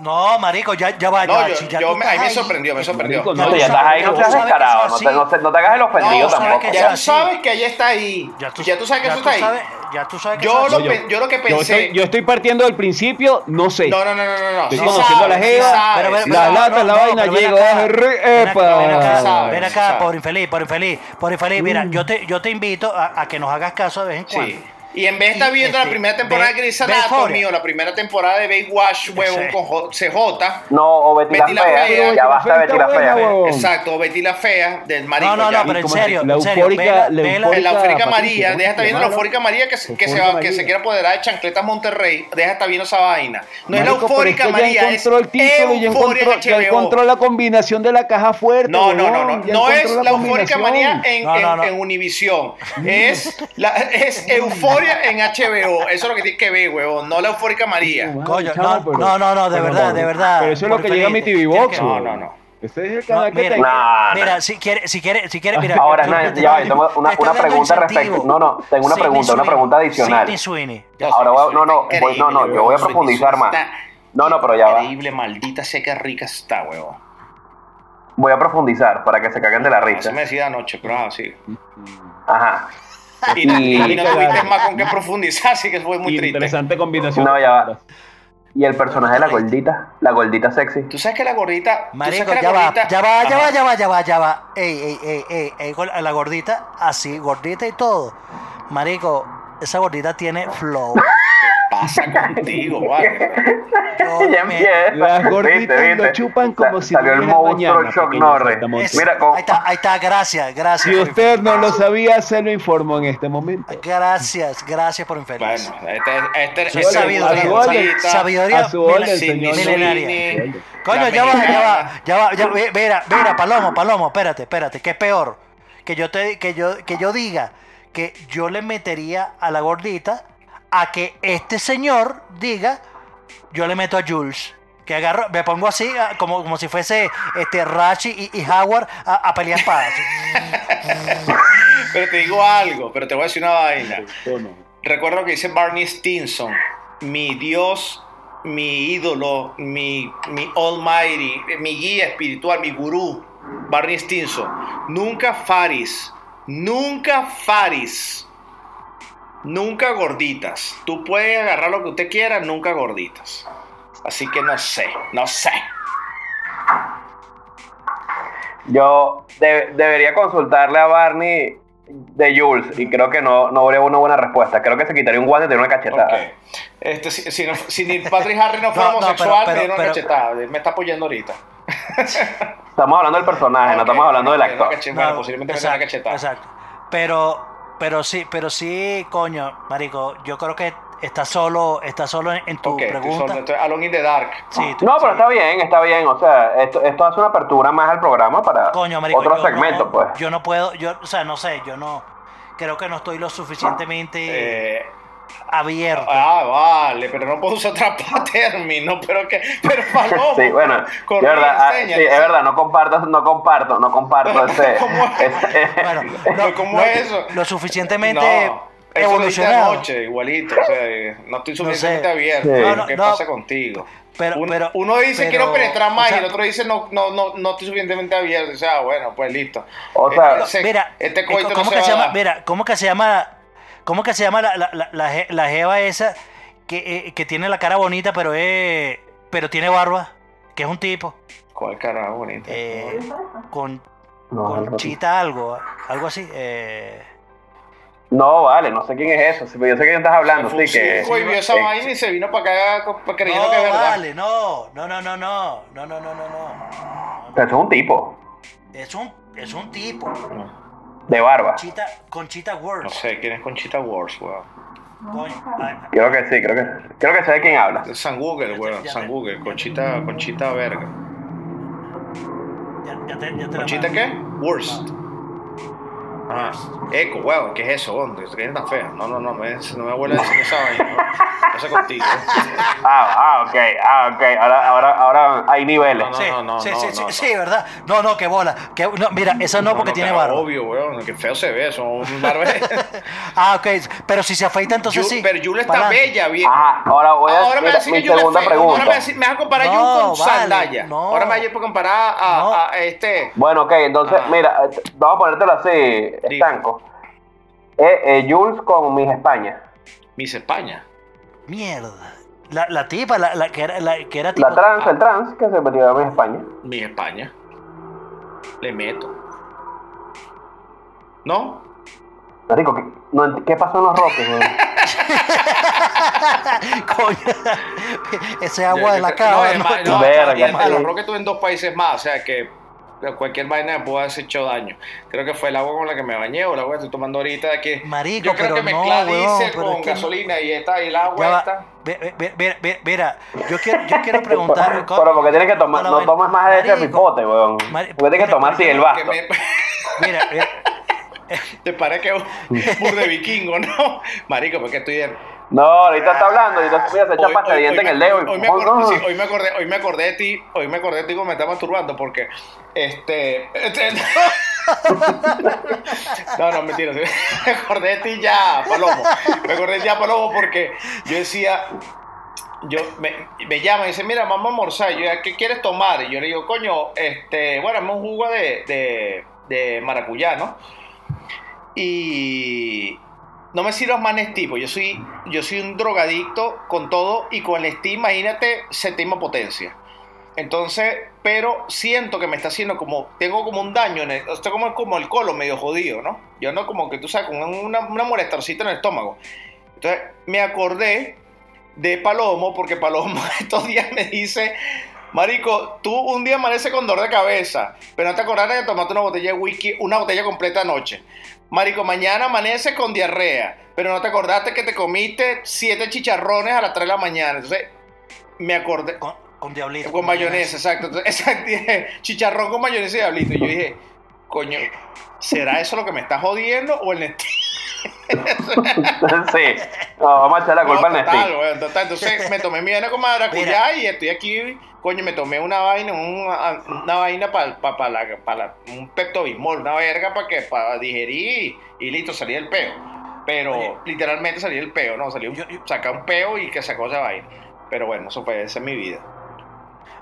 Speaker 5: No, marico, ya, ya va, ya
Speaker 2: No,
Speaker 5: va,
Speaker 2: yo,
Speaker 5: si ya
Speaker 2: yo
Speaker 5: tú
Speaker 2: me,
Speaker 5: estás
Speaker 2: a mí me
Speaker 5: ahí,
Speaker 2: sorprendió, me sorprendió.
Speaker 4: Marico,
Speaker 3: No,
Speaker 4: tú
Speaker 3: pero ya estás
Speaker 4: sabes-
Speaker 3: ahí, no
Speaker 4: tú
Speaker 3: seas
Speaker 4: sabes que
Speaker 3: descarado,
Speaker 5: eso
Speaker 3: no
Speaker 5: es
Speaker 3: te, no,
Speaker 5: así.
Speaker 3: te- no te hagas el ofendido
Speaker 2: No,
Speaker 5: sabes
Speaker 3: tampoco.
Speaker 5: que
Speaker 2: ya tú
Speaker 5: así.
Speaker 2: sabes que ahí está ahí. Ya tú, sabes que
Speaker 5: ya
Speaker 2: eso
Speaker 5: tú
Speaker 2: está ahí.
Speaker 5: sabes- Ya tú sabes que
Speaker 2: Yo
Speaker 5: eso
Speaker 2: lo,
Speaker 5: es
Speaker 2: pe- yo lo que
Speaker 4: Yo
Speaker 2: pensé.
Speaker 4: estoy, yo estoy partiendo del principio, no sé.
Speaker 2: No, no, no, no, no. no.
Speaker 4: Estoy
Speaker 2: Sí
Speaker 4: conociendo a la
Speaker 2: sabes,
Speaker 4: jeva,
Speaker 2: sí sabes,
Speaker 5: Pero, pero,
Speaker 2: sí
Speaker 4: la
Speaker 5: pero,
Speaker 2: sabes.
Speaker 4: lata, la vaina,
Speaker 5: pero ven
Speaker 4: llegó,
Speaker 5: acá,
Speaker 4: re-
Speaker 5: ven acá,
Speaker 4: epa.
Speaker 5: Ven
Speaker 2: Sí
Speaker 5: acá,
Speaker 2: sabes,
Speaker 5: ven
Speaker 2: sí
Speaker 5: acá,
Speaker 2: sabes.
Speaker 5: por infeliz, por infeliz, por infeliz. Mira,
Speaker 4: Mm.
Speaker 5: yo te, yo te invito a, a que nos hagas caso de vez en cuando.
Speaker 2: Sí. Y en vez de estar
Speaker 5: Y,
Speaker 2: viendo
Speaker 5: este,
Speaker 2: la primera temporada
Speaker 5: ve-
Speaker 2: de Grey's
Speaker 5: ve
Speaker 2: Anatomy
Speaker 5: Euphoria.
Speaker 2: o la primera temporada de Baywatch, huevón,
Speaker 5: Sí.
Speaker 2: con J- CJ.
Speaker 3: No, o Betty,
Speaker 2: Betty
Speaker 3: la
Speaker 2: la
Speaker 3: fea,
Speaker 2: Fea,
Speaker 3: ya basta Betty la fea.
Speaker 4: huevón.
Speaker 2: Exacto, Betty la Fea, del marido.
Speaker 5: No, no, no, pero en
Speaker 4: ¿cómo es?
Speaker 5: serio,
Speaker 4: La
Speaker 5: en serio,
Speaker 4: eufórica-
Speaker 5: vela-
Speaker 4: la
Speaker 5: vela-
Speaker 2: Pues la eufórica
Speaker 4: Ahorita, Patricio,
Speaker 2: María, deja
Speaker 4: ¿cómo se
Speaker 2: estar viendo la
Speaker 4: llamaba?
Speaker 2: eufórica María que se, que se,
Speaker 4: Eufórica
Speaker 2: va- que se
Speaker 4: María.
Speaker 2: quiere apoderar de Chancletas Monterrey, deja estar viendo esa vaina. No es la
Speaker 4: Marico, pero es
Speaker 2: eufórica
Speaker 4: que
Speaker 2: María,
Speaker 4: ya
Speaker 2: es
Speaker 4: encontró el título, ya
Speaker 2: euforia
Speaker 4: encontró, ya
Speaker 2: HBO.
Speaker 4: encontró la combinación de la caja fuerte.
Speaker 2: No, no, no,
Speaker 4: huevón,
Speaker 2: no.
Speaker 4: ya
Speaker 2: No es
Speaker 4: encontró
Speaker 2: la eufórica
Speaker 4: combinación.
Speaker 2: manía en,
Speaker 5: No,
Speaker 2: en-
Speaker 5: no, no.
Speaker 2: en Univisión. Es, la, es euforia en HBO. Eso es lo que tienes que ver, huevón. No la eufórica María.
Speaker 4: Madre,
Speaker 5: Coño,
Speaker 4: chamo,
Speaker 5: no,
Speaker 4: pero-
Speaker 5: no, no, no, de
Speaker 4: pero,
Speaker 5: verdad,
Speaker 4: mano,
Speaker 5: de verdad,
Speaker 4: Pero eso es lo
Speaker 5: por
Speaker 4: que llega a mi TV
Speaker 5: feliz, tiene
Speaker 4: Box.
Speaker 5: que-
Speaker 2: No,
Speaker 4: huevón.
Speaker 2: no, no.
Speaker 4: Ese es el
Speaker 5: No,
Speaker 4: canal que
Speaker 5: mira,
Speaker 4: te...
Speaker 3: Ah, No,
Speaker 5: mira,
Speaker 3: no.
Speaker 5: si quieres, si quieres, si quieres, mira.
Speaker 3: Ahora,
Speaker 5: yo-
Speaker 3: no,
Speaker 5: yo te-
Speaker 3: ya va, tengo una-
Speaker 5: te estoy
Speaker 3: una
Speaker 5: dando
Speaker 3: pregunta
Speaker 5: incentivo.
Speaker 3: respecto. No, no, tengo una
Speaker 5: Sidney
Speaker 3: pregunta, una
Speaker 5: Sweeney,
Speaker 3: pregunta adicional.
Speaker 5: Sidney Sweeney.
Speaker 2: Ya
Speaker 3: Ahora
Speaker 2: sé,
Speaker 3: voy a-
Speaker 2: eso
Speaker 3: no, no,
Speaker 2: está
Speaker 3: voy- no, no,
Speaker 2: increíble,
Speaker 3: yo voy a
Speaker 2: huevón.
Speaker 3: profundizar más.
Speaker 2: Está
Speaker 3: No, no, pero ya va.
Speaker 2: Increíble, maldita sea que rica está, huevón.
Speaker 3: Voy a profundizar para que se caguen de la
Speaker 2: Eso
Speaker 3: risa.
Speaker 2: me decía anoche, pero ah, sí.
Speaker 3: Ajá.
Speaker 2: Y, no- y
Speaker 3: Y-
Speaker 2: no tuviste más con qué profundizar, así que fue muy triste.
Speaker 4: Interesante combinación.
Speaker 3: No, ya va. Y el personaje de la gordita, la gordita sexy.
Speaker 2: Tú sabes que la gordita. tú sabes
Speaker 5: Marico,
Speaker 2: que la
Speaker 5: ya va,
Speaker 2: gordita-
Speaker 5: ya va, ya
Speaker 2: Ajá.
Speaker 5: va, ya va, ya va, ya va. Ey, ey, ey, ey, ey, con la gordita, así, gordita y todo. Marico, esa gordita tiene flow.
Speaker 2: pasa contigo, vale?
Speaker 5: Yo
Speaker 3: Ya
Speaker 5: me-
Speaker 3: empieza.
Speaker 4: Las gorditas
Speaker 3: Viste,
Speaker 4: lo
Speaker 3: viste.
Speaker 4: chupan como
Speaker 3: Sa-
Speaker 4: si
Speaker 3: Salió
Speaker 4: no
Speaker 3: el
Speaker 4: hubiera
Speaker 3: monstruo
Speaker 4: mañana,
Speaker 3: Chuck
Speaker 4: pequeño
Speaker 3: Norris.
Speaker 4: saltamontes.
Speaker 5: es-
Speaker 3: Mira, con-
Speaker 5: ahí, está, ahí está, gracias, gracias.
Speaker 4: Si
Speaker 5: por
Speaker 4: usted no lo
Speaker 5: informarnos.
Speaker 4: sabía, se lo informó en este momento.
Speaker 5: Gracias, gracias por informarnos.
Speaker 2: Bueno, este, este,
Speaker 5: Eso
Speaker 2: este
Speaker 5: es sabiduría. Sabiduría
Speaker 4: A su orden,
Speaker 5: mil-
Speaker 4: señor.
Speaker 5: milenaria. Coño, ya va, ya va, ya va, ya va. Mira, mira, Palomo, Palomo, espérate, espérate, que es peor. Que yo te que yo que yo diga que yo le metería a la gordita a que este señor diga yo le meto a Jules. Que agarro, me pongo así ah, como, como si fuese este Rashi y, y Howard a, a pelear espadas.
Speaker 2: Pero te digo algo, pero te voy a decir una vaina.
Speaker 4: Tono.
Speaker 2: Recuerdo lo que dice Barney Stinson, mi Dios, mi ídolo, mi, mi almighty, eh, mi guía espiritual, mi gurú, Barney Stinson. Nunca Faris, nunca Faris, nunca gorditas. Tú puedes agarrar lo que usted quiera, nunca gorditas. Así que no sé, no sé.
Speaker 3: Yo de- debería consultarle a Barney de Jules y creo que no, no habría una buena respuesta. Creo que se quitaría un guante y tenía una cachetada.
Speaker 2: Ok. Este, si, si, no- si ni Patrick Harry no
Speaker 5: No,
Speaker 2: fuera
Speaker 5: no,
Speaker 2: homosexual,
Speaker 5: pero-
Speaker 2: me dieron una
Speaker 5: pero-
Speaker 2: cachetada. Me está apoyando ahorita.
Speaker 3: Estamos hablando del personaje, Ah, no
Speaker 2: Ok,
Speaker 3: estamos hablando del
Speaker 2: ok, una
Speaker 3: actor.
Speaker 2: cache- bueno,
Speaker 5: No,
Speaker 2: posiblemente me dieron
Speaker 5: exacto,
Speaker 2: una cachetada.
Speaker 5: Exacto. Pero, pero sí, pero sí, coño, marico, yo creo que está solo, está solo en, en tu
Speaker 2: Ok, estoy
Speaker 5: pregunta.
Speaker 2: solo, estoy Alone in the Dark.
Speaker 5: Sí, tú-
Speaker 3: Ah, No, pero
Speaker 5: sí.
Speaker 3: está bien, está bien. O sea, esto, esto hace una apertura más al programa para
Speaker 5: Coño, marico,
Speaker 3: otro
Speaker 5: yo
Speaker 3: segmento,
Speaker 5: no,
Speaker 3: pues.
Speaker 5: Yo no puedo, yo, o sea, no sé, yo no, creo que no estoy lo suficientemente
Speaker 2: Eh,
Speaker 5: abierto.
Speaker 2: ah, vale, pero no puedo usar trampa término, pero que, pero palomo.
Speaker 3: Sí, bueno,
Speaker 2: Corrí,
Speaker 3: de verdad, ah, sí,
Speaker 2: enséñale,
Speaker 3: es verdad, no comparto, no comparto, no comparto este, ese,
Speaker 2: ¿Cómo es?
Speaker 3: ese-
Speaker 5: Bueno,
Speaker 2: Pero ¿cómo es eso?
Speaker 5: Lo suficientemente
Speaker 2: eso lo hice
Speaker 5: evolucionado.
Speaker 2: anoche, igualito, o sea, no estoy suficientemente
Speaker 5: sé.
Speaker 2: abierto.
Speaker 3: Sí.
Speaker 2: ¿no?
Speaker 5: No, no,
Speaker 2: ¿Qué
Speaker 5: no.
Speaker 2: pasa contigo?
Speaker 5: Pero,
Speaker 2: Un-
Speaker 5: pero,
Speaker 2: uno dice
Speaker 5: pero,
Speaker 2: quiero penetrar
Speaker 5: o
Speaker 2: más
Speaker 5: sea,
Speaker 2: y el otro dice no, no, no, no estoy suficientemente abierto. O sea, bueno, pues listo.
Speaker 3: O sea,
Speaker 2: Eh, ese-
Speaker 5: mira,
Speaker 2: este
Speaker 5: eh,
Speaker 2: coito no
Speaker 5: ¿cómo
Speaker 2: se
Speaker 5: que
Speaker 2: va
Speaker 5: se
Speaker 2: a
Speaker 5: llama?
Speaker 2: dar.
Speaker 5: Mira, ¿cómo que se llama? ¿Cómo que se llama la, la, la, la je- la jeva esa que, eh, que tiene la cara bonita, pero es, pero tiene barba? Que es un tipo.
Speaker 2: ¿Cuál carajo bonito?
Speaker 5: eh, con,
Speaker 3: No, algo así.
Speaker 5: Conchita algo, algo así. eh,
Speaker 3: No, vale, no sé quién es eso, sí, pero yo sé que estás hablando, sí que...
Speaker 2: Fue y vio esa
Speaker 3: eh,
Speaker 2: vaina y se vino para acá co- creyendo
Speaker 5: no,
Speaker 2: que es verdad.
Speaker 5: vale, no, no, no, no, no, no, no, no, no, no.
Speaker 3: pero eso es un tipo
Speaker 5: Es un, es un tipo.
Speaker 3: de barba.
Speaker 5: Conchita, Conchita World.
Speaker 2: No sé quién es Conchita Wars, weón.
Speaker 5: Coño, ay,
Speaker 3: Creo que sí, creo que, creo que sé de quién hablas.
Speaker 2: San Google, weón. San Google. Conchita, Conchita verga.
Speaker 5: ya, ya te, ya te la
Speaker 2: ¿Conchita
Speaker 5: mando.
Speaker 2: qué? Worst. Ah, eco, weón. ¿Qué es eso, weón? ¿Qué es tan fea? No, no, no. Me, no me vuelve a decir esa vaina. No sé contigo.
Speaker 3: Ah, ah, ok, ah, ok, ahora, ahora, ahora hay niveles.
Speaker 2: No, no,
Speaker 5: Sí, sí, sí,
Speaker 2: no,
Speaker 5: sí,
Speaker 2: no.
Speaker 5: sí, ¿verdad? No, no, qué bola. Que, no, mira, esa no porque
Speaker 2: no,
Speaker 5: tiene
Speaker 2: cara,
Speaker 5: barba.
Speaker 2: Obvio, weón. Qué feo se ve. Son un barbero.
Speaker 5: Ah, ok. Pero si se afeita, entonces
Speaker 2: Yu-
Speaker 5: sí.
Speaker 2: Pero Yul está
Speaker 5: pa'lante.
Speaker 2: bella, bien.
Speaker 3: Ajá, ahora voy a...
Speaker 2: Ahora me
Speaker 3: Ah, pues, mira,
Speaker 2: hace
Speaker 3: mi
Speaker 2: que Yul es
Speaker 3: segunda
Speaker 2: fea. Ahora me
Speaker 3: pregunta.
Speaker 2: hace- me vas a comparar a
Speaker 5: No,
Speaker 2: Yul con
Speaker 5: vale,
Speaker 2: Sandaya.
Speaker 5: no.
Speaker 2: Ahora me vas a comparar a-
Speaker 5: No.
Speaker 2: a- a este.
Speaker 3: Bueno, ok, entonces,
Speaker 2: Ah.
Speaker 3: mira, eh, vamos a ponértelo así, estanco. Eh, eh, Jules con mis España.
Speaker 2: Miss España.
Speaker 5: Mierda. La, la tipa, la, la que era, la, que era tipo.
Speaker 3: La trans, el trans, que se metió a mis España.
Speaker 2: Mi España. Le meto. ¿No?
Speaker 3: Marico, ¿qué, no ent- ¿qué pasó en los roques? güey?
Speaker 5: Coño. Ese agua de la cava.
Speaker 2: No,
Speaker 5: No,
Speaker 2: además-
Speaker 5: No,
Speaker 2: no,
Speaker 3: Verga,
Speaker 2: además,
Speaker 3: marico.
Speaker 2: los Rockets en dos países más, o sea que cualquier vaina me pudo haber hecho daño. Creo que fue el agua con la que me bañé o el agua que estoy tomando ahorita de aquí.
Speaker 5: Marico,
Speaker 2: Yo creo
Speaker 5: pero
Speaker 2: que
Speaker 5: no,
Speaker 2: mezcla
Speaker 5: weón,
Speaker 2: diésel
Speaker 5: pero
Speaker 2: con
Speaker 5: es que no.
Speaker 2: gasolina y esta y el
Speaker 5: Ya
Speaker 2: agua
Speaker 5: va.
Speaker 2: esta.
Speaker 5: Ve- ve- ve- ve- ve- Mira, yo quiero, yo quiero preguntar.
Speaker 3: Pero porque tienes que tomar,
Speaker 5: Hola,
Speaker 3: no
Speaker 5: ven.
Speaker 3: tomes más de ese
Speaker 5: Marico,
Speaker 3: pipote, weón. Porque
Speaker 5: Mari-
Speaker 3: tienes
Speaker 5: mira,
Speaker 3: que tomar así
Speaker 5: porque-
Speaker 3: el
Speaker 2: Que
Speaker 3: vasto.
Speaker 2: me-
Speaker 5: Mira, eh, mira,
Speaker 2: te parece que es un de vikingo, ¿no? Marico, porque estoy de
Speaker 3: No, ahorita está hablando, ahorita mira, se echa
Speaker 2: Hoy-
Speaker 3: pasta de
Speaker 2: hoy-
Speaker 3: diente
Speaker 2: hoy
Speaker 3: en el
Speaker 2: me-
Speaker 3: dedo.
Speaker 2: Hoy,
Speaker 3: y-
Speaker 2: hoy me
Speaker 3: oh, no.
Speaker 2: acordé, sí, hoy me acordé, hoy me acordé de ti, hoy me acordé de ti como me estaba masturbando porque este, este- No, no, mentira. sí, Me acordé de ti ya, Palomo. Me acordé de ti ya, Palomo, porque yo decía, yo me, me llama y dice, mira, vamos a almorzar. Yo, ¿qué quieres tomar? Y yo le digo, coño, este, bueno, hazme un jugo de, de, de maracuyá, ¿no? Y no me sirvas manes tipo. Yo soy, yo soy un drogadicto con todo y con el Steam, imagínate, séptima potencia. Entonces, pero siento que me está haciendo como, tengo como un daño en el, esto como, como el colon medio jodido, ¿no? Yo no como que tú sabes, con una, una molestorcita en el estómago. Entonces, me acordé de Palomo, porque Palomo estos días me dice, Marico, tú un día amaneces con dolor de cabeza, pero no te acordarás de tomarte una botella de whisky, una botella completa anoche. Marico, mañana amaneces con diarrea, pero no te acordaste que te comiste siete chicharrones a las 3 de la mañana. Entonces, me acordé.
Speaker 5: Con, con diablito.
Speaker 2: Con mayonesa, exacto. Entonces, exacto. dije, Chicharrón con mayonesa y diablito. Y yo dije, coño, ¿será eso lo que me está jodiendo o el Nestlé?
Speaker 3: sí. No, vamos a echar la culpa al
Speaker 2: No,
Speaker 3: Nestlí.
Speaker 2: total, weón, total. Entonces me tomé mi vaina con maracuyá
Speaker 5: Mira.
Speaker 2: y estoy aquí, coño, me tomé una vaina, un- una vaina para pa, pa la, pa la- un pepto bismol, una verga para que para digerir y listo, salí del peo. Pero
Speaker 5: Oye.
Speaker 2: literalmente salí del peo, no, salí un,
Speaker 5: Yo- yo-
Speaker 2: saca un peo y que sacó esa vaina. Pero bueno, eso fue, esa es mi vida.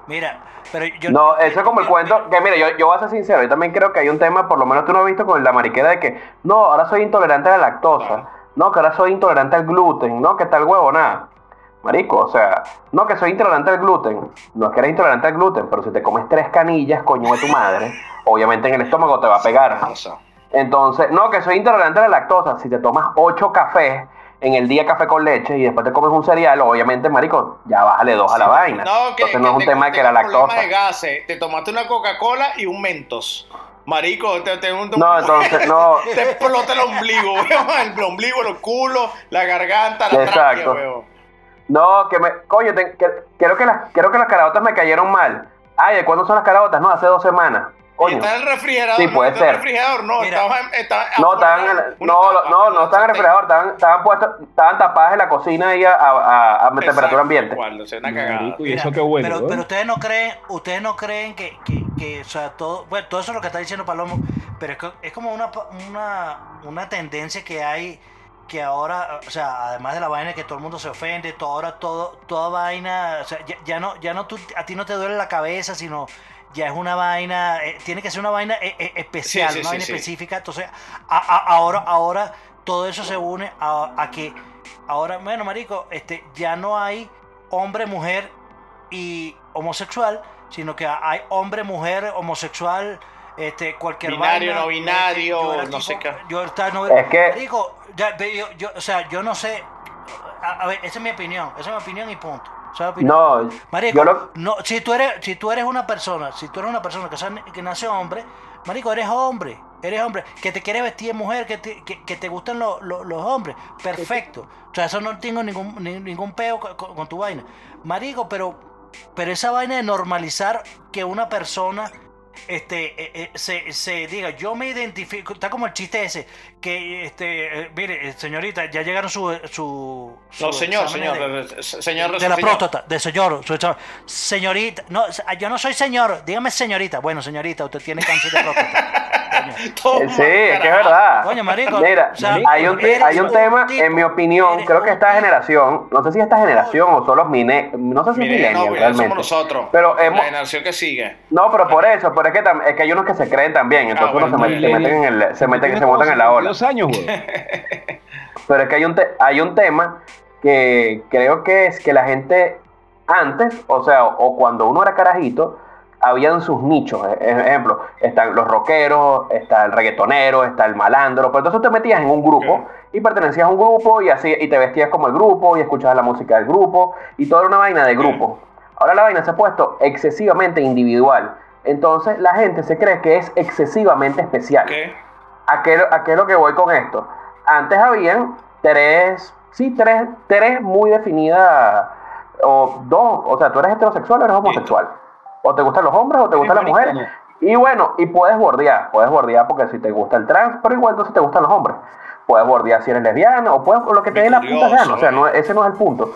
Speaker 5: Mira, pero yo.
Speaker 3: No, eso es como el
Speaker 5: yo-
Speaker 3: cuento. Que mire, yo, yo voy a ser sincero. Yo también creo que hay un tema, por lo menos tú lo has visto con la mariquera de que no, ahora soy intolerante a la lactosa.
Speaker 2: Claro.
Speaker 3: No, que ahora soy intolerante al gluten. No, que tal huevo, nada. Marico, o sea, no, que soy intolerante al gluten. No es que eres intolerante al gluten, pero si te comes tres canillas, coño de tu madre, obviamente en el estómago te va a pegar.
Speaker 2: O sea,
Speaker 3: Entonces, no, que soy intolerante a la lactosa. Si te tomas ocho cafés en el día café con leche y después te comes un cereal, obviamente, marico, ya bájale dos a la vaina.
Speaker 2: no, que,
Speaker 3: Entonces no es un
Speaker 2: que
Speaker 3: tema de que la
Speaker 2: tengo problemas
Speaker 3: lactosa.
Speaker 2: de gases, te tomaste una Coca-Cola y un Mentos. Marico, te, te- un,
Speaker 3: No, entonces, no.
Speaker 2: Te explota el ombligo, weón. El ombligo, los culos, la garganta, la tráquea,
Speaker 3: Exacto.
Speaker 2: weón.
Speaker 3: No, que me. Coño, te- que, creo, que las, creo que las carabotas me cayeron mal. Ay, ¿de cuándo son las carabotas? No, hace dos semanas.
Speaker 2: Y
Speaker 3: Coño.
Speaker 2: está en el refrigerador.
Speaker 3: Sí,
Speaker 2: no,
Speaker 3: puede
Speaker 2: está en el
Speaker 3: ser.
Speaker 2: refrigerador, no.
Speaker 5: Mira.
Speaker 2: estaba en- estaba
Speaker 3: No,
Speaker 2: afuera,
Speaker 3: estaban en la-
Speaker 2: una
Speaker 3: no,
Speaker 2: tapa,
Speaker 3: no, no estaban en el refrigerador, estaban, estaban, puestas- estaban tapadas en la cocina ahí a, a- a- a
Speaker 2: Exacto,
Speaker 3: temperatura ambiente.
Speaker 2: igual, o sea, una cagada.
Speaker 4: Marico, y
Speaker 5: Mira,
Speaker 4: eso qué bueno.
Speaker 5: Pero,
Speaker 4: ¿eh?
Speaker 5: pero ustedes no creen, ustedes no creen que, que- que, o sea, todo, bueno, todo eso es lo que está diciendo Palomo, pero es, que- es como una, pa- una, una tendencia que hay que ahora, o sea, además de la vaina que todo el mundo se ofende, todo, ahora todo, toda vaina, o sea, ya, ya no, ya no tú, a ti no te duele la cabeza, sino ya es una vaina, eh, tiene que ser una vaina eh, eh, especial,
Speaker 2: Sí, sí,
Speaker 5: una
Speaker 2: sí,
Speaker 5: vaina
Speaker 2: sí.
Speaker 5: específica, entonces, a- a- ahora, ahora todo eso se une a, a que ahora, bueno, marico, este, ya no hay hombre, mujer y homosexual, sino que hay hombre, mujer, homosexual, este, cualquier
Speaker 2: Binario,
Speaker 5: vaina, este,
Speaker 2: no binario,
Speaker 5: yo era
Speaker 2: no sé qué.
Speaker 5: Yo ahorita no-
Speaker 3: Es que-
Speaker 5: marico, ya, ve, yo, yo- o sea, yo no sé, a, a ver, esa es mi opinión, esa es mi opinión y punto. Esa es mi opinión.
Speaker 3: No,
Speaker 5: Marico,
Speaker 3: yo lo-
Speaker 5: no, si tú eres, si tú eres una persona, si tú eres una persona que, sa- que nace hombre, marico, eres hombre, eres hombre, que te quiere vestir de mujer, que te, que, que te gustan lo- lo- los hombres, perfecto. O sea, eso no tengo ningún, ni- ningún peo co- co- con, tu vaina. Marico, pero, pero esa vaina de normalizar que una persona este eh, eh, se, se diga yo me identifico está como el chiste ese que este eh, mire eh, señorita ya llegaron su su,
Speaker 2: No,
Speaker 5: su
Speaker 2: señor, señor.
Speaker 5: exámenes de-
Speaker 2: eh, Señor,
Speaker 5: de la
Speaker 2: señor.
Speaker 5: próstata, de señor, su- su- señorita, no, se- yo no soy señor, dígame señorita, bueno señorita, usted tiene cáncer de próstata. Coño.
Speaker 2: Toma,
Speaker 3: Eh, Sí, es que es
Speaker 2: carajo.
Speaker 3: verdad.
Speaker 5: Coño, marico,
Speaker 3: Mira,
Speaker 5: o sea,
Speaker 3: hay un, te-
Speaker 5: eres
Speaker 3: hay un
Speaker 5: un
Speaker 3: tema,
Speaker 5: tipo,
Speaker 3: en mi opinión,
Speaker 5: eres
Speaker 3: creo que
Speaker 5: un
Speaker 3: esta
Speaker 5: tipo.
Speaker 3: generación, no sé si esta generación o solo mine, no sé si es
Speaker 2: Mire, no,
Speaker 3: millennial
Speaker 2: weón,
Speaker 3: realmente.
Speaker 2: somos nosotros.
Speaker 3: Pero hemos-
Speaker 2: La generación que sigue.
Speaker 3: No, pero por eso, pero es que, tam- es que hay unos que se creen también, entonces
Speaker 2: bueno,
Speaker 3: unos se, met- se
Speaker 4: millennial.
Speaker 3: meten en el, se
Speaker 4: Tú
Speaker 3: meten,
Speaker 4: tienes
Speaker 3: se montan
Speaker 4: como
Speaker 3: en la ola.
Speaker 4: 52 años, güey.
Speaker 3: Pero es que hay un, te- hay un tema que creo que es que la gente antes, o sea, o, o cuando uno era carajito, habían sus nichos. E- e- Ejemplo, están los rockeros, está el reggaetonero, está el malandro. Pero entonces te metías en un grupo y pertenecías a un grupo y así y te vestías como el grupo y escuchabas la música del grupo y toda era una vaina de grupo. Ahora la vaina se ha puesto excesivamente individual. Entonces la gente se cree que es excesivamente especial.
Speaker 2: ¿Qué?
Speaker 3: ¿A qué, ¿A qué es lo que voy con esto? Antes habían tres, sí, tres, tres muy definidas, o dos, o sea, tú eres heterosexual o eres homosexual. O te gustan los hombres o te gustan las
Speaker 4: marico,
Speaker 3: mujeres. Y bueno, y puedes bordear, puedes bordear porque si te gusta el trans, pero igual entonces te gustan los hombres. Puedes bordear si eres lesbiana o puedes, lo que te dé la puta
Speaker 2: Curioso,
Speaker 3: gana, o sea, no, ese no es el punto.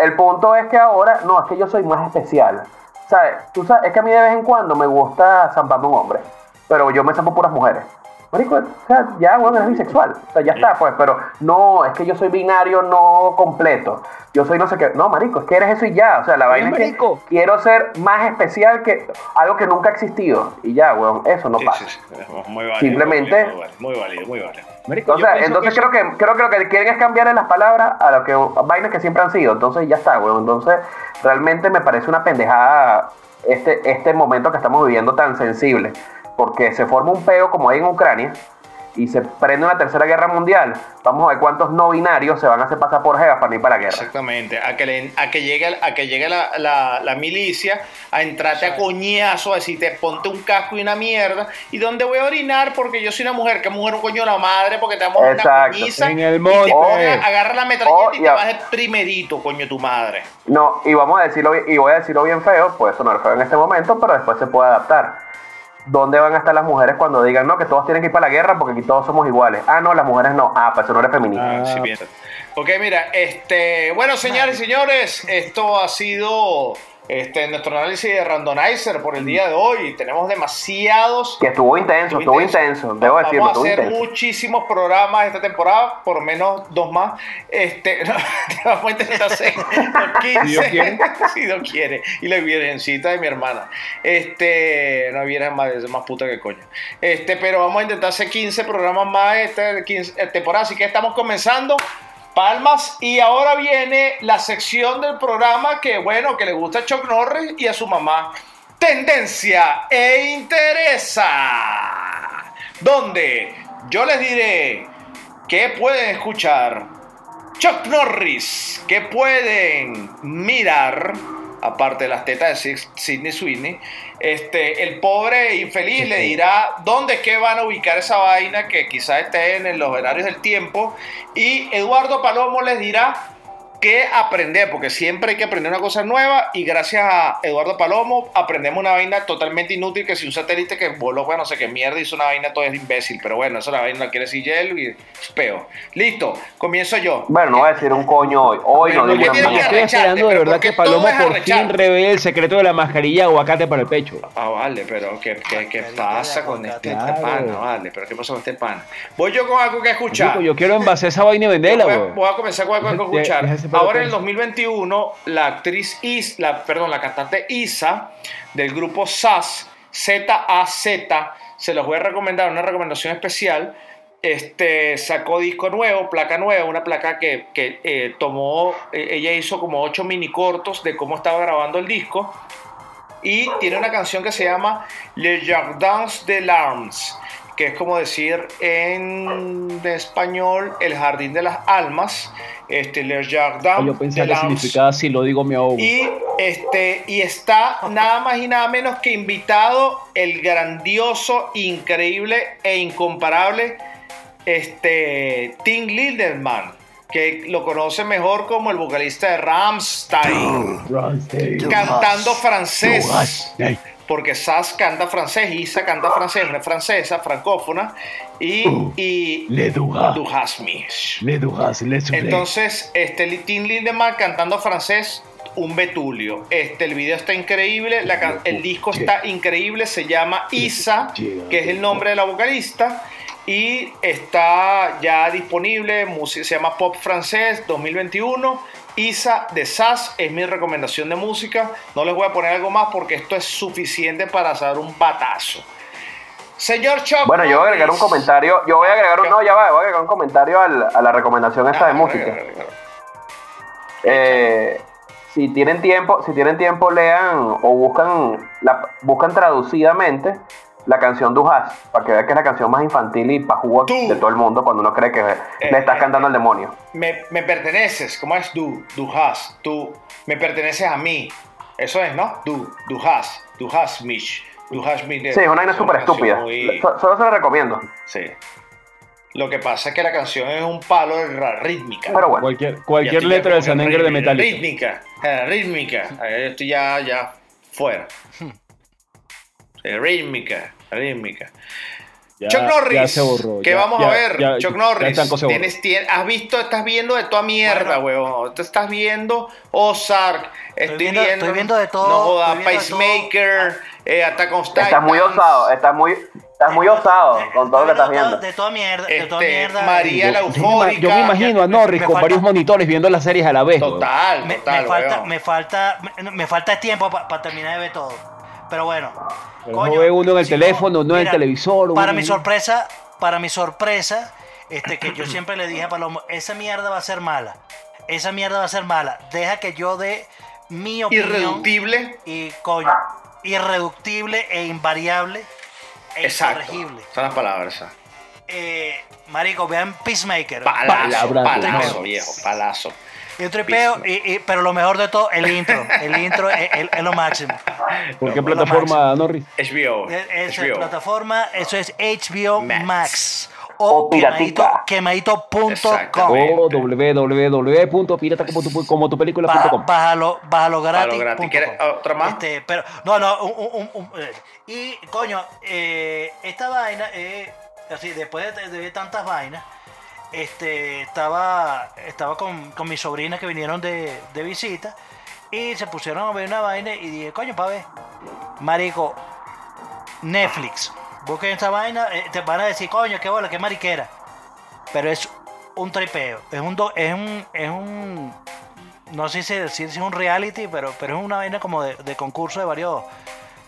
Speaker 3: El punto es que ahora, no, es que yo soy más especial. ¿Sabes? Tú sabes, es que a mí de vez en cuando me gusta zamparme un hombre, pero yo me zampo puras mujeres. Marico, o sea, ya, bueno, es bisexual. O sea, ya está, pues, pero no, es que yo soy binario no completo. Yo soy no sé qué. No, marico, es que eres eso y ya. O sea, la vaina es que
Speaker 4: marico.
Speaker 3: quiero ser más especial que algo que nunca ha existido. Y ya, weón, eso no
Speaker 2: Sí,
Speaker 3: pasa.
Speaker 2: sí, sí, Muy válido.
Speaker 3: Simplemente-
Speaker 2: Muy válido, muy válido. Muy válido.
Speaker 4: Marico,
Speaker 3: O
Speaker 4: yo
Speaker 3: sea,
Speaker 4: pienso
Speaker 3: entonces
Speaker 4: que
Speaker 3: creo que creo que lo que quieren es cambiarle las palabras a lo que a vainas que siempre han sido. Entonces ya está, weón. Entonces realmente me parece una pendejada este este momento que estamos viviendo tan sensible, porque se forma un peo como hay en Ucrania y se prende una tercera guerra mundial, vamos a ver cuántos no binarios se van a hacer pasar por Jeva para ir para la guerra.
Speaker 2: Exactamente, a que, le- a que llegue, a que llegue la, la- la milicia a entrarte a coñazo, a decirte ponte un casco y una mierda. ¿Y dónde voy a orinar? Porque yo soy una mujer, que mujer un coño de la madre, porque te damos una
Speaker 3: Exacto.
Speaker 2: coñiza.
Speaker 8: En el
Speaker 2: y te
Speaker 8: monte.
Speaker 2: pones a- agarra la metralleta
Speaker 3: Oh,
Speaker 2: y
Speaker 3: y
Speaker 2: te
Speaker 3: a-
Speaker 2: vas de primerito, coño tu madre.
Speaker 3: No, y vamos a decirlo bien- y voy a decirlo bien feo, puede sonar feo en este momento, pero después se puede adaptar. ¿Dónde van a estar las mujeres cuando digan no que todos tienen que ir para la guerra porque aquí todos somos iguales? Ah, no, las mujeres no. Ah, pues eso no eres feminista.
Speaker 2: Ah, sí, bien. Ok, mira, este, bueno, señores y señores, esto ha sido este, nuestro análisis de Randomizer
Speaker 8: Mm.
Speaker 2: por el día de hoy. Tenemos demasiados.
Speaker 3: Que estuvo intenso, estuvo intenso, debo decirlo,
Speaker 2: Vamos a
Speaker 3: estuvo
Speaker 2: hacer
Speaker 3: intenso.
Speaker 2: muchísimos programas esta temporada, por lo menos dos más. Este, no, vamos a intentar hacer los 15.
Speaker 8: Si Dios quiere.
Speaker 2: si Dios quiere. Y la virgencita de mi hermana. Este, no viene más, es más puta que coño. Este, pero vamos a intentar hacer 15 programas más esta 15 temporada. Así que estamos comenzando. Palmas y ahora viene la sección del programa que bueno, que le gusta a Chuck Norris y a su mamá. Tendencia e interesa. Donde yo les diré que pueden escuchar Chuck Norris, que pueden mirar, aparte de las tetas de Sid- Sidney Sweeney, este, el pobre infeliz le dirá dónde es que van a ubicar esa vaina que quizás esté en los horarios del tiempo, y Eduardo Palomo les dirá qué aprender, porque siempre hay que aprender una cosa nueva, y gracias a Eduardo Palomo aprendemos una vaina totalmente inútil, que si un satélite que voló, bueno, no sé qué mierda, hizo una vaina todo es imbécil, pero bueno, eso la vaina la quiere decir Yellow y es peo. Listo, comienzo yo.
Speaker 3: Bueno, no voy a decir un coño hoy. Hoy no
Speaker 2: Bueno,
Speaker 3: digo
Speaker 2: yo
Speaker 3: una
Speaker 2: tiene
Speaker 3: mierda.
Speaker 2: que
Speaker 8: Estoy
Speaker 2: arrecharte,
Speaker 8: esperando de
Speaker 2: pero
Speaker 8: verdad
Speaker 2: porque
Speaker 8: que Paloma
Speaker 2: todo es
Speaker 8: por fin
Speaker 2: arrecharte.
Speaker 8: revele el secreto de la mascarilla aguacate para el pecho.
Speaker 2: Ah, vale, pero ¿qué, qué, qué
Speaker 5: Mascarita de
Speaker 2: pasa con este
Speaker 5: aguacate.
Speaker 2: este pana? Vale, pero ¿qué pasa con este pana? Voy yo con algo que escuchar.
Speaker 8: Chico, yo quiero envasar esa vaina y venderla,
Speaker 2: voy, a-
Speaker 8: güey.
Speaker 2: voy a comenzar con algo que
Speaker 8: Deja-
Speaker 2: escuchar.
Speaker 8: deja ese pelo
Speaker 2: Ahora en el
Speaker 8: corto.
Speaker 2: 2021, la actriz Is, la, perdón, la cantante Isa del grupo SAS, Z-A-Z, se los voy a recomendar, una recomendación especial. Este sacó disco nuevo, placa nueva, una placa que, que, eh, tomó, eh, ella hizo como ocho mini cortos de cómo estaba grabando el disco y tiene una canción que se llama Le Jardins de l'Arms, que es como decir en de español el jardín de las almas, este Le Jardin
Speaker 8: Yo pensaba
Speaker 2: de
Speaker 8: que
Speaker 2: l'Arms.
Speaker 8: significaba si lo digo me ahogo.
Speaker 2: Y este y está nada más y nada menos que invitado el grandioso, increíble e incomparable este Tim Lindemann, que lo conoce mejor como el vocalista de Rammstein cantando francés. Porque Sass canta francés, Isa canta francés, una francesa, francófona. Y, y
Speaker 8: Le Duhas.
Speaker 2: Du hast mich.
Speaker 8: Le dujas, le suple.
Speaker 2: Entonces, este Li- Tim Lindemann cantando francés, un betulio. Este, el video está increíble, la can- el disco está increíble, se llama Isa, que es el nombre de la vocalista. Y está ya disponible, música, se llama Pop Francés 2021. Isa de Sass es mi recomendación de música. No les voy a poner algo más porque esto es suficiente para saber un batazo. Señor Chuck.
Speaker 3: Bueno, yo voy a agregar un
Speaker 2: Norris.
Speaker 3: comentario. Yo voy a agregar un. No, ya va, voy a agregar un comentario al- a la recomendación esta de
Speaker 2: Ah,
Speaker 3: música. Eh, si tienen tiempo, si tienen tiempo, lean o buscan, la, buscan traducidamente la canción Du Hast, para que vean que es la canción más infantil y pajugo
Speaker 2: Tú.
Speaker 3: de todo el mundo cuando uno cree que le estás
Speaker 2: eh,
Speaker 3: cantando al demonio.
Speaker 2: me, me perteneces, ¿cómo es tú? Du has, tú, me perteneces a mí. Eso es, ¿no? Du, du has, du has mich, du has mich.
Speaker 3: Sí, es una vaina súper estúpida.
Speaker 2: muy-
Speaker 3: So- Solo se la recomiendo.
Speaker 2: Sí. Lo que pasa es que la canción es un palo de la rítmica.
Speaker 3: Pero bueno,
Speaker 8: Cualquier, cualquier
Speaker 2: Ya estoy ya
Speaker 8: letra del
Speaker 2: como que
Speaker 8: Sanengre de
Speaker 2: rítmica,
Speaker 8: metal.
Speaker 2: Rítmica, eh, rítmica. Eh, Estoy ya, ya fuera.
Speaker 8: Hmm.
Speaker 2: Eh, Rítmica, rítmica.
Speaker 8: Ya-
Speaker 2: Chuck Norris,
Speaker 8: ya se borró,
Speaker 2: que
Speaker 8: ya-
Speaker 2: vamos a
Speaker 8: ya-
Speaker 2: ver.
Speaker 8: ya-
Speaker 2: Chuck
Speaker 8: ya
Speaker 2: Norris,
Speaker 8: Tanco se borró.
Speaker 2: tienes- tien- has visto, estás viendo de toda mierda, huevón. Te estás viendo Ozark, estoy,
Speaker 5: viendo-
Speaker 2: viendo,
Speaker 5: estoy viendo de todo,
Speaker 2: No joda,
Speaker 5: estoy viendo de todo.
Speaker 2: Pacemaker, eh, Attack on
Speaker 3: estás muy
Speaker 2: Titans,
Speaker 3: osado, eh. estás muy, estás muy
Speaker 5: Eh,
Speaker 3: osado
Speaker 5: eh,
Speaker 3: con todo lo que estás
Speaker 5: de toda-
Speaker 3: viendo.
Speaker 5: De toda mierda, de toda
Speaker 2: Este,
Speaker 5: mierda.
Speaker 2: María
Speaker 5: Yo-
Speaker 2: la
Speaker 8: Yo me ima- Yo me imagino a Norris
Speaker 5: Me
Speaker 8: con
Speaker 5: falta-
Speaker 8: varios monitores viendo las series a la vez. güey.
Speaker 2: Total,
Speaker 5: me, me
Speaker 2: total,
Speaker 5: falta,
Speaker 2: huevón.
Speaker 5: me falta, me, me falta tiempo para terminar de ver todo. Pero bueno.
Speaker 8: Pero no ve uno en el
Speaker 5: si
Speaker 8: teléfono, no en el televisor,
Speaker 5: Para
Speaker 8: uno-
Speaker 5: mi sorpresa, para mi sorpresa, este que yo siempre le dije a Palomo, esa mierda va a ser mala. Esa mierda va a ser mala. Deja que yo dé mi opinión.
Speaker 2: Irreductible.
Speaker 5: Y coño, irreductible e invariable e
Speaker 2: Exacto.
Speaker 5: incorregible.
Speaker 2: Son las palabras. esas.
Speaker 5: eh, marico, vean Peacemaker.
Speaker 2: Palazo,
Speaker 8: Palabra,
Speaker 2: palazo,
Speaker 5: no.
Speaker 2: viejo, palazo.
Speaker 5: Y un tripeo,
Speaker 2: Peacemaker.
Speaker 5: y- y- pero lo mejor de todo, el intro. El intro es, es- es lo máximo.
Speaker 8: ¿Por qué
Speaker 5: Lo
Speaker 8: plataforma, Norris?
Speaker 2: HBO.
Speaker 5: Es- es
Speaker 2: HBO.
Speaker 5: plataforma, eso es HBO Max.
Speaker 2: Max.
Speaker 5: o
Speaker 3: O piratica.
Speaker 5: quemaito- quemaito.com.
Speaker 2: Exactamente.
Speaker 8: O www.piratacomotupelicula.com.
Speaker 5: Ba- Bájalo, bájalo gratis.
Speaker 2: Bájalo gratis.
Speaker 5: punto
Speaker 2: ¿Quieres
Speaker 5: com.
Speaker 2: otra más?
Speaker 5: Este, pero, no, no, un- un- un- un- eh, y coño, eh, esta vaina, eh, así, después de, de ver tantas vainas, este, estaba, estaba con, con mis sobrinas que vinieron de, de visita y se pusieron a ver una vaina y dije, coño, pa' ver, marico, Netflix, busquen esta vaina, eh, te van a decir, coño, qué bola, qué mariquera, pero es un tripeo, es un, do- es un, es un, no sé si decir si es un reality, pero, pero es una vaina como de, de concurso de varios,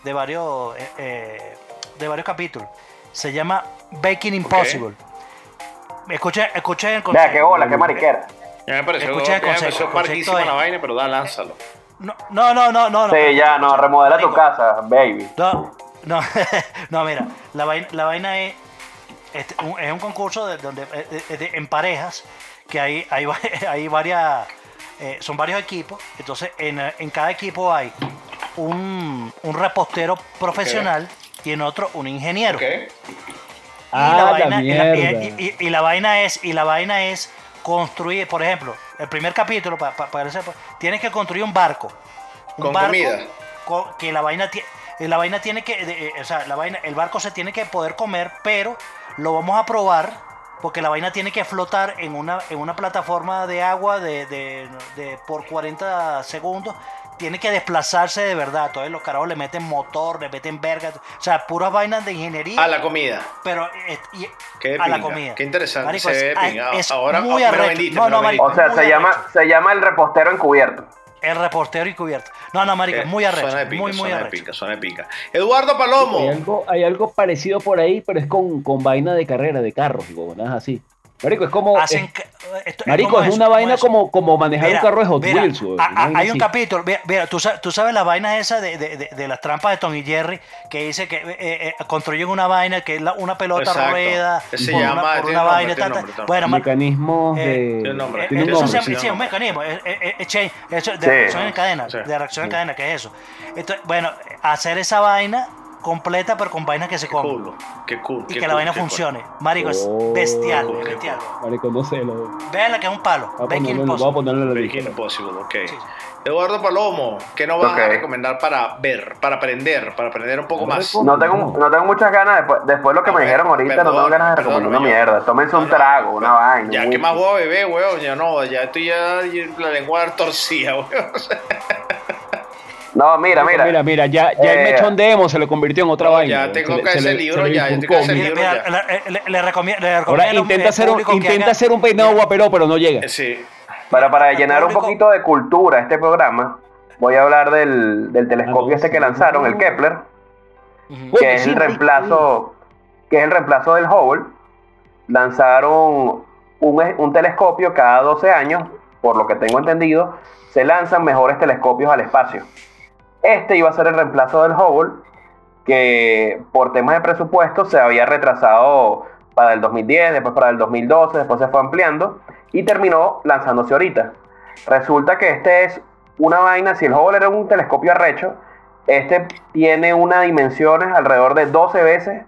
Speaker 5: de varios, eh, eh, de varios capítulos. Se llama Baking Impossible. Escuchen, escuchen el
Speaker 3: Vea, qué
Speaker 5: concepto.
Speaker 3: bola, qué mariquera.
Speaker 2: Ya me pareció,
Speaker 5: Escucha el
Speaker 2: ya me
Speaker 5: consejo,
Speaker 2: pareció
Speaker 5: el concepto
Speaker 2: marquísima
Speaker 5: es-
Speaker 2: la vaina, pero da, lánzalo.
Speaker 5: No, no, no, no, no. no.
Speaker 3: Sí, ya, no, remodela tu
Speaker 5: Marico,
Speaker 3: casa, baby.
Speaker 5: No, no, no, mira, la vaina, la vaina es, este, un- es un concurso de, donde, eh, eh, de- en parejas que hay, hay, va- hay varias, eh, son varios equipos, entonces en, eh, en cada equipo hay un, un repostero profesional y en otro un ingeniero.
Speaker 2: Ok.
Speaker 5: Y la
Speaker 8: Ah, la
Speaker 5: vaina- y la- y-
Speaker 8: mierda.
Speaker 5: y- y- y la vaina es, y la vaina es construir, por ejemplo, el primer capítulo, pa- pa- para ese- tienes que construir un barco. Un
Speaker 2: Con
Speaker 5: barco
Speaker 2: comida.
Speaker 5: co- que la vaina tiene. La vaina tiene que, de- eh, o sea, la vaina, el barco se tiene que poder comer, pero lo vamos a probar porque la vaina tiene que flotar en una, en una plataforma de agua de, de- de- por 40 segundos. Tiene que desplazarse de verdad. Entonces los carajos le meten motor, le meten verga. O sea, puras vainas de ingeniería
Speaker 2: A la comida.
Speaker 5: pero eh, y-
Speaker 2: Qué
Speaker 5: a la
Speaker 2: pinga,
Speaker 5: comida.
Speaker 2: qué interesante,
Speaker 5: Marico,
Speaker 2: se ve
Speaker 5: es,
Speaker 2: pinga.
Speaker 5: es
Speaker 2: Ahora-
Speaker 5: muy
Speaker 2: oh, me lo
Speaker 5: arrecho.
Speaker 2: vendiste,
Speaker 5: no,
Speaker 2: me lo
Speaker 5: no, marico,
Speaker 2: vendiste.
Speaker 3: O sea,
Speaker 5: muy
Speaker 3: se llama,
Speaker 5: arrecho.
Speaker 3: se llama el repostero encubierto.
Speaker 5: el reportero y cubierto. No, no, marico, es muy arrecho,
Speaker 2: Eh, Suena de pica,
Speaker 5: muy muy
Speaker 2: suena de
Speaker 5: arrecho.
Speaker 2: pica, suena de pica. Eduardo Palomo.
Speaker 8: Hay algo, hay algo parecido por ahí, pero es con, con vaina de carrera, de carros y huevonadas así. Marico, es como.
Speaker 5: Hacen
Speaker 8: es-
Speaker 5: ca- esto-
Speaker 8: Oh, eh, marico,
Speaker 5: ¿cómo
Speaker 8: es una
Speaker 5: ¿Cómo
Speaker 8: vaina
Speaker 5: eso?
Speaker 8: como, como manejar
Speaker 5: Mira,
Speaker 8: un carro de Hot
Speaker 5: mira,
Speaker 8: Wheels. huevón,
Speaker 5: a- a-
Speaker 8: una vaina
Speaker 5: hay un
Speaker 8: así.
Speaker 5: capítulo, mira, mira, tú, sa- tú sabes la vaina esa de, de- de- de las trampas de Tom y Jerry que dice que eh, eh, construyen una vaina que es la- una pelota
Speaker 2: Exacto.
Speaker 5: rueda
Speaker 2: Se
Speaker 5: por
Speaker 2: llama-
Speaker 5: una, por
Speaker 2: tiene
Speaker 5: una
Speaker 2: nombre,
Speaker 5: vaina
Speaker 2: tiene
Speaker 5: tal,
Speaker 2: nombre,
Speaker 5: tal.
Speaker 2: tiene
Speaker 5: bueno, ma-
Speaker 8: Mecanismos
Speaker 5: eh,
Speaker 8: de.
Speaker 2: tiene nombre,
Speaker 5: Eh,
Speaker 8: tiene un
Speaker 5: eso se
Speaker 8: nombre.
Speaker 5: llama-
Speaker 2: sí,
Speaker 5: sí,
Speaker 2: no,
Speaker 5: un
Speaker 2: no.
Speaker 5: mecanismo, eh, eh, eh, chain, eso de
Speaker 3: Sí.
Speaker 5: reacción en cadena,
Speaker 2: Sí.
Speaker 5: de reacción en
Speaker 8: Sí.
Speaker 5: cadena, que es eso. Entonces, bueno, hacer esa vaina completa, pero con vainas que se
Speaker 2: Qué
Speaker 5: comen
Speaker 2: cool, qué cool. qué
Speaker 5: y que la
Speaker 2: cool,
Speaker 5: vaina
Speaker 2: qué cool.
Speaker 5: funcione. Marico, es
Speaker 8: Oh.
Speaker 5: bestial,
Speaker 2: Qué
Speaker 5: bestial.
Speaker 8: Marico, no sé. Lo, voy
Speaker 5: Vean la que es un
Speaker 4: Ah,
Speaker 5: palo,
Speaker 4: pues
Speaker 8: a
Speaker 5: Baking
Speaker 8: ponerlo, voy a
Speaker 5: Impossible.
Speaker 8: ponerlo en la
Speaker 2: Breaking
Speaker 8: lista.
Speaker 2: Impossible, ok.
Speaker 5: Sí.
Speaker 2: Eduardo Palomo, ¿qué nos vas a
Speaker 3: Ok.
Speaker 2: recomendar para ver, para aprender, para aprender un poco
Speaker 8: Ahora
Speaker 2: más?
Speaker 8: con-
Speaker 3: No tengo, no tengo muchas ganas, después, después lo que
Speaker 2: A
Speaker 3: me
Speaker 2: ver,
Speaker 3: dijeron ahorita, no tengo
Speaker 2: perdón,
Speaker 3: ganas de
Speaker 2: perdón,
Speaker 3: recomendar una
Speaker 2: yo-
Speaker 3: mierda. Tómense un trago, una vaina.
Speaker 2: Ya,
Speaker 3: un
Speaker 2: ¿qué más
Speaker 3: whisky.
Speaker 2: voy a beber, weón? Ya no, ya estoy ya la lengua torcida, weón.
Speaker 3: No, mira,
Speaker 8: Mira,
Speaker 3: mira.
Speaker 8: mira, ya, ya el
Speaker 3: Eh,
Speaker 8: mechón de emo se le convirtió en otra
Speaker 2: no,
Speaker 8: vaina.
Speaker 2: ya
Speaker 8: Se
Speaker 2: tengo
Speaker 8: le-
Speaker 2: que
Speaker 8: se
Speaker 2: ese
Speaker 8: le-
Speaker 2: libro,
Speaker 8: se le
Speaker 2: ya, yo
Speaker 8: bifurcó,
Speaker 2: tengo ese
Speaker 8: mira.
Speaker 5: Mira,
Speaker 2: libro
Speaker 5: mira,
Speaker 2: ya.
Speaker 5: la- eh, le, le recomiendo, le recomiendo
Speaker 8: Ahora
Speaker 5: al
Speaker 8: intenta hacer un,
Speaker 5: público que
Speaker 8: intenta
Speaker 5: haga-
Speaker 8: hacer un peinado guapero, pero no llega.
Speaker 2: Sí.
Speaker 3: Para, para
Speaker 5: al
Speaker 3: llenar un
Speaker 5: público-
Speaker 3: poquito de cultura este programa, voy a hablar del, del telescopio este que lanzaron, el Kepler,
Speaker 5: Ujú.
Speaker 3: que es el reemplazo, que es el reemplazo del Hubble. Lanzaron un, e- un telescopio cada 12 años, por lo que tengo entendido, se lanzan mejores telescopios al espacio. Este iba a ser el reemplazo del Hubble, que por temas de presupuesto se había retrasado para el 2010, después para el 2012, después se fue ampliando y terminó lanzándose ahorita. Resulta que este es una vaina, si el Hubble era un telescopio arrecho, este tiene unas dimensiones alrededor de 12 veces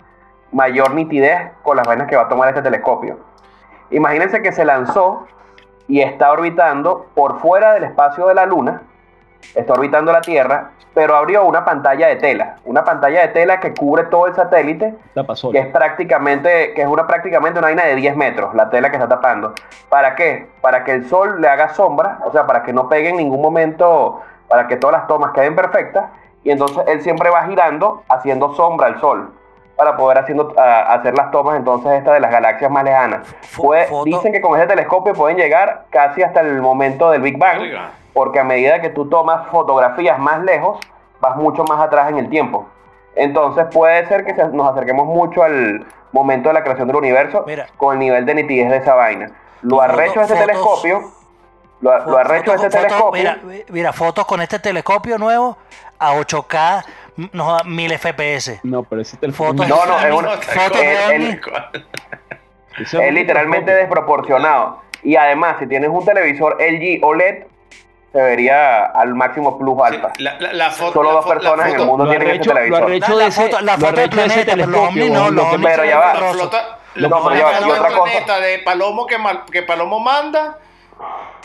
Speaker 3: mayor nitidez con las vainas que va a tomar este telescopio. Imagínense que se lanzó y está orbitando por fuera del espacio de la Luna, está orbitando la Tierra, pero abrió una pantalla de tela, una pantalla de tela que cubre todo el satélite que es prácticamente, que es una prácticamente una vaina de 10 metros, la tela que está tapando. ¿Para qué? Para que el sol le haga sombra, o sea, para que no pegue en ningún momento, para que todas las tomas queden perfectas, y entonces él siempre va girando haciendo sombra al sol para poder haciendo, a- hacer las tomas entonces estas de las galaxias más lejanas.
Speaker 5: Fo-
Speaker 3: Puede-
Speaker 5: foto.
Speaker 3: dicen que con ese telescopio pueden llegar casi hasta el momento del Big Bang,
Speaker 2: Verga.
Speaker 3: porque a medida que tú tomas fotografías más lejos, vas mucho más atrás en el tiempo. Entonces puede ser que se- nos acerquemos mucho al momento de la creación del universo
Speaker 5: Mira.
Speaker 3: con el nivel de nitidez de esa vaina. Lo
Speaker 5: Foto-
Speaker 3: arrecho de este
Speaker 5: fotos.
Speaker 3: telescopio, lo, lo
Speaker 5: Fo-
Speaker 3: arrecho de
Speaker 5: fotos-
Speaker 3: este
Speaker 5: fotos-
Speaker 3: telescopio,
Speaker 5: Mira, mira, fotos con este telescopio nuevo a 8K, m- nos da 1000 FPS.
Speaker 8: No, pero ese
Speaker 5: Fotos
Speaker 8: teléfono.
Speaker 3: No, no, es
Speaker 5: Fotos
Speaker 3: una-
Speaker 5: de
Speaker 2: el-
Speaker 5: ovni,
Speaker 3: el-
Speaker 4: Eso
Speaker 3: Es
Speaker 4: un
Speaker 3: literalmente
Speaker 4: microscopio.
Speaker 3: desproporcionado. Y además, si tienes un televisor LG OLED, E se vería al máximo plus
Speaker 2: Sí,
Speaker 3: alta.
Speaker 2: la, la- la foto,
Speaker 3: Solo
Speaker 2: la
Speaker 3: dos
Speaker 2: fo- la
Speaker 3: personas en el
Speaker 2: foto-
Speaker 3: mundo
Speaker 4: lo
Speaker 3: tienen ese
Speaker 4: arrecho- lo
Speaker 3: televisor.
Speaker 4: arrecho-
Speaker 5: La,
Speaker 4: hecho
Speaker 5: la
Speaker 4: de ese-
Speaker 5: foto, la
Speaker 4: lo
Speaker 5: foto del
Speaker 4: arrecho de ese
Speaker 5: planeta, pero los
Speaker 4: telescopio,
Speaker 5: ovnis no,
Speaker 4: lo
Speaker 5: los
Speaker 4: que-
Speaker 5: ovnis
Speaker 3: pero
Speaker 5: son
Speaker 3: ya va.
Speaker 2: La
Speaker 5: horrorosos.
Speaker 2: flota, la
Speaker 3: No, pero ya va,
Speaker 2: flota
Speaker 3: y otra
Speaker 2: del
Speaker 3: cosa.
Speaker 2: planeta de Palomo que, mal- que Palomo manda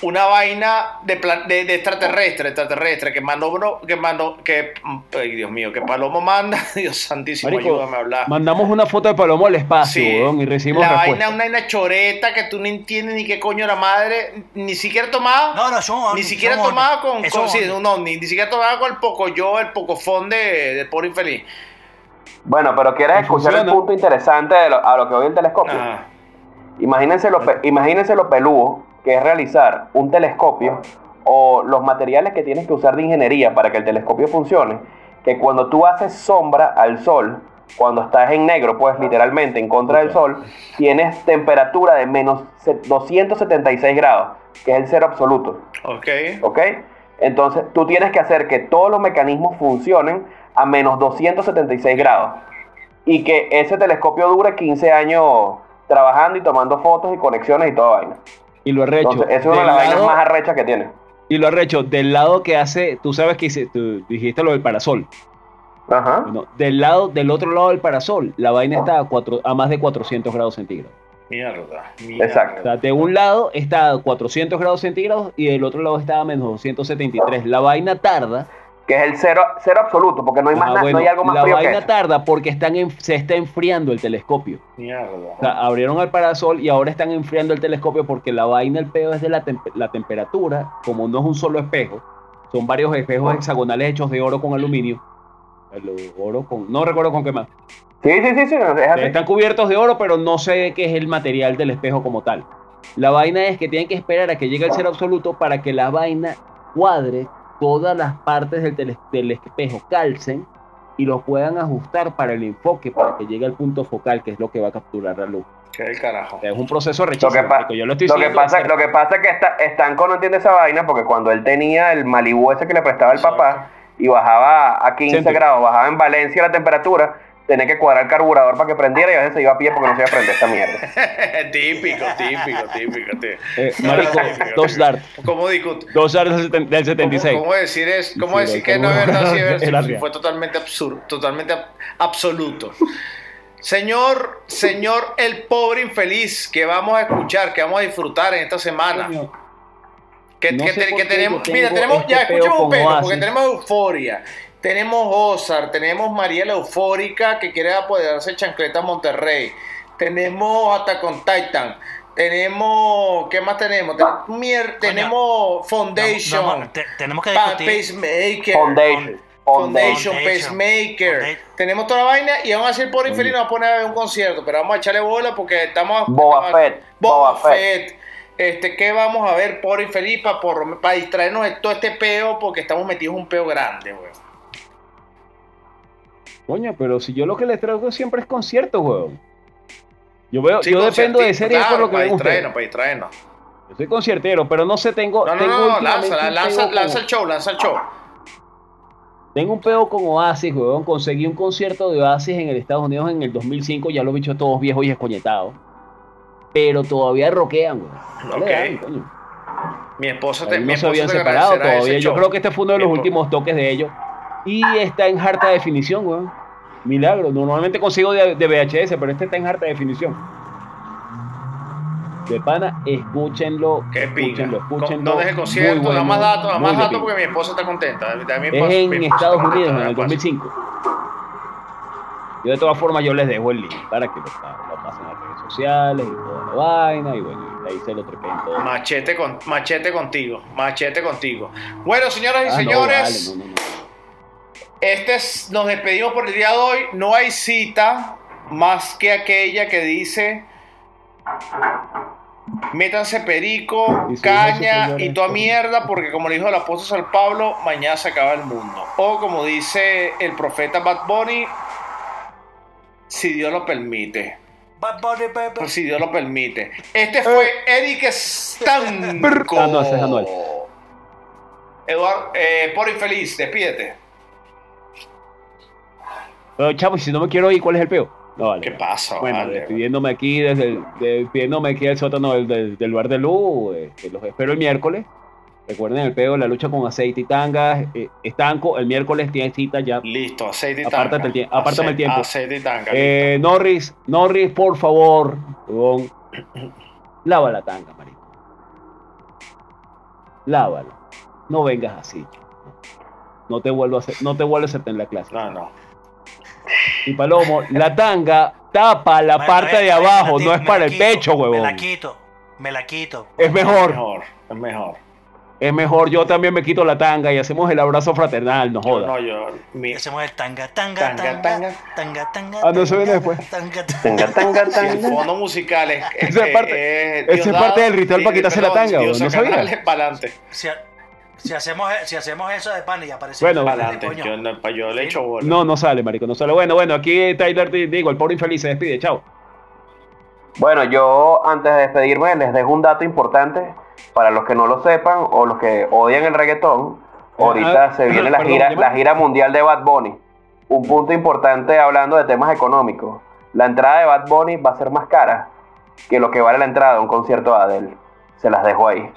Speaker 2: una vaina de, pla- de, de extraterrestre, extraterrestre, que mandó, que mandó, que, ay, Dios mío, que Palomo manda, Dios santísimo,
Speaker 4: Marico,
Speaker 2: ayúdame a hablar.
Speaker 4: Mandamos una foto de Palomo al espacio,
Speaker 2: Sí.
Speaker 4: weón, y recibimos
Speaker 2: la
Speaker 4: respuesta.
Speaker 2: vaina, una vaina choreta que tú no entiendes ni qué coño la madre, ni siquiera tomada.
Speaker 5: No, no, es un ovni,
Speaker 2: ni siquiera
Speaker 5: es un ovni,
Speaker 2: tomada con,
Speaker 5: es
Speaker 2: con-
Speaker 5: un
Speaker 2: sí,
Speaker 5: ovni.
Speaker 2: un ovni, ni siquiera tomada con el poco yo, el poco de, de pobre infeliz.
Speaker 3: Bueno, pero quieres
Speaker 4: Y
Speaker 3: escuchar el
Speaker 4: funciona.
Speaker 3: punto interesante de lo- a lo que oye el telescopio.
Speaker 2: Ajá.
Speaker 5: Ah,
Speaker 3: Imagínense lo, pe- imagínense lo peludo que es realizar un telescopio o los materiales que tienes que usar de ingeniería para que el telescopio funcione, que cuando tú haces sombra al sol, cuando estás en negro, pues literalmente en contra del sol, tienes temperatura de menos se- 276 grados, que es el cero absoluto,
Speaker 2: Ok.
Speaker 3: ¿ok? Entonces tú tienes que hacer que todos los mecanismos funcionen a menos 276 grados y que ese telescopio dure 15 años trabajando y tomando fotos y conexiones y toda vaina.
Speaker 4: Y lo arrecho.
Speaker 3: Entonces, esa es una de
Speaker 4: del
Speaker 3: las vainas
Speaker 4: lado-
Speaker 3: más arrechas que tiene.
Speaker 4: Y lo arrecho, del lado que hace, tú sabes que hice- tú dijiste lo del parasol.
Speaker 3: Ajá.
Speaker 4: Bueno, del lado, del otro lado del parasol, la vaina está a, cuatro, a más de 400 grados centígrados.
Speaker 2: Mierda. mierda.
Speaker 3: Exacto.
Speaker 4: O sea, de un lado está a 400 grados centígrados y del otro lado está a menos 273. La vaina tarda.
Speaker 3: Que es el cero, cero absoluto, porque no hay, más
Speaker 4: Ah,
Speaker 3: nada,
Speaker 4: bueno,
Speaker 3: no hay algo más
Speaker 4: la
Speaker 3: frío que
Speaker 4: vaina
Speaker 3: eso.
Speaker 4: tarda porque están en- se está enfriando el telescopio.
Speaker 2: Mierda.
Speaker 4: O sea, abrieron al parasol y ahora están enfriando el telescopio porque la vaina, el pedo es de la, tem- la temperatura, como no es un solo espejo, son varios
Speaker 3: Ah.
Speaker 4: espejos hexagonales hechos de oro con aluminio. El oro con, no recuerdo con qué más.
Speaker 3: Sí, sí, sí, sí, es así.
Speaker 4: Están cubiertos de oro, pero no sé qué es el material del espejo como tal. La vaina es que tienen que esperar a que llegue el ser absoluto para que la vaina cuadre todas las partes del, tele- del espejo, calcen y los puedan ajustar para el enfoque, para que llegue al punto focal, que es lo que va a capturar la luz.
Speaker 2: Qué del carajo.
Speaker 4: O sea, es un proceso
Speaker 3: Lo
Speaker 4: rechísimo.
Speaker 3: que, pa-
Speaker 4: marico. yo lo estoy
Speaker 3: lo que
Speaker 4: siguiendo
Speaker 3: pasa,
Speaker 4: de cerca.
Speaker 3: lo que pasa es que está, Stanco no entiende esa vaina porque cuando él tenía el Malibu ese que le prestaba el papá y bajaba a 15
Speaker 4: Century.
Speaker 3: grados, bajaba en Valencia la temperatura, tenía que cuadrar el carburador para que prendiera y a veces se iba a pie porque no se iba a prender esta mierda.
Speaker 2: típico, típico, típico, típico.
Speaker 4: Eh, marico, dos dart.
Speaker 2: ¿Cómo discutir?
Speaker 4: Dos dart del seten- del 76.
Speaker 2: ¿Cómo, cómo decir, es, cómo decir
Speaker 4: Sí, lo
Speaker 2: que no es
Speaker 4: tengo.
Speaker 2: verdad si es verdad?
Speaker 4: Era
Speaker 2: Sí,
Speaker 4: real.
Speaker 2: Fue totalmente absurdo, totalmente ab- absoluto. Señor, señor, el pobre infeliz que vamos a escuchar, que vamos a disfrutar en esta semana.
Speaker 4: Coño,
Speaker 2: Que,
Speaker 4: No
Speaker 2: que
Speaker 4: sé
Speaker 2: te-
Speaker 4: por
Speaker 2: que
Speaker 4: qué
Speaker 2: tenemos,
Speaker 4: yo
Speaker 2: mira,
Speaker 4: tengo
Speaker 2: tenemos,
Speaker 4: este
Speaker 2: ya
Speaker 4: peo
Speaker 2: escuchemos un
Speaker 4: con
Speaker 2: pelo, porque
Speaker 4: Oasis.
Speaker 2: tenemos euforia, tenemos Ozar, tenemos María la Eufórica que quiere apoderarse de Chancleta Monterrey, tenemos hasta con Titan, tenemos, ¿qué más tenemos? Ten- mier- tenemos Foundation,
Speaker 5: Vamos- vamos- te- tenemos que
Speaker 2: Pa-
Speaker 5: discutir.
Speaker 2: Pacemaker,
Speaker 3: Foundation.
Speaker 2: Foundation,
Speaker 5: Foundation.
Speaker 2: Pacemaker,
Speaker 5: Foundation.
Speaker 2: tenemos toda la vaina y vamos a decir por infeliz, nos vamos a poner a ver un concierto, pero vamos a echarle bola porque estamos...
Speaker 3: Mm. Boba Fett,
Speaker 2: Boba,
Speaker 3: Boba
Speaker 2: Fett. Este, ¿Qué vamos a ver, por infeliz, para pa distraernos de todo este peo? Porque estamos metidos en un peo grande, weón.
Speaker 4: Coño, pero si yo lo que les traigo siempre es conciertos, weón. Yo, veo,
Speaker 2: Sí,
Speaker 4: yo
Speaker 2: conciertico,
Speaker 4: dependo de series por lo que
Speaker 2: para
Speaker 4: ven ustedes.
Speaker 2: distraernos, para distraernos.
Speaker 4: Yo soy conciertero, pero no sé, tengo.
Speaker 2: No, no,
Speaker 4: tengo
Speaker 2: no, no,
Speaker 4: últimamente
Speaker 2: lanza,
Speaker 4: un
Speaker 2: lanza,
Speaker 4: peo
Speaker 2: lanza
Speaker 4: con-
Speaker 2: el show, lanza el show.
Speaker 4: Tengo un peo con Oasis, weón. Conseguí un concierto de Oasis en el Estados Unidos en el 2005. Ya los bichos todos viejos y escoñetados. Pero todavía roquean, weón. No le
Speaker 2: Ok.
Speaker 4: dan, coño.
Speaker 2: Mi esposa te
Speaker 4: Ahí
Speaker 2: mi
Speaker 4: no se
Speaker 2: esposa
Speaker 4: habían
Speaker 2: te
Speaker 4: separado
Speaker 2: agradecerá ese
Speaker 4: todavía. Yo
Speaker 2: show.
Speaker 4: creo que este fue uno de los
Speaker 2: Bien, por-
Speaker 4: últimos toques de ellos. Y está en harta definición, weón. Milagro. Normalmente consigo de, de VHS, pero este está en harta definición. De pana, escúchenlo.
Speaker 2: Qué pinga.
Speaker 4: escúchenlo, escúchenlo.
Speaker 2: ¿Dónde es el
Speaker 4: Muy
Speaker 2: concierto? Da
Speaker 4: bueno,
Speaker 2: más datos, da
Speaker 4: muy
Speaker 2: más
Speaker 4: de
Speaker 2: datos
Speaker 4: pinga.
Speaker 2: porque mi esposa está contenta. También mi
Speaker 4: Es
Speaker 2: esposa- mi
Speaker 4: en
Speaker 2: esposa
Speaker 4: Estados
Speaker 2: está
Speaker 4: Unidos, en
Speaker 2: contenta,
Speaker 4: el
Speaker 2: pasa.
Speaker 4: 2005. Yo de todas formas yo les dejo el link para que lo, lo pasen a las redes sociales y toda la vaina y bueno, ahí se lo trepen todo.
Speaker 2: Machete, con, machete contigo, machete contigo. Bueno, señoras y
Speaker 4: Ah, no,
Speaker 2: señores,
Speaker 4: vale, no, no, no.
Speaker 2: Este es- nos despedimos por el día de hoy. No hay cita más que aquella que dice: métanse perico,
Speaker 4: Y su
Speaker 2: caña
Speaker 4: hijo,
Speaker 2: y toda
Speaker 4: señores.
Speaker 2: mierda, porque como le dijo el apóstol San Pablo, mañana se acaba el mundo. O como dice el profeta Bad Bunny, si Dios lo permite.
Speaker 5: Bad Bunny, baby.
Speaker 2: Si Dios lo permite. Este fue Eric Stanco.
Speaker 4: Eh. Ah, no, ese es Anuel.
Speaker 2: Eduardo, eh, por infeliz, despídete.
Speaker 4: Pero chavo, si no me quiero ir, ¿cuál es el peo? No, vale.
Speaker 2: ¿Qué pasa?
Speaker 4: Bueno,
Speaker 2: vale,
Speaker 4: despidiéndome aquí desde el, despidiéndome aquí del sótano del, del, del bar de Lu, eh, que los espero el miércoles. Recuerden el peo, la lucha con aceite y tangas. eh, estanco, el miércoles tienes cita ya.
Speaker 2: Listo, aceite y
Speaker 4: Apártate
Speaker 2: tanga.
Speaker 4: el tie- apártame el
Speaker 2: Ace-
Speaker 4: tiempo.
Speaker 2: Aceite y tanga.
Speaker 4: Eh, Norris, Norris, por favor, huevón, lava la tanga, marico. Lávala. No vengas así. No te vuelvo a hacer, no te vuelvo a hacerte en la clase.
Speaker 2: listo. No, no.
Speaker 4: Y Palomo, la tanga tapa la parte
Speaker 5: eh,
Speaker 4: de abajo, no es para el pecho,
Speaker 5: Me
Speaker 4: huevón.
Speaker 5: la quito, me la quito.
Speaker 4: Es mejor,
Speaker 2: Mejor, es mejor.
Speaker 4: es mejor. Yo también me quito la tanga y hacemos el abrazo fraternal, no jodas.
Speaker 2: No, yo. mi-
Speaker 5: Hacemos el tanga, tanga,
Speaker 2: Tanga,
Speaker 5: tanga,
Speaker 2: tanga.
Speaker 5: tanga, tanga, tanga.
Speaker 4: Ah, no, eso viene después.
Speaker 5: Tanga,
Speaker 3: Tanga,
Speaker 5: tanga.
Speaker 3: tanga,
Speaker 2: si el
Speaker 5: ¿eh?
Speaker 3: tanga.
Speaker 2: fondo musical es. es
Speaker 4: Esa es
Speaker 2: que
Speaker 4: parte- esa es
Speaker 2: Diosdado,
Speaker 4: parte del ritual
Speaker 2: y-
Speaker 4: para quitarse la
Speaker 2: perdón,
Speaker 4: tanga,
Speaker 2: Diosa
Speaker 4: ¿no sabía?
Speaker 2: Canales para adelante.
Speaker 5: Si, ha- si hacemos, si hacemos eso de pan y aparece.
Speaker 4: Bueno,
Speaker 5: Dale,
Speaker 2: Para adelante.
Speaker 5: coño.
Speaker 2: Yo, no- pa- yo le echo bola.
Speaker 4: No, no sale, marico, no sale. Bueno, bueno, aquí Tyler, te digo, el pobre infeliz se despide, chao.
Speaker 3: Bueno, yo antes de despedirme les dejo un dato importante para los que no lo sepan o los que odian el reggaetón. Ahorita
Speaker 4: ah,
Speaker 3: se viene la
Speaker 4: perdón,
Speaker 3: gira,
Speaker 4: ¿llama?
Speaker 3: la gira mundial de Bad Bunny. Un punto importante hablando de temas económicos. La entrada de Bad Bunny va a ser más cara que lo que vale la entrada a un concierto de Adele. Se las dejo ahí.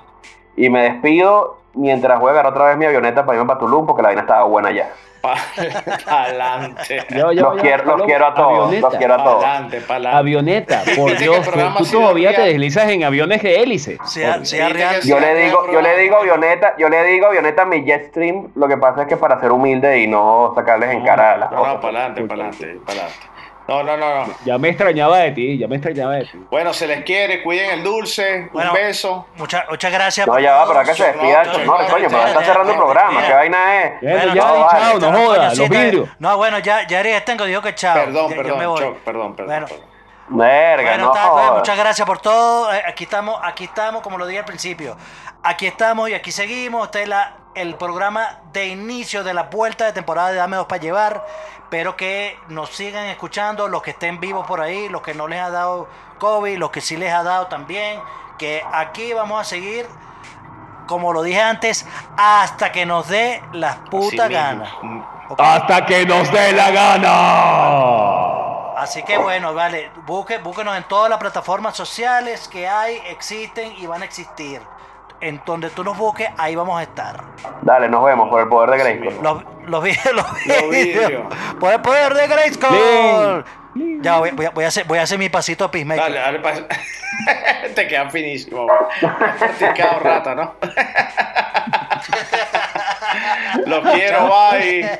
Speaker 3: Y me despido mientras voy a agarrar otra vez mi avioneta para irme para Tulum porque la vaina estaba buena ya.
Speaker 2: Para adelante.
Speaker 4: Ya, ya,
Speaker 3: Los
Speaker 4: ya,
Speaker 3: quiero, los
Speaker 4: Palomo,
Speaker 3: quiero a todos. Los
Speaker 4: avioneta. Ah,
Speaker 3: quiero a todos.
Speaker 2: adelante, para adelante.
Speaker 4: Avioneta,
Speaker 2: Viste
Speaker 4: por
Speaker 2: que el
Speaker 4: Dios,
Speaker 2: programa
Speaker 4: tú
Speaker 2: ha sido
Speaker 4: todavía te
Speaker 2: real.
Speaker 4: deslizas en aviones de hélice.
Speaker 5: Sea, sea
Speaker 2: Viste
Speaker 5: real.
Speaker 2: que
Speaker 3: Yo
Speaker 2: se
Speaker 3: le
Speaker 2: acaba el
Speaker 3: digo, yo
Speaker 2: programa.
Speaker 3: le digo avioneta, yo le digo avioneta a mi Jetstream, lo que pasa es que para ser humilde y no sacarles en cara las
Speaker 2: No,
Speaker 3: cosas.
Speaker 2: no, para adelante, para adelante, para adelante. No, no, no, no.
Speaker 4: Ya me extrañaba de ti, ya me extrañaba de ti.
Speaker 2: Bueno, se les quiere, cuiden el dulce,
Speaker 5: Bueno,
Speaker 2: un beso.
Speaker 5: Muchas, muchas gracias.
Speaker 3: No,
Speaker 5: por
Speaker 3: ya va, pero
Speaker 5: todo.
Speaker 3: acá se despida
Speaker 2: no,
Speaker 3: el no,
Speaker 2: no,
Speaker 3: coño,
Speaker 2: no,
Speaker 3: pero está
Speaker 2: no,
Speaker 3: cerrando el
Speaker 2: no,
Speaker 3: programa,
Speaker 5: no,
Speaker 3: ¿qué vaina es?
Speaker 4: Bueno,
Speaker 5: Bueno,
Speaker 4: ya,
Speaker 5: no,
Speaker 4: di
Speaker 5: vale.
Speaker 4: chao, no
Speaker 5: Coño,
Speaker 4: jodas,
Speaker 5: sí,
Speaker 4: los
Speaker 5: está bien.
Speaker 4: vidrios.
Speaker 5: No, bueno, ya, ya Ariel Estenco dijo que chao.
Speaker 2: Perdón,
Speaker 5: Ya- ya
Speaker 2: perdón,
Speaker 5: me voy.
Speaker 2: Choc, perdón, perdón.
Speaker 5: Bueno.
Speaker 2: perdón.
Speaker 3: Verga,
Speaker 5: Bueno,
Speaker 3: no
Speaker 5: está, entonces,
Speaker 3: jodas.
Speaker 5: muchas gracias por todo. Eh, Aquí estamos, aquí estamos, como lo dije al principio. Aquí estamos y aquí seguimos. Este es la- el programa de inicio de la vuelta de temporada de Dame Dos para Llevar. Espero que nos sigan escuchando, los que estén vivos por ahí, los que no les ha dado COVID, los que sí les ha dado también. Que aquí vamos a seguir, como lo dije antes, hasta que nos dé las
Speaker 2: Así
Speaker 5: putas
Speaker 2: mismo. Mm,
Speaker 5: ganas. ¿ok?
Speaker 4: Hasta que nos dé la gana.
Speaker 5: Así que bueno, vale, busque, búsquenos en todas las plataformas sociales que hay, existen y van a existir. En donde tú nos busques, ahí vamos a estar.
Speaker 3: Dale, nos vemos por el poder de Grayskull.
Speaker 5: Los, los videos, los
Speaker 2: Los
Speaker 5: videos.
Speaker 2: vídeos.
Speaker 5: Por el poder de Grayskull.
Speaker 4: Bien.
Speaker 5: Ya, voy, voy a, voy a hacer, voy a hacer mi pasito Peacemaker.
Speaker 2: Dale, dale, pa- Te quedan finísimos. Te quedan rata, ¿no? Los quiero, bye.